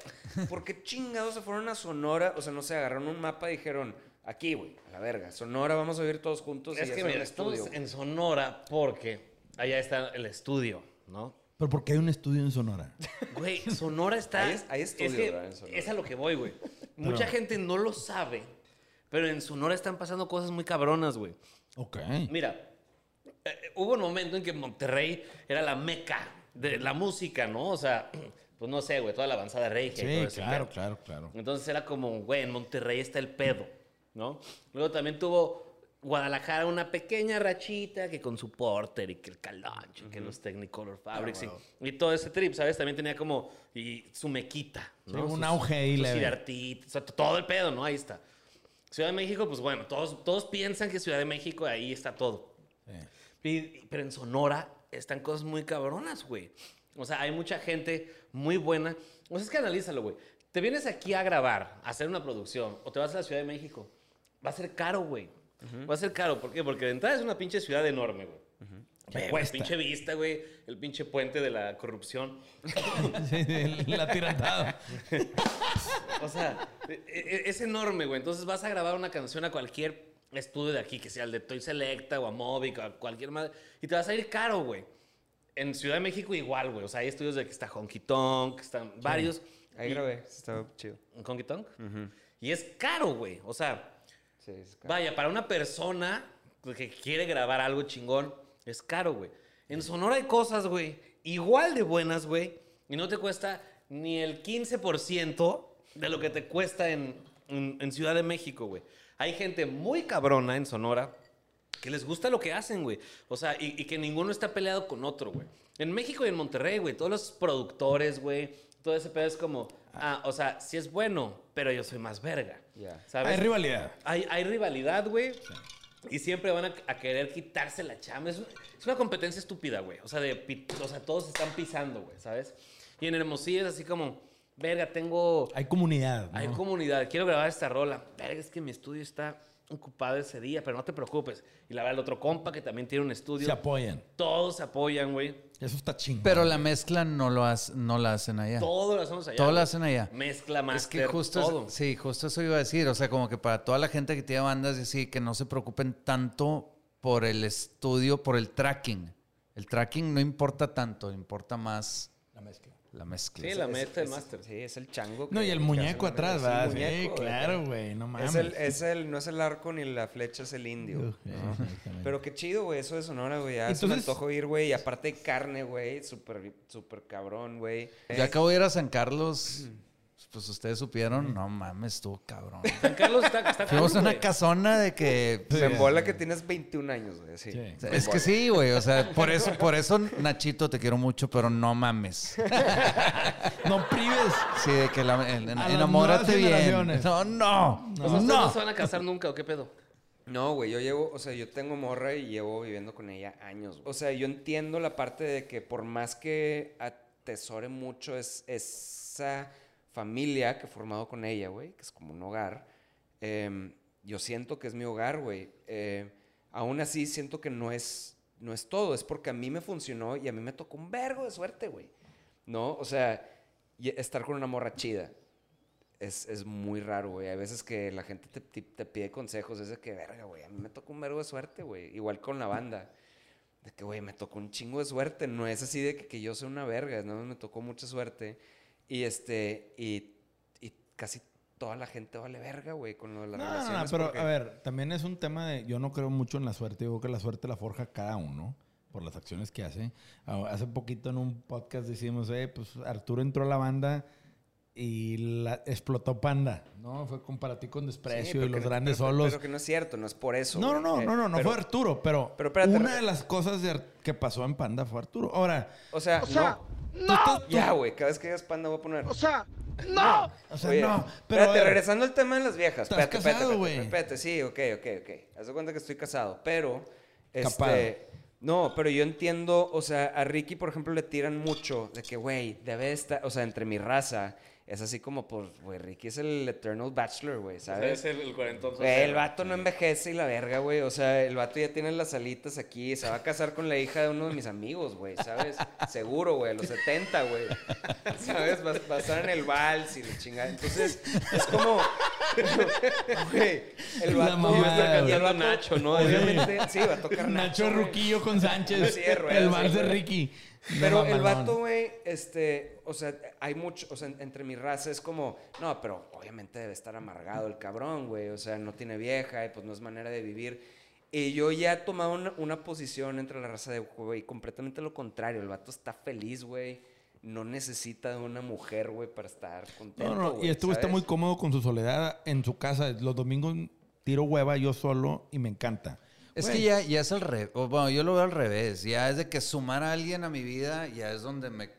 C: ¿Por qué chingados se fueron a Sonora? O sea, no se agarraron un mapa y dijeron, aquí, güey, a la verga. Sonora, vamos a vivir todos juntos.
E: Es
C: y
E: que
C: hacer
E: mira,
C: un
E: estamos
C: estudio.
E: en Sonora porque allá está el estudio, ¿no?
A: Pero porque hay un estudio en Sonora.
E: Güey, Sonora está.
C: Ahí es- ahí estudio,
E: es, que
C: ¿verdad? En Sonora.
E: es a lo que voy, güey. Mucha gente no lo sabe, pero en Sonora están pasando cosas muy cabronas, güey.
A: Ok.
E: Mira, eh, hubo un momento en que Monterrey era la meca de la música, ¿no? O sea, pues no sé, güey, toda la avanzada regia. y
A: Sí,
E: todo ese
A: claro,
E: pedo.
A: claro, claro.
E: Entonces era como, güey, en Monterrey está el pedo, ¿no? Luego también tuvo Guadalajara una pequeña rachita que con su porter y que el caloncho, que los Technicolor
A: Ah,
E: Fabrics y- y, todo ese trip, ¿sabes? También tenía como y su mequita, ¿no?
A: Sí, un
E: Sus-
A: auge ahí
E: sus
A: leve.
E: Sidartitas, o sea, todo el pedo, ¿no? Ahí está. Ciudad de México, pues bueno, todos, todos piensan que Ciudad de México ahí está todo. Y- y- pero en Sonora están cosas muy cabronas, güey. O sea, hay mucha gente muy buena. O sea, es que analízalo, güey. Te vienes aquí a grabar, a hacer una producción, o te vas a la Ciudad de México. Va a ser caro, güey. Va a ser caro. ¿Por qué? Porque de entrada es una pinche ciudad enorme, güey. Ve, güey, pinche vista, güey. El pinche puente de la corrupción.
A: La tiratada.
E: O sea, e- e- es enorme, güey. Entonces vas a grabar una canción a cualquier estudio de aquí, que sea el de Toy Selecta o a Movic o a cualquier madre, y te va a salir caro, güey. En Ciudad de México igual, güey. O sea, hay estudios de que está Honky Tonk, están varios.
C: Ahí
E: Y-
C: grabé, estaba chido.
E: ¿Honky Tonk? Y es caro, güey. O sea,
C: Sí, es ca-
E: vaya, para una persona que quiere grabar algo chingón, es caro, güey. En Sonora hay cosas, güey, igual de buenas, güey, y no te cuesta ni el 15% de lo que te cuesta en, en- en Ciudad de México, güey. Hay gente muy cabrona en Sonora que les gusta lo que hacen, güey. O sea, y, y que ninguno está peleado con otro, güey. En México y en Monterrey, güey, todos los productores, güey, todo ese pedo es como, ah, o sea, sí es bueno, pero yo soy más verga.
C: Ya.
E: ¿Sabes?
A: Hay rivalidad.
E: Hay, hay rivalidad, güey. Y siempre van a, a querer quitarse la chamba. Es, un- es una competencia estúpida, güey. O sea, de, pi- o sea, todos están pisando, güey, ¿sabes? Y en Hermosillo es así como, verga, tengo...
A: Hay comunidad. ¿no?
E: Hay comunidad, quiero grabar esta rola. Verga, es que mi estudio está ocupado ese día, pero no te preocupes. Y la verdad, el otro compa que también tiene un estudio.
A: Se apoyan.
E: Todos se apoyan, güey.
A: Eso está chingón.
D: Pero la mezcla no, lo hace- no la hacen allá.
E: Todos lo hacemos allá.
D: Todo lo
E: güey.
D: hacen allá.
E: Mezcla más.
D: Es que justo, es-
E: todo.
D: sí, justo eso iba a decir. O sea, como que para toda la gente que tiene bandas y así, que no se preocupen tanto por el estudio, por el tracking. El tracking no importa tanto, importa más
A: La mezcla.
D: la mezcla.
E: Sí, la mezcla del máster.
C: Sí, es el chango.
A: No,
C: que-
A: y el
C: que
A: muñeco
C: hace una-
A: atrás,
C: sí,
A: ¿verdad? Sí,
C: muñeco,
A: claro, güey. No mames.
C: Es el, es el, no es el arco ni la flecha, es el indio. ¿no? Pero qué chido, güey, eso de Sonora, güey. Ya se me
A: Entonces-
C: antojo ir, güey. Y aparte de carne, güey, súper, súper cabrón, güey. Eh,
D: Yo acabo de ir a San Carlos, pues ustedes supieron, no mames, estuvo cabrón.
E: San Carlos está, está
D: Fuimos a
E: cool,
D: una
E: güey.
D: casona de que...
C: Se embola que tienes 21 años, güey, sí.
A: Sí.
D: Es
C: Pues,
D: que sí, güey, o sea, por eso, por eso, Nachito, te quiero mucho, pero no mames.
A: No prives.
D: Sí, de que la, en- en-
A: A las
D: enamórate
A: nuevas
D: bien.
A: generaciones.
D: No, no,
E: O sea,
D: no.
E: ¿ustedes no se van a casar nunca o qué pedo?
C: No, güey, yo llevo, o sea, yo tengo morra y llevo viviendo con ella años. güey. O sea, yo entiendo la parte de que por más que atesore mucho es, esa familia que he formado con ella, güey, que es como un hogar, em, yo siento que es mi hogar, güey. Eh, aún así, siento que no es, no es todo, es porque a mí me funcionó y a mí me tocó un vergo de suerte, güey. ¿No? O sea, y estar con una morra chida. Es, es muy raro, güey. Hay veces que la gente te, te- te pide consejos. Es de que, verga, güey, a mí me tocó un vergo de suerte, güey. Igual con la banda. De que, güey, me tocó un chingo de suerte. No es así de que, que yo sea una verga. No, me tocó mucha suerte. Y este, y, y casi toda la gente vale verga, güey, con lo de las
A: No, no,
C: relaciones.
A: no, pero
C: porque-
A: a ver, también es un tema de. Yo no creo mucho en la suerte. Yo creo que la suerte la forja cada uno por las acciones que hace. Ah, Hace poquito en un podcast decimos, eh, pues Arturo entró a la banda y la, explotó Panda, ¿no? Fue con para ti con
C: Sí,
A: desprecio
C: pero
A: y
C: que
A: los
C: no-
A: grandes
C: pero-
A: solos.
C: Pero que no es cierto, no es por eso.
A: No, no,
C: güey.
A: no,
C: Eh,
A: no, no, no
C: pero-
A: fue Arturo, pero,
C: pero espérate,
A: una
C: re-
A: de las cosas de Ar- que pasó en Panda fue Arturo. Ahora,
C: O sea, no.
A: tú estás- tú-
C: Ya, güey, cada vez que digas panda voy a poner...
A: o sea,
C: Oye,
A: no, pero
C: Pero espérate,
A: a ver,
C: regresando al tema de las viejas.
A: Estás
C: Espérate, espérate,
A: casado,
C: espérate,
A: güey.
C: espérate, sí, ok, ok, ok. Haz de cuenta que estoy casado, pero...
A: Capado.
C: Este, no, pero yo entiendo, o sea, a Ricky, por ejemplo, le tiran mucho de que, güey, debe estar, o sea, entre mi raza, es así como, pues, güey, Ricky es el Eternal Bachelor, güey, ¿sabes?
E: Es el, el cuarentón.
C: Güey, el
E: soltero.
C: vato no envejece y la verga, güey. O sea, el vato ya tiene las alitas aquí. Se va a casar con la hija de uno de mis amigos, güey, ¿sabes? Seguro, güey, a los 70, güey. ¿Sabes? Va, va a estar en el vals y la chingada. Entonces, es como. Güey, el
A: La
C: vato.
A: mamada,
C: y el
E: güey.
C: vato-
E: Nacho, ¿no?
C: Obviamente, sí, va a tocar
A: Nacho
C: Nacho. güey.
A: Ruquillo con Sánchez.
C: Sí, de ruedas,
A: el
C: sí,
A: vals de
C: güey.
A: Ricky. No,
C: Pero el
A: mamalón.
C: vato, güey, este, o sea, hay mucho, o sea, en- entre mi raza es como, no, pero obviamente debe estar amargado el cabrón, güey, o sea, no tiene vieja y pues no es manera de vivir. Y yo ya he tomado una, una posición entre la raza de, güey, completamente lo contrario, el vato está feliz, güey, no necesita de una mujer, güey, para estar contento.
A: No, no,
C: güey,
A: y estuvo está
C: ¿sabes?
A: muy cómodo con su soledad en su casa. Los domingos tiro hueva yo solo y me encanta.
D: Es
A: Güey,
D: que ya, ya es al revés. Bueno, yo lo veo al revés. Ya es de que sumar a alguien a mi vida, ya es donde me.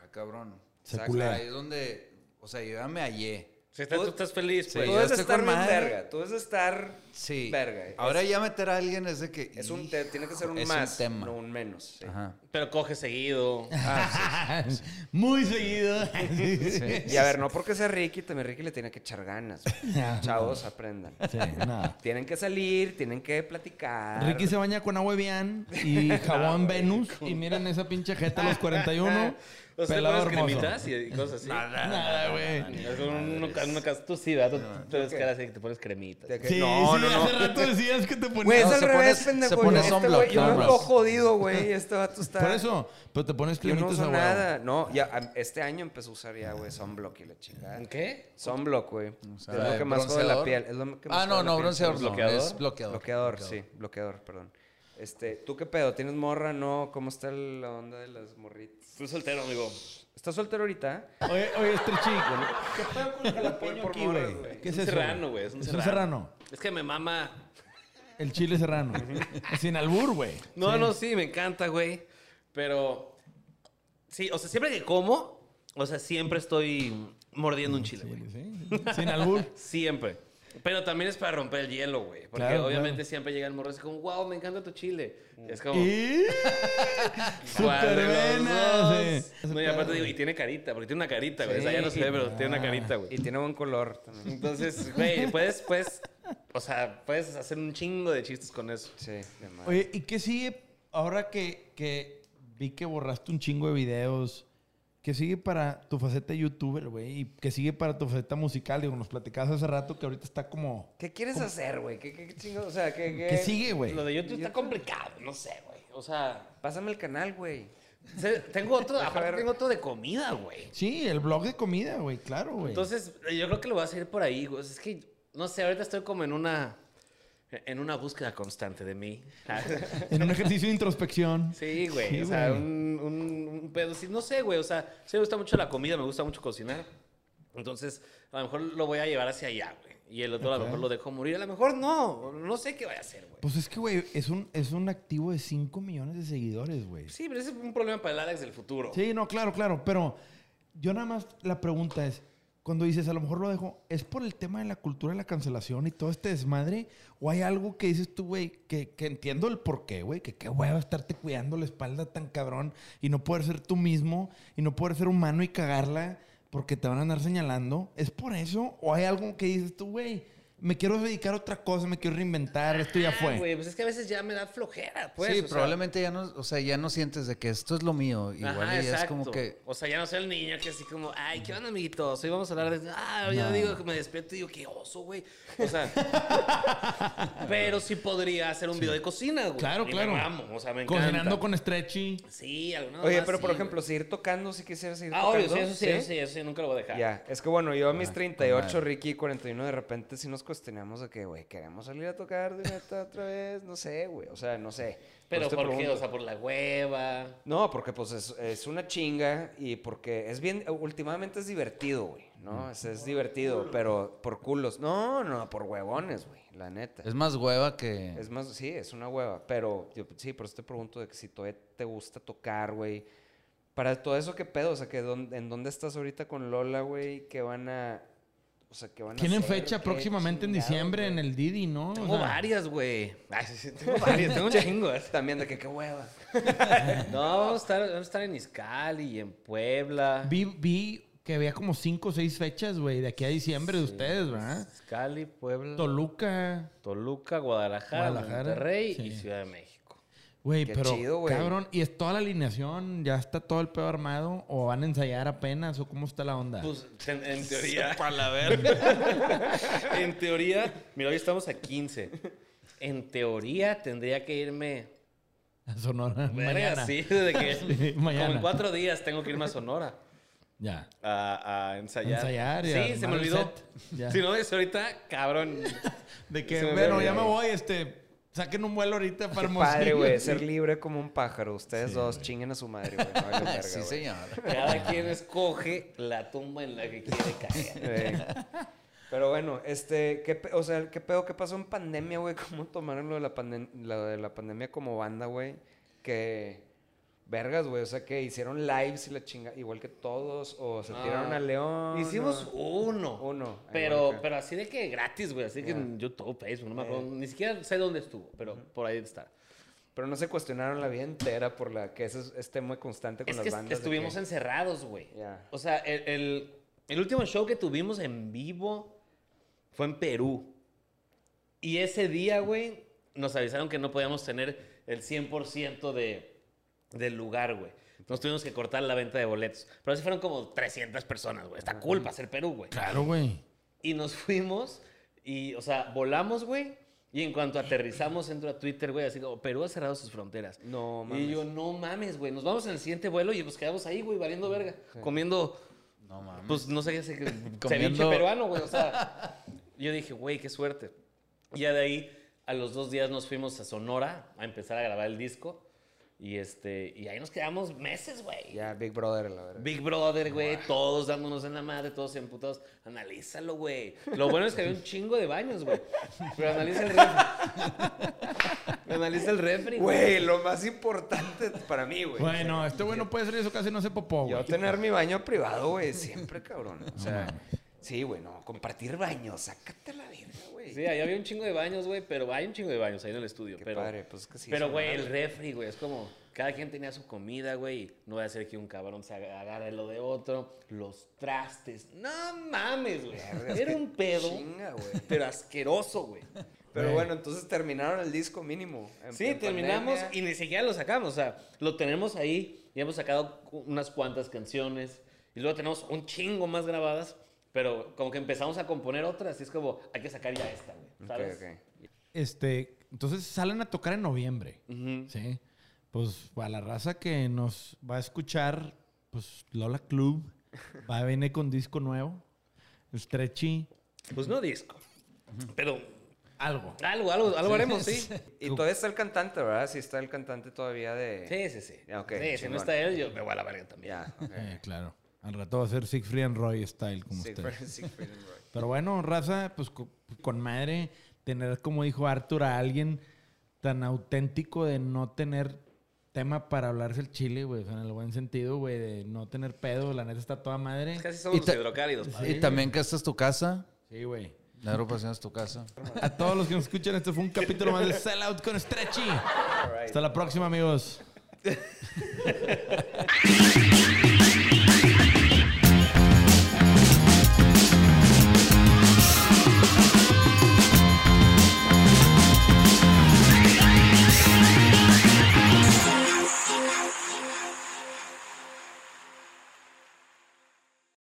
D: Ah, cabrón.
A: Se
D: Exacto.
A: culea.
D: Ahí es donde. O sea, yo ya me hallé.
E: Si está- tú estás feliz,
D: Sí.
E: pues.
C: Tú
D: ya
C: debes
D: estoy
C: estar
D: con
C: bien
D: madre.
C: verga, tú debes estar
D: Sí.
C: verga.
D: Ahora ya meter a alguien es de que.
C: es un, te- tiene que ser un
D: es un
C: más,
D: tema.
C: no un menos. sí.
D: Ajá.
E: Pero coge seguido.
C: Ah,
A: Muy seguido.
C: Y a ver, no porque sea Ricky, también Ricky le tiene que echar ganas. güey.
D: Ah,
C: Chavos, aprendan.
A: Sí, nada.
C: Tienen que salir, tienen que platicar.
A: Ricky se baña con agua Evian y jabón Venus. Y miren esa pinche jeta a los 41.
E: O sea,
A: pelado
E: las
A: hermoso.
E: cremitas y, y cosas así.
A: Nada, güey.
E: Es un- una, una cas- tú sí, ¿verdad? Tú- Tú te ves cara así que te pones cremitas.
C: De que-
A: Sí,
C: no,
A: sí,
C: no, no.
A: hace rato decías que te ponías.
C: Güey, es
D: No,
C: al
D: se
C: revés,
D: pone-
C: pendejo.
D: se pone
C: Este
D: sunblock,
C: güey, yo me
D: sunblock.
C: lo jodido, güey. Este vato está.
A: Por eso, pero te pones
C: Yo no
A: cremitas
C: uso
A: a huevo.
C: nada. No, ya, am- este año empecé a usar ya, güey, sunblock y la chingada.
E: ¿Qué?
C: Sunblock, güey. Es
D: sea,
C: lo que más jode la
D: bronceador.
C: piel. Es lo que más
D: Ah,
C: jode
D: no,
C: la
D: no,
C: piel.
D: bronceador. no,
E: ¿Bloqueador?
D: es bloqueador.
C: Bloqueador, sí, bloqueador, perdón. Este, ¿tú qué pedo? ¿Tienes morra? No, ¿cómo está la onda de las morritas?
E: Estoy soltero, amigo.
C: ¿Estás soltero ahorita?
A: Oye, oye, este chico. ¿Qué pedo con el
C: Voy
A: jalapeño
C: por
A: aquí,
C: morras,
A: güey?
C: güey.
A: ¿Qué es
E: Es un
A: eso?
E: serrano, güey, es un serrano. Es que me mama.
A: El chile serrano. Sin albur, güey.
E: No, no, sí, me encanta, güey. Pero. Sí, o sea, siempre que como, o sea, siempre estoy mordiendo un chile, güey.
A: Sí, Sin albur.
E: Siempre. Pero también es para romper el hielo, güey. Porque
A: Claro,
E: obviamente
A: claro.
E: siempre llega el morro y es como, wow, me encanta tu chile. Y es como.
A: Y-
E: "¿Cuál de los
A: Supervenas,
E: dos?".
A: sí.
E: No, y aparte digo, y tiene carita, porque tiene una carita, güey. O sea, ya no se ve, pero tiene una carita, güey.
C: Y tiene buen color también.
E: Entonces, güey, puedes, pues, o sea, puedes hacer un chingo de chistes con eso.
C: Sí, de madre.
A: Oye, ¿y qué sigue ahora que, que vi que borraste un chingo de videos? ¿Qué sigue para tu faceta de youtuber, güey? ¿Y qué sigue para tu faceta musical? Digo, nos platicabas hace rato que ahorita está como...
C: ¿Qué quieres hacer, güey? ¿Qué, qué, qué chingo? O sea, ¿qué, qué?
A: ¿Qué sigue, güey?
E: Eh, Lo de YouTube está complicado, no sé, güey. O sea,
C: Pásame el canal, güey.
E: se- tengo otro,
C: Deja
E: aparte
C: ver.
E: tengo otro de comida, güey.
A: Sí, el blog de comida, güey, claro, güey.
E: Entonces, yo creo que lo voy a hacer por ahí, güey. O sea, es que, no sé, ahorita estoy como en una, en una búsqueda constante de mí.
A: En un ejercicio de introspección.
E: Sí, güey.
A: Sí,
E: o sea,
A: güey.
E: un, un, un pedo así. No sé, güey. O sea, sí me gusta mucho la comida, me gusta mucho cocinar. Entonces, a lo mejor lo voy a llevar hacia allá, güey. Y el otro a lo mejor lo dejo morir. A lo mejor no. No sé qué voy a hacer, güey.
A: Pues es que, güey, es un, es un activo de 5 millones de seguidores, güey.
E: Sí, pero ese es un problema para el Alex del futuro.
A: Sí, no, claro, claro. Pero yo nada más la pregunta es, cuando dices, a lo mejor lo dejo, ¿es por el tema de la cultura de la cancelación y todo este desmadre? ¿O hay algo que dices tú, güey, que, que entiendo el por qué, güey? Que qué hueva estarte cuidando la espalda tan cabrón y no poder ser tú mismo y no poder ser humano y cagarla porque te van a andar señalando. ¿Es por eso? ¿O hay algo que dices tú, güey, me quiero dedicar a otra cosa, me quiero reinventar, esto ya
E: Ah,
A: fue?
E: Güey, pues es que a veces ya me da flojera, pues.
D: sí,
E: o sea.
D: probablemente ya no, o sea, ya no sientes de que esto es lo mío. Igual
E: Ajá,
D: y es
E: exacto.
D: como que.
E: O sea, ya no soy el niño que así como, ay, ¿qué onda, amiguitos? Hoy vamos a hablar de... Ah, yo
A: No.
E: digo que me despierto y digo, qué oso, güey. O sea... pero sí podría hacer un video de cocina, güey.
A: Claro,
E: Y me
A: claro.
E: mamo, o sea, me encanta.
A: Cocinando con Stretchy.
E: Sí, alguna
C: Oye,
E: más,
C: pero por
E: sí,
C: ejemplo, seguir tocando, si quisieras seguir
E: güey. Ah,
C: tocando.
E: obvio, sí, eso sí, eso sí, eso sí, nunca lo voy a dejar.
C: Ya, es que bueno, yo a mis 38,
D: madre.
C: Ricky, 41, de repente sí nos cuestionamos de que, güey, queremos salir a tocar de neta otra vez, no sé, güey, o sea, no sé.
E: Pero
C: eso te
E: ¿por qué?
C: pregunto.
E: O sea, por la hueva.
C: No, porque pues es, es una chinga y porque es bien, últimamente es divertido, güey,
A: Mm.
C: ¿no? Es, es divertido, pero por culos. No, no, por huevones, güey, la neta.
D: Es más hueva que.
C: Es más, sí, es una hueva. Pero yo- sí, por eso te pregunto de que si todavía te gusta tocar, güey. Para todo eso, ¿qué pedo? O sea, que dón- ¿en dónde estás ahorita con Lola, güey? ¿Qué van a...? O sea, ¿qué van a
A: Tienen
C: hacer?
A: fecha
C: ¿Qué
A: próximamente en
C: chingados,
A: diciembre
C: güey?
A: en el Didi, ¿no? O
E: Tengo
A: sea,
E: varias, güey. Ay, sí, sí, tengo varias, tengo un chingo. ¿eh?
C: También de que qué hueva.
E: No, vamos a estar, vamos a estar en Izcali y en Puebla.
A: Vi, vi que había como cinco o seis fechas, güey, de aquí a diciembre de ustedes, ¿verdad?
E: Cali, Puebla,
A: Toluca,
E: Toluca, Guadalajara,
A: Guadalajara,
E: Monterrey y
A: sí.
E: Ciudad de México.
A: güey,
C: Qué
A: pero
C: chido, güey.
A: cabrón, y es toda la alineación, ya está todo el pedo armado, o van a ensayar apenas, o cómo está la onda.
E: Pues en, en teoría. verga. en teoría, mira, hoy estamos a 15. En teoría tendría que irme.
A: A Sonora,
E: verga,
A: mañana.
E: Sí, desde que.
A: Sí, mañana.
E: Como en cuatro días tengo que irme a Sonora.
A: Ya.
E: A, a ensayar.
A: Ensayar y
E: Sí,
A: armar
E: se me
A: el
E: olvidó.
A: set. Ya.
E: Si no es ahorita, cabrón.
A: De que,
E: Se me
A: bueno,
E: ve,
A: ya me
E: güey.
A: voy, este, saquen un vuelo ahorita para
C: Qué
A: Hermosillo.
C: padre, güey. Ser
A: Sí.
C: libre como un pájaro. Ustedes dos chinguen a su madre, güey. No hagan verga,
D: Ah, sí,
C: güey.
D: señor.
E: Cada quien escoge la tumba en la que quiere caer.
C: Ey. Pero bueno, este, ¿qué, pe- o sea, ¿qué pedo? ¿Qué pasó en pandemia, güey? ¿Cómo tomaron lo de la, pandem- lo de la pandemia como banda, güey? Que, vergas, güey, o sea, que hicieron lives y la chinga, igual que todos, o se
E: Ah.
C: tiraron a León.
E: Hicimos
C: o-
E: uno.
C: uno. ahí
E: Pero,
C: marca.
E: pero así de que gratis, güey. Así que
C: Ya.
E: en YouTube, Facebook, no me
C: Eh.
E: acuerdo. Ni siquiera sé dónde estuvo, pero por ahí está.
C: Pero no se cuestionaron la vida entera por la que ese es, es tema constante con
E: Es
C: las
E: que
C: bandas. de
E: estuvimos
C: que-
E: encerrados, güey.
C: Ya.
E: O sea, el, el- el último show que tuvimos en vivo fue en Perú. Y ese día, güey, nos avisaron que no podíamos tener el 100% de, del lugar, güey. Nos tuvimos que cortar la venta de boletos. Pero así fueron como 300 personas, güey. Está cool para ser Perú, güey.
A: Claro, güey.
E: Y nos fuimos y, o sea, volamos, güey. Y en cuanto aterrizamos, entro a Twitter, güey, así como, Perú ha cerrado sus fronteras.
C: No,
E: Y
C: mames.
E: yo, no mames, güey, nos vamos en el siguiente vuelo y nos quedamos ahí, güey, valiendo verga, comiendo,
D: No mames.
E: pues, no sé, qué sé, qué, ceviche
D: Comiendo-
E: peruano, güey, o sea. yo dije, güey, qué suerte. Y ya de ahí, a los dos días nos fuimos a Sonora a empezar a grabar el disco. Y, este, y ahí nos quedamos meses, güey.
C: Ya, Big Brother, la verdad.
E: Big Brother, güey, todos dándonos en la madre, todos emputados. Analízalo, güey. Lo bueno es que había un chingo de baños, güey. Pero analiza el refri. analiza el refri.
C: Güey, lo más importante para mí, güey.
A: Bueno, este güey no puede hacer eso, casi no se popó, güey.
C: Yo tener mi baño privado, güey, siempre, cabrón. O sea, sí, güey, no, compartir baño, sácate la verga, güey.
E: Sí, ahí había un chingo de baños, güey, pero hay un chingo de baños ahí en el estudio.
C: Qué
E: pero,
C: padre, pues es que sí.
E: pero,
C: son
E: güey, el
C: madres.
E: refri, güey, es como cada quien tenía su comida, güey. y No voy a hacer que un cabrón se aga- agarre lo de otro. Los trastes. No mames, güey.
C: Vergas,
E: Era
C: qué
E: un pedo,
C: Chinga, güey.
E: pero asqueroso, güey.
C: Pero
A: Güey.
C: bueno, entonces terminaron el disco mínimo. en-
E: Sí,
C: en
E: terminamos
C: pandemia.
E: y ni siquiera lo sacamos. O sea, lo tenemos ahí y hemos sacado cu- unas cuantas canciones. Y luego tenemos un chingo más grabadas. Pero como que empezamos a componer otras y es como, hay que sacar ya esta, güey.
C: Ok,
E: ¿Sabes?
C: ok.
A: Este, entonces salen a tocar en noviembre.
E: Ujú.
A: Sí. Pues a la raza que nos va a escuchar, pues Lola Club va a venir con disco nuevo. Stretchy,
E: Pues no disco. Pero
A: algo.
E: algo, algo, algo haremos, sí.
C: Y todavía está el cantante, ¿verdad? Sí, está el cantante todavía de.
E: Sí, sí, sí.
C: Ya, ok,
E: Sí, si
C: chingón.
E: no está él, yo me voy a la verga también.
C: Ya, ok.
A: Eh, claro. Al rato va a ser Siegfried and Roy style, como
C: Sí,
A: ustedes.
C: fue- sí, fue el Roy.
A: Pero bueno, raza, pues co- con, madre, tener, como dijo Arthur, a alguien tan auténtico de no tener tema para hablarse el chile, güey. O sea, en el buen sentido, güey, de no tener pedo. La neta está toda madre.
E: Casi somos
D: Y
E: los
D: ta-
E: hidrocálidos. padre.
D: Y también que esta es tu casa.
A: Sí, güey.
D: La agrupación es tu casa.
A: A todos los que nos escuchan, este fue un capítulo más de Sell Out con Stretchy. Hasta la próxima, amigos.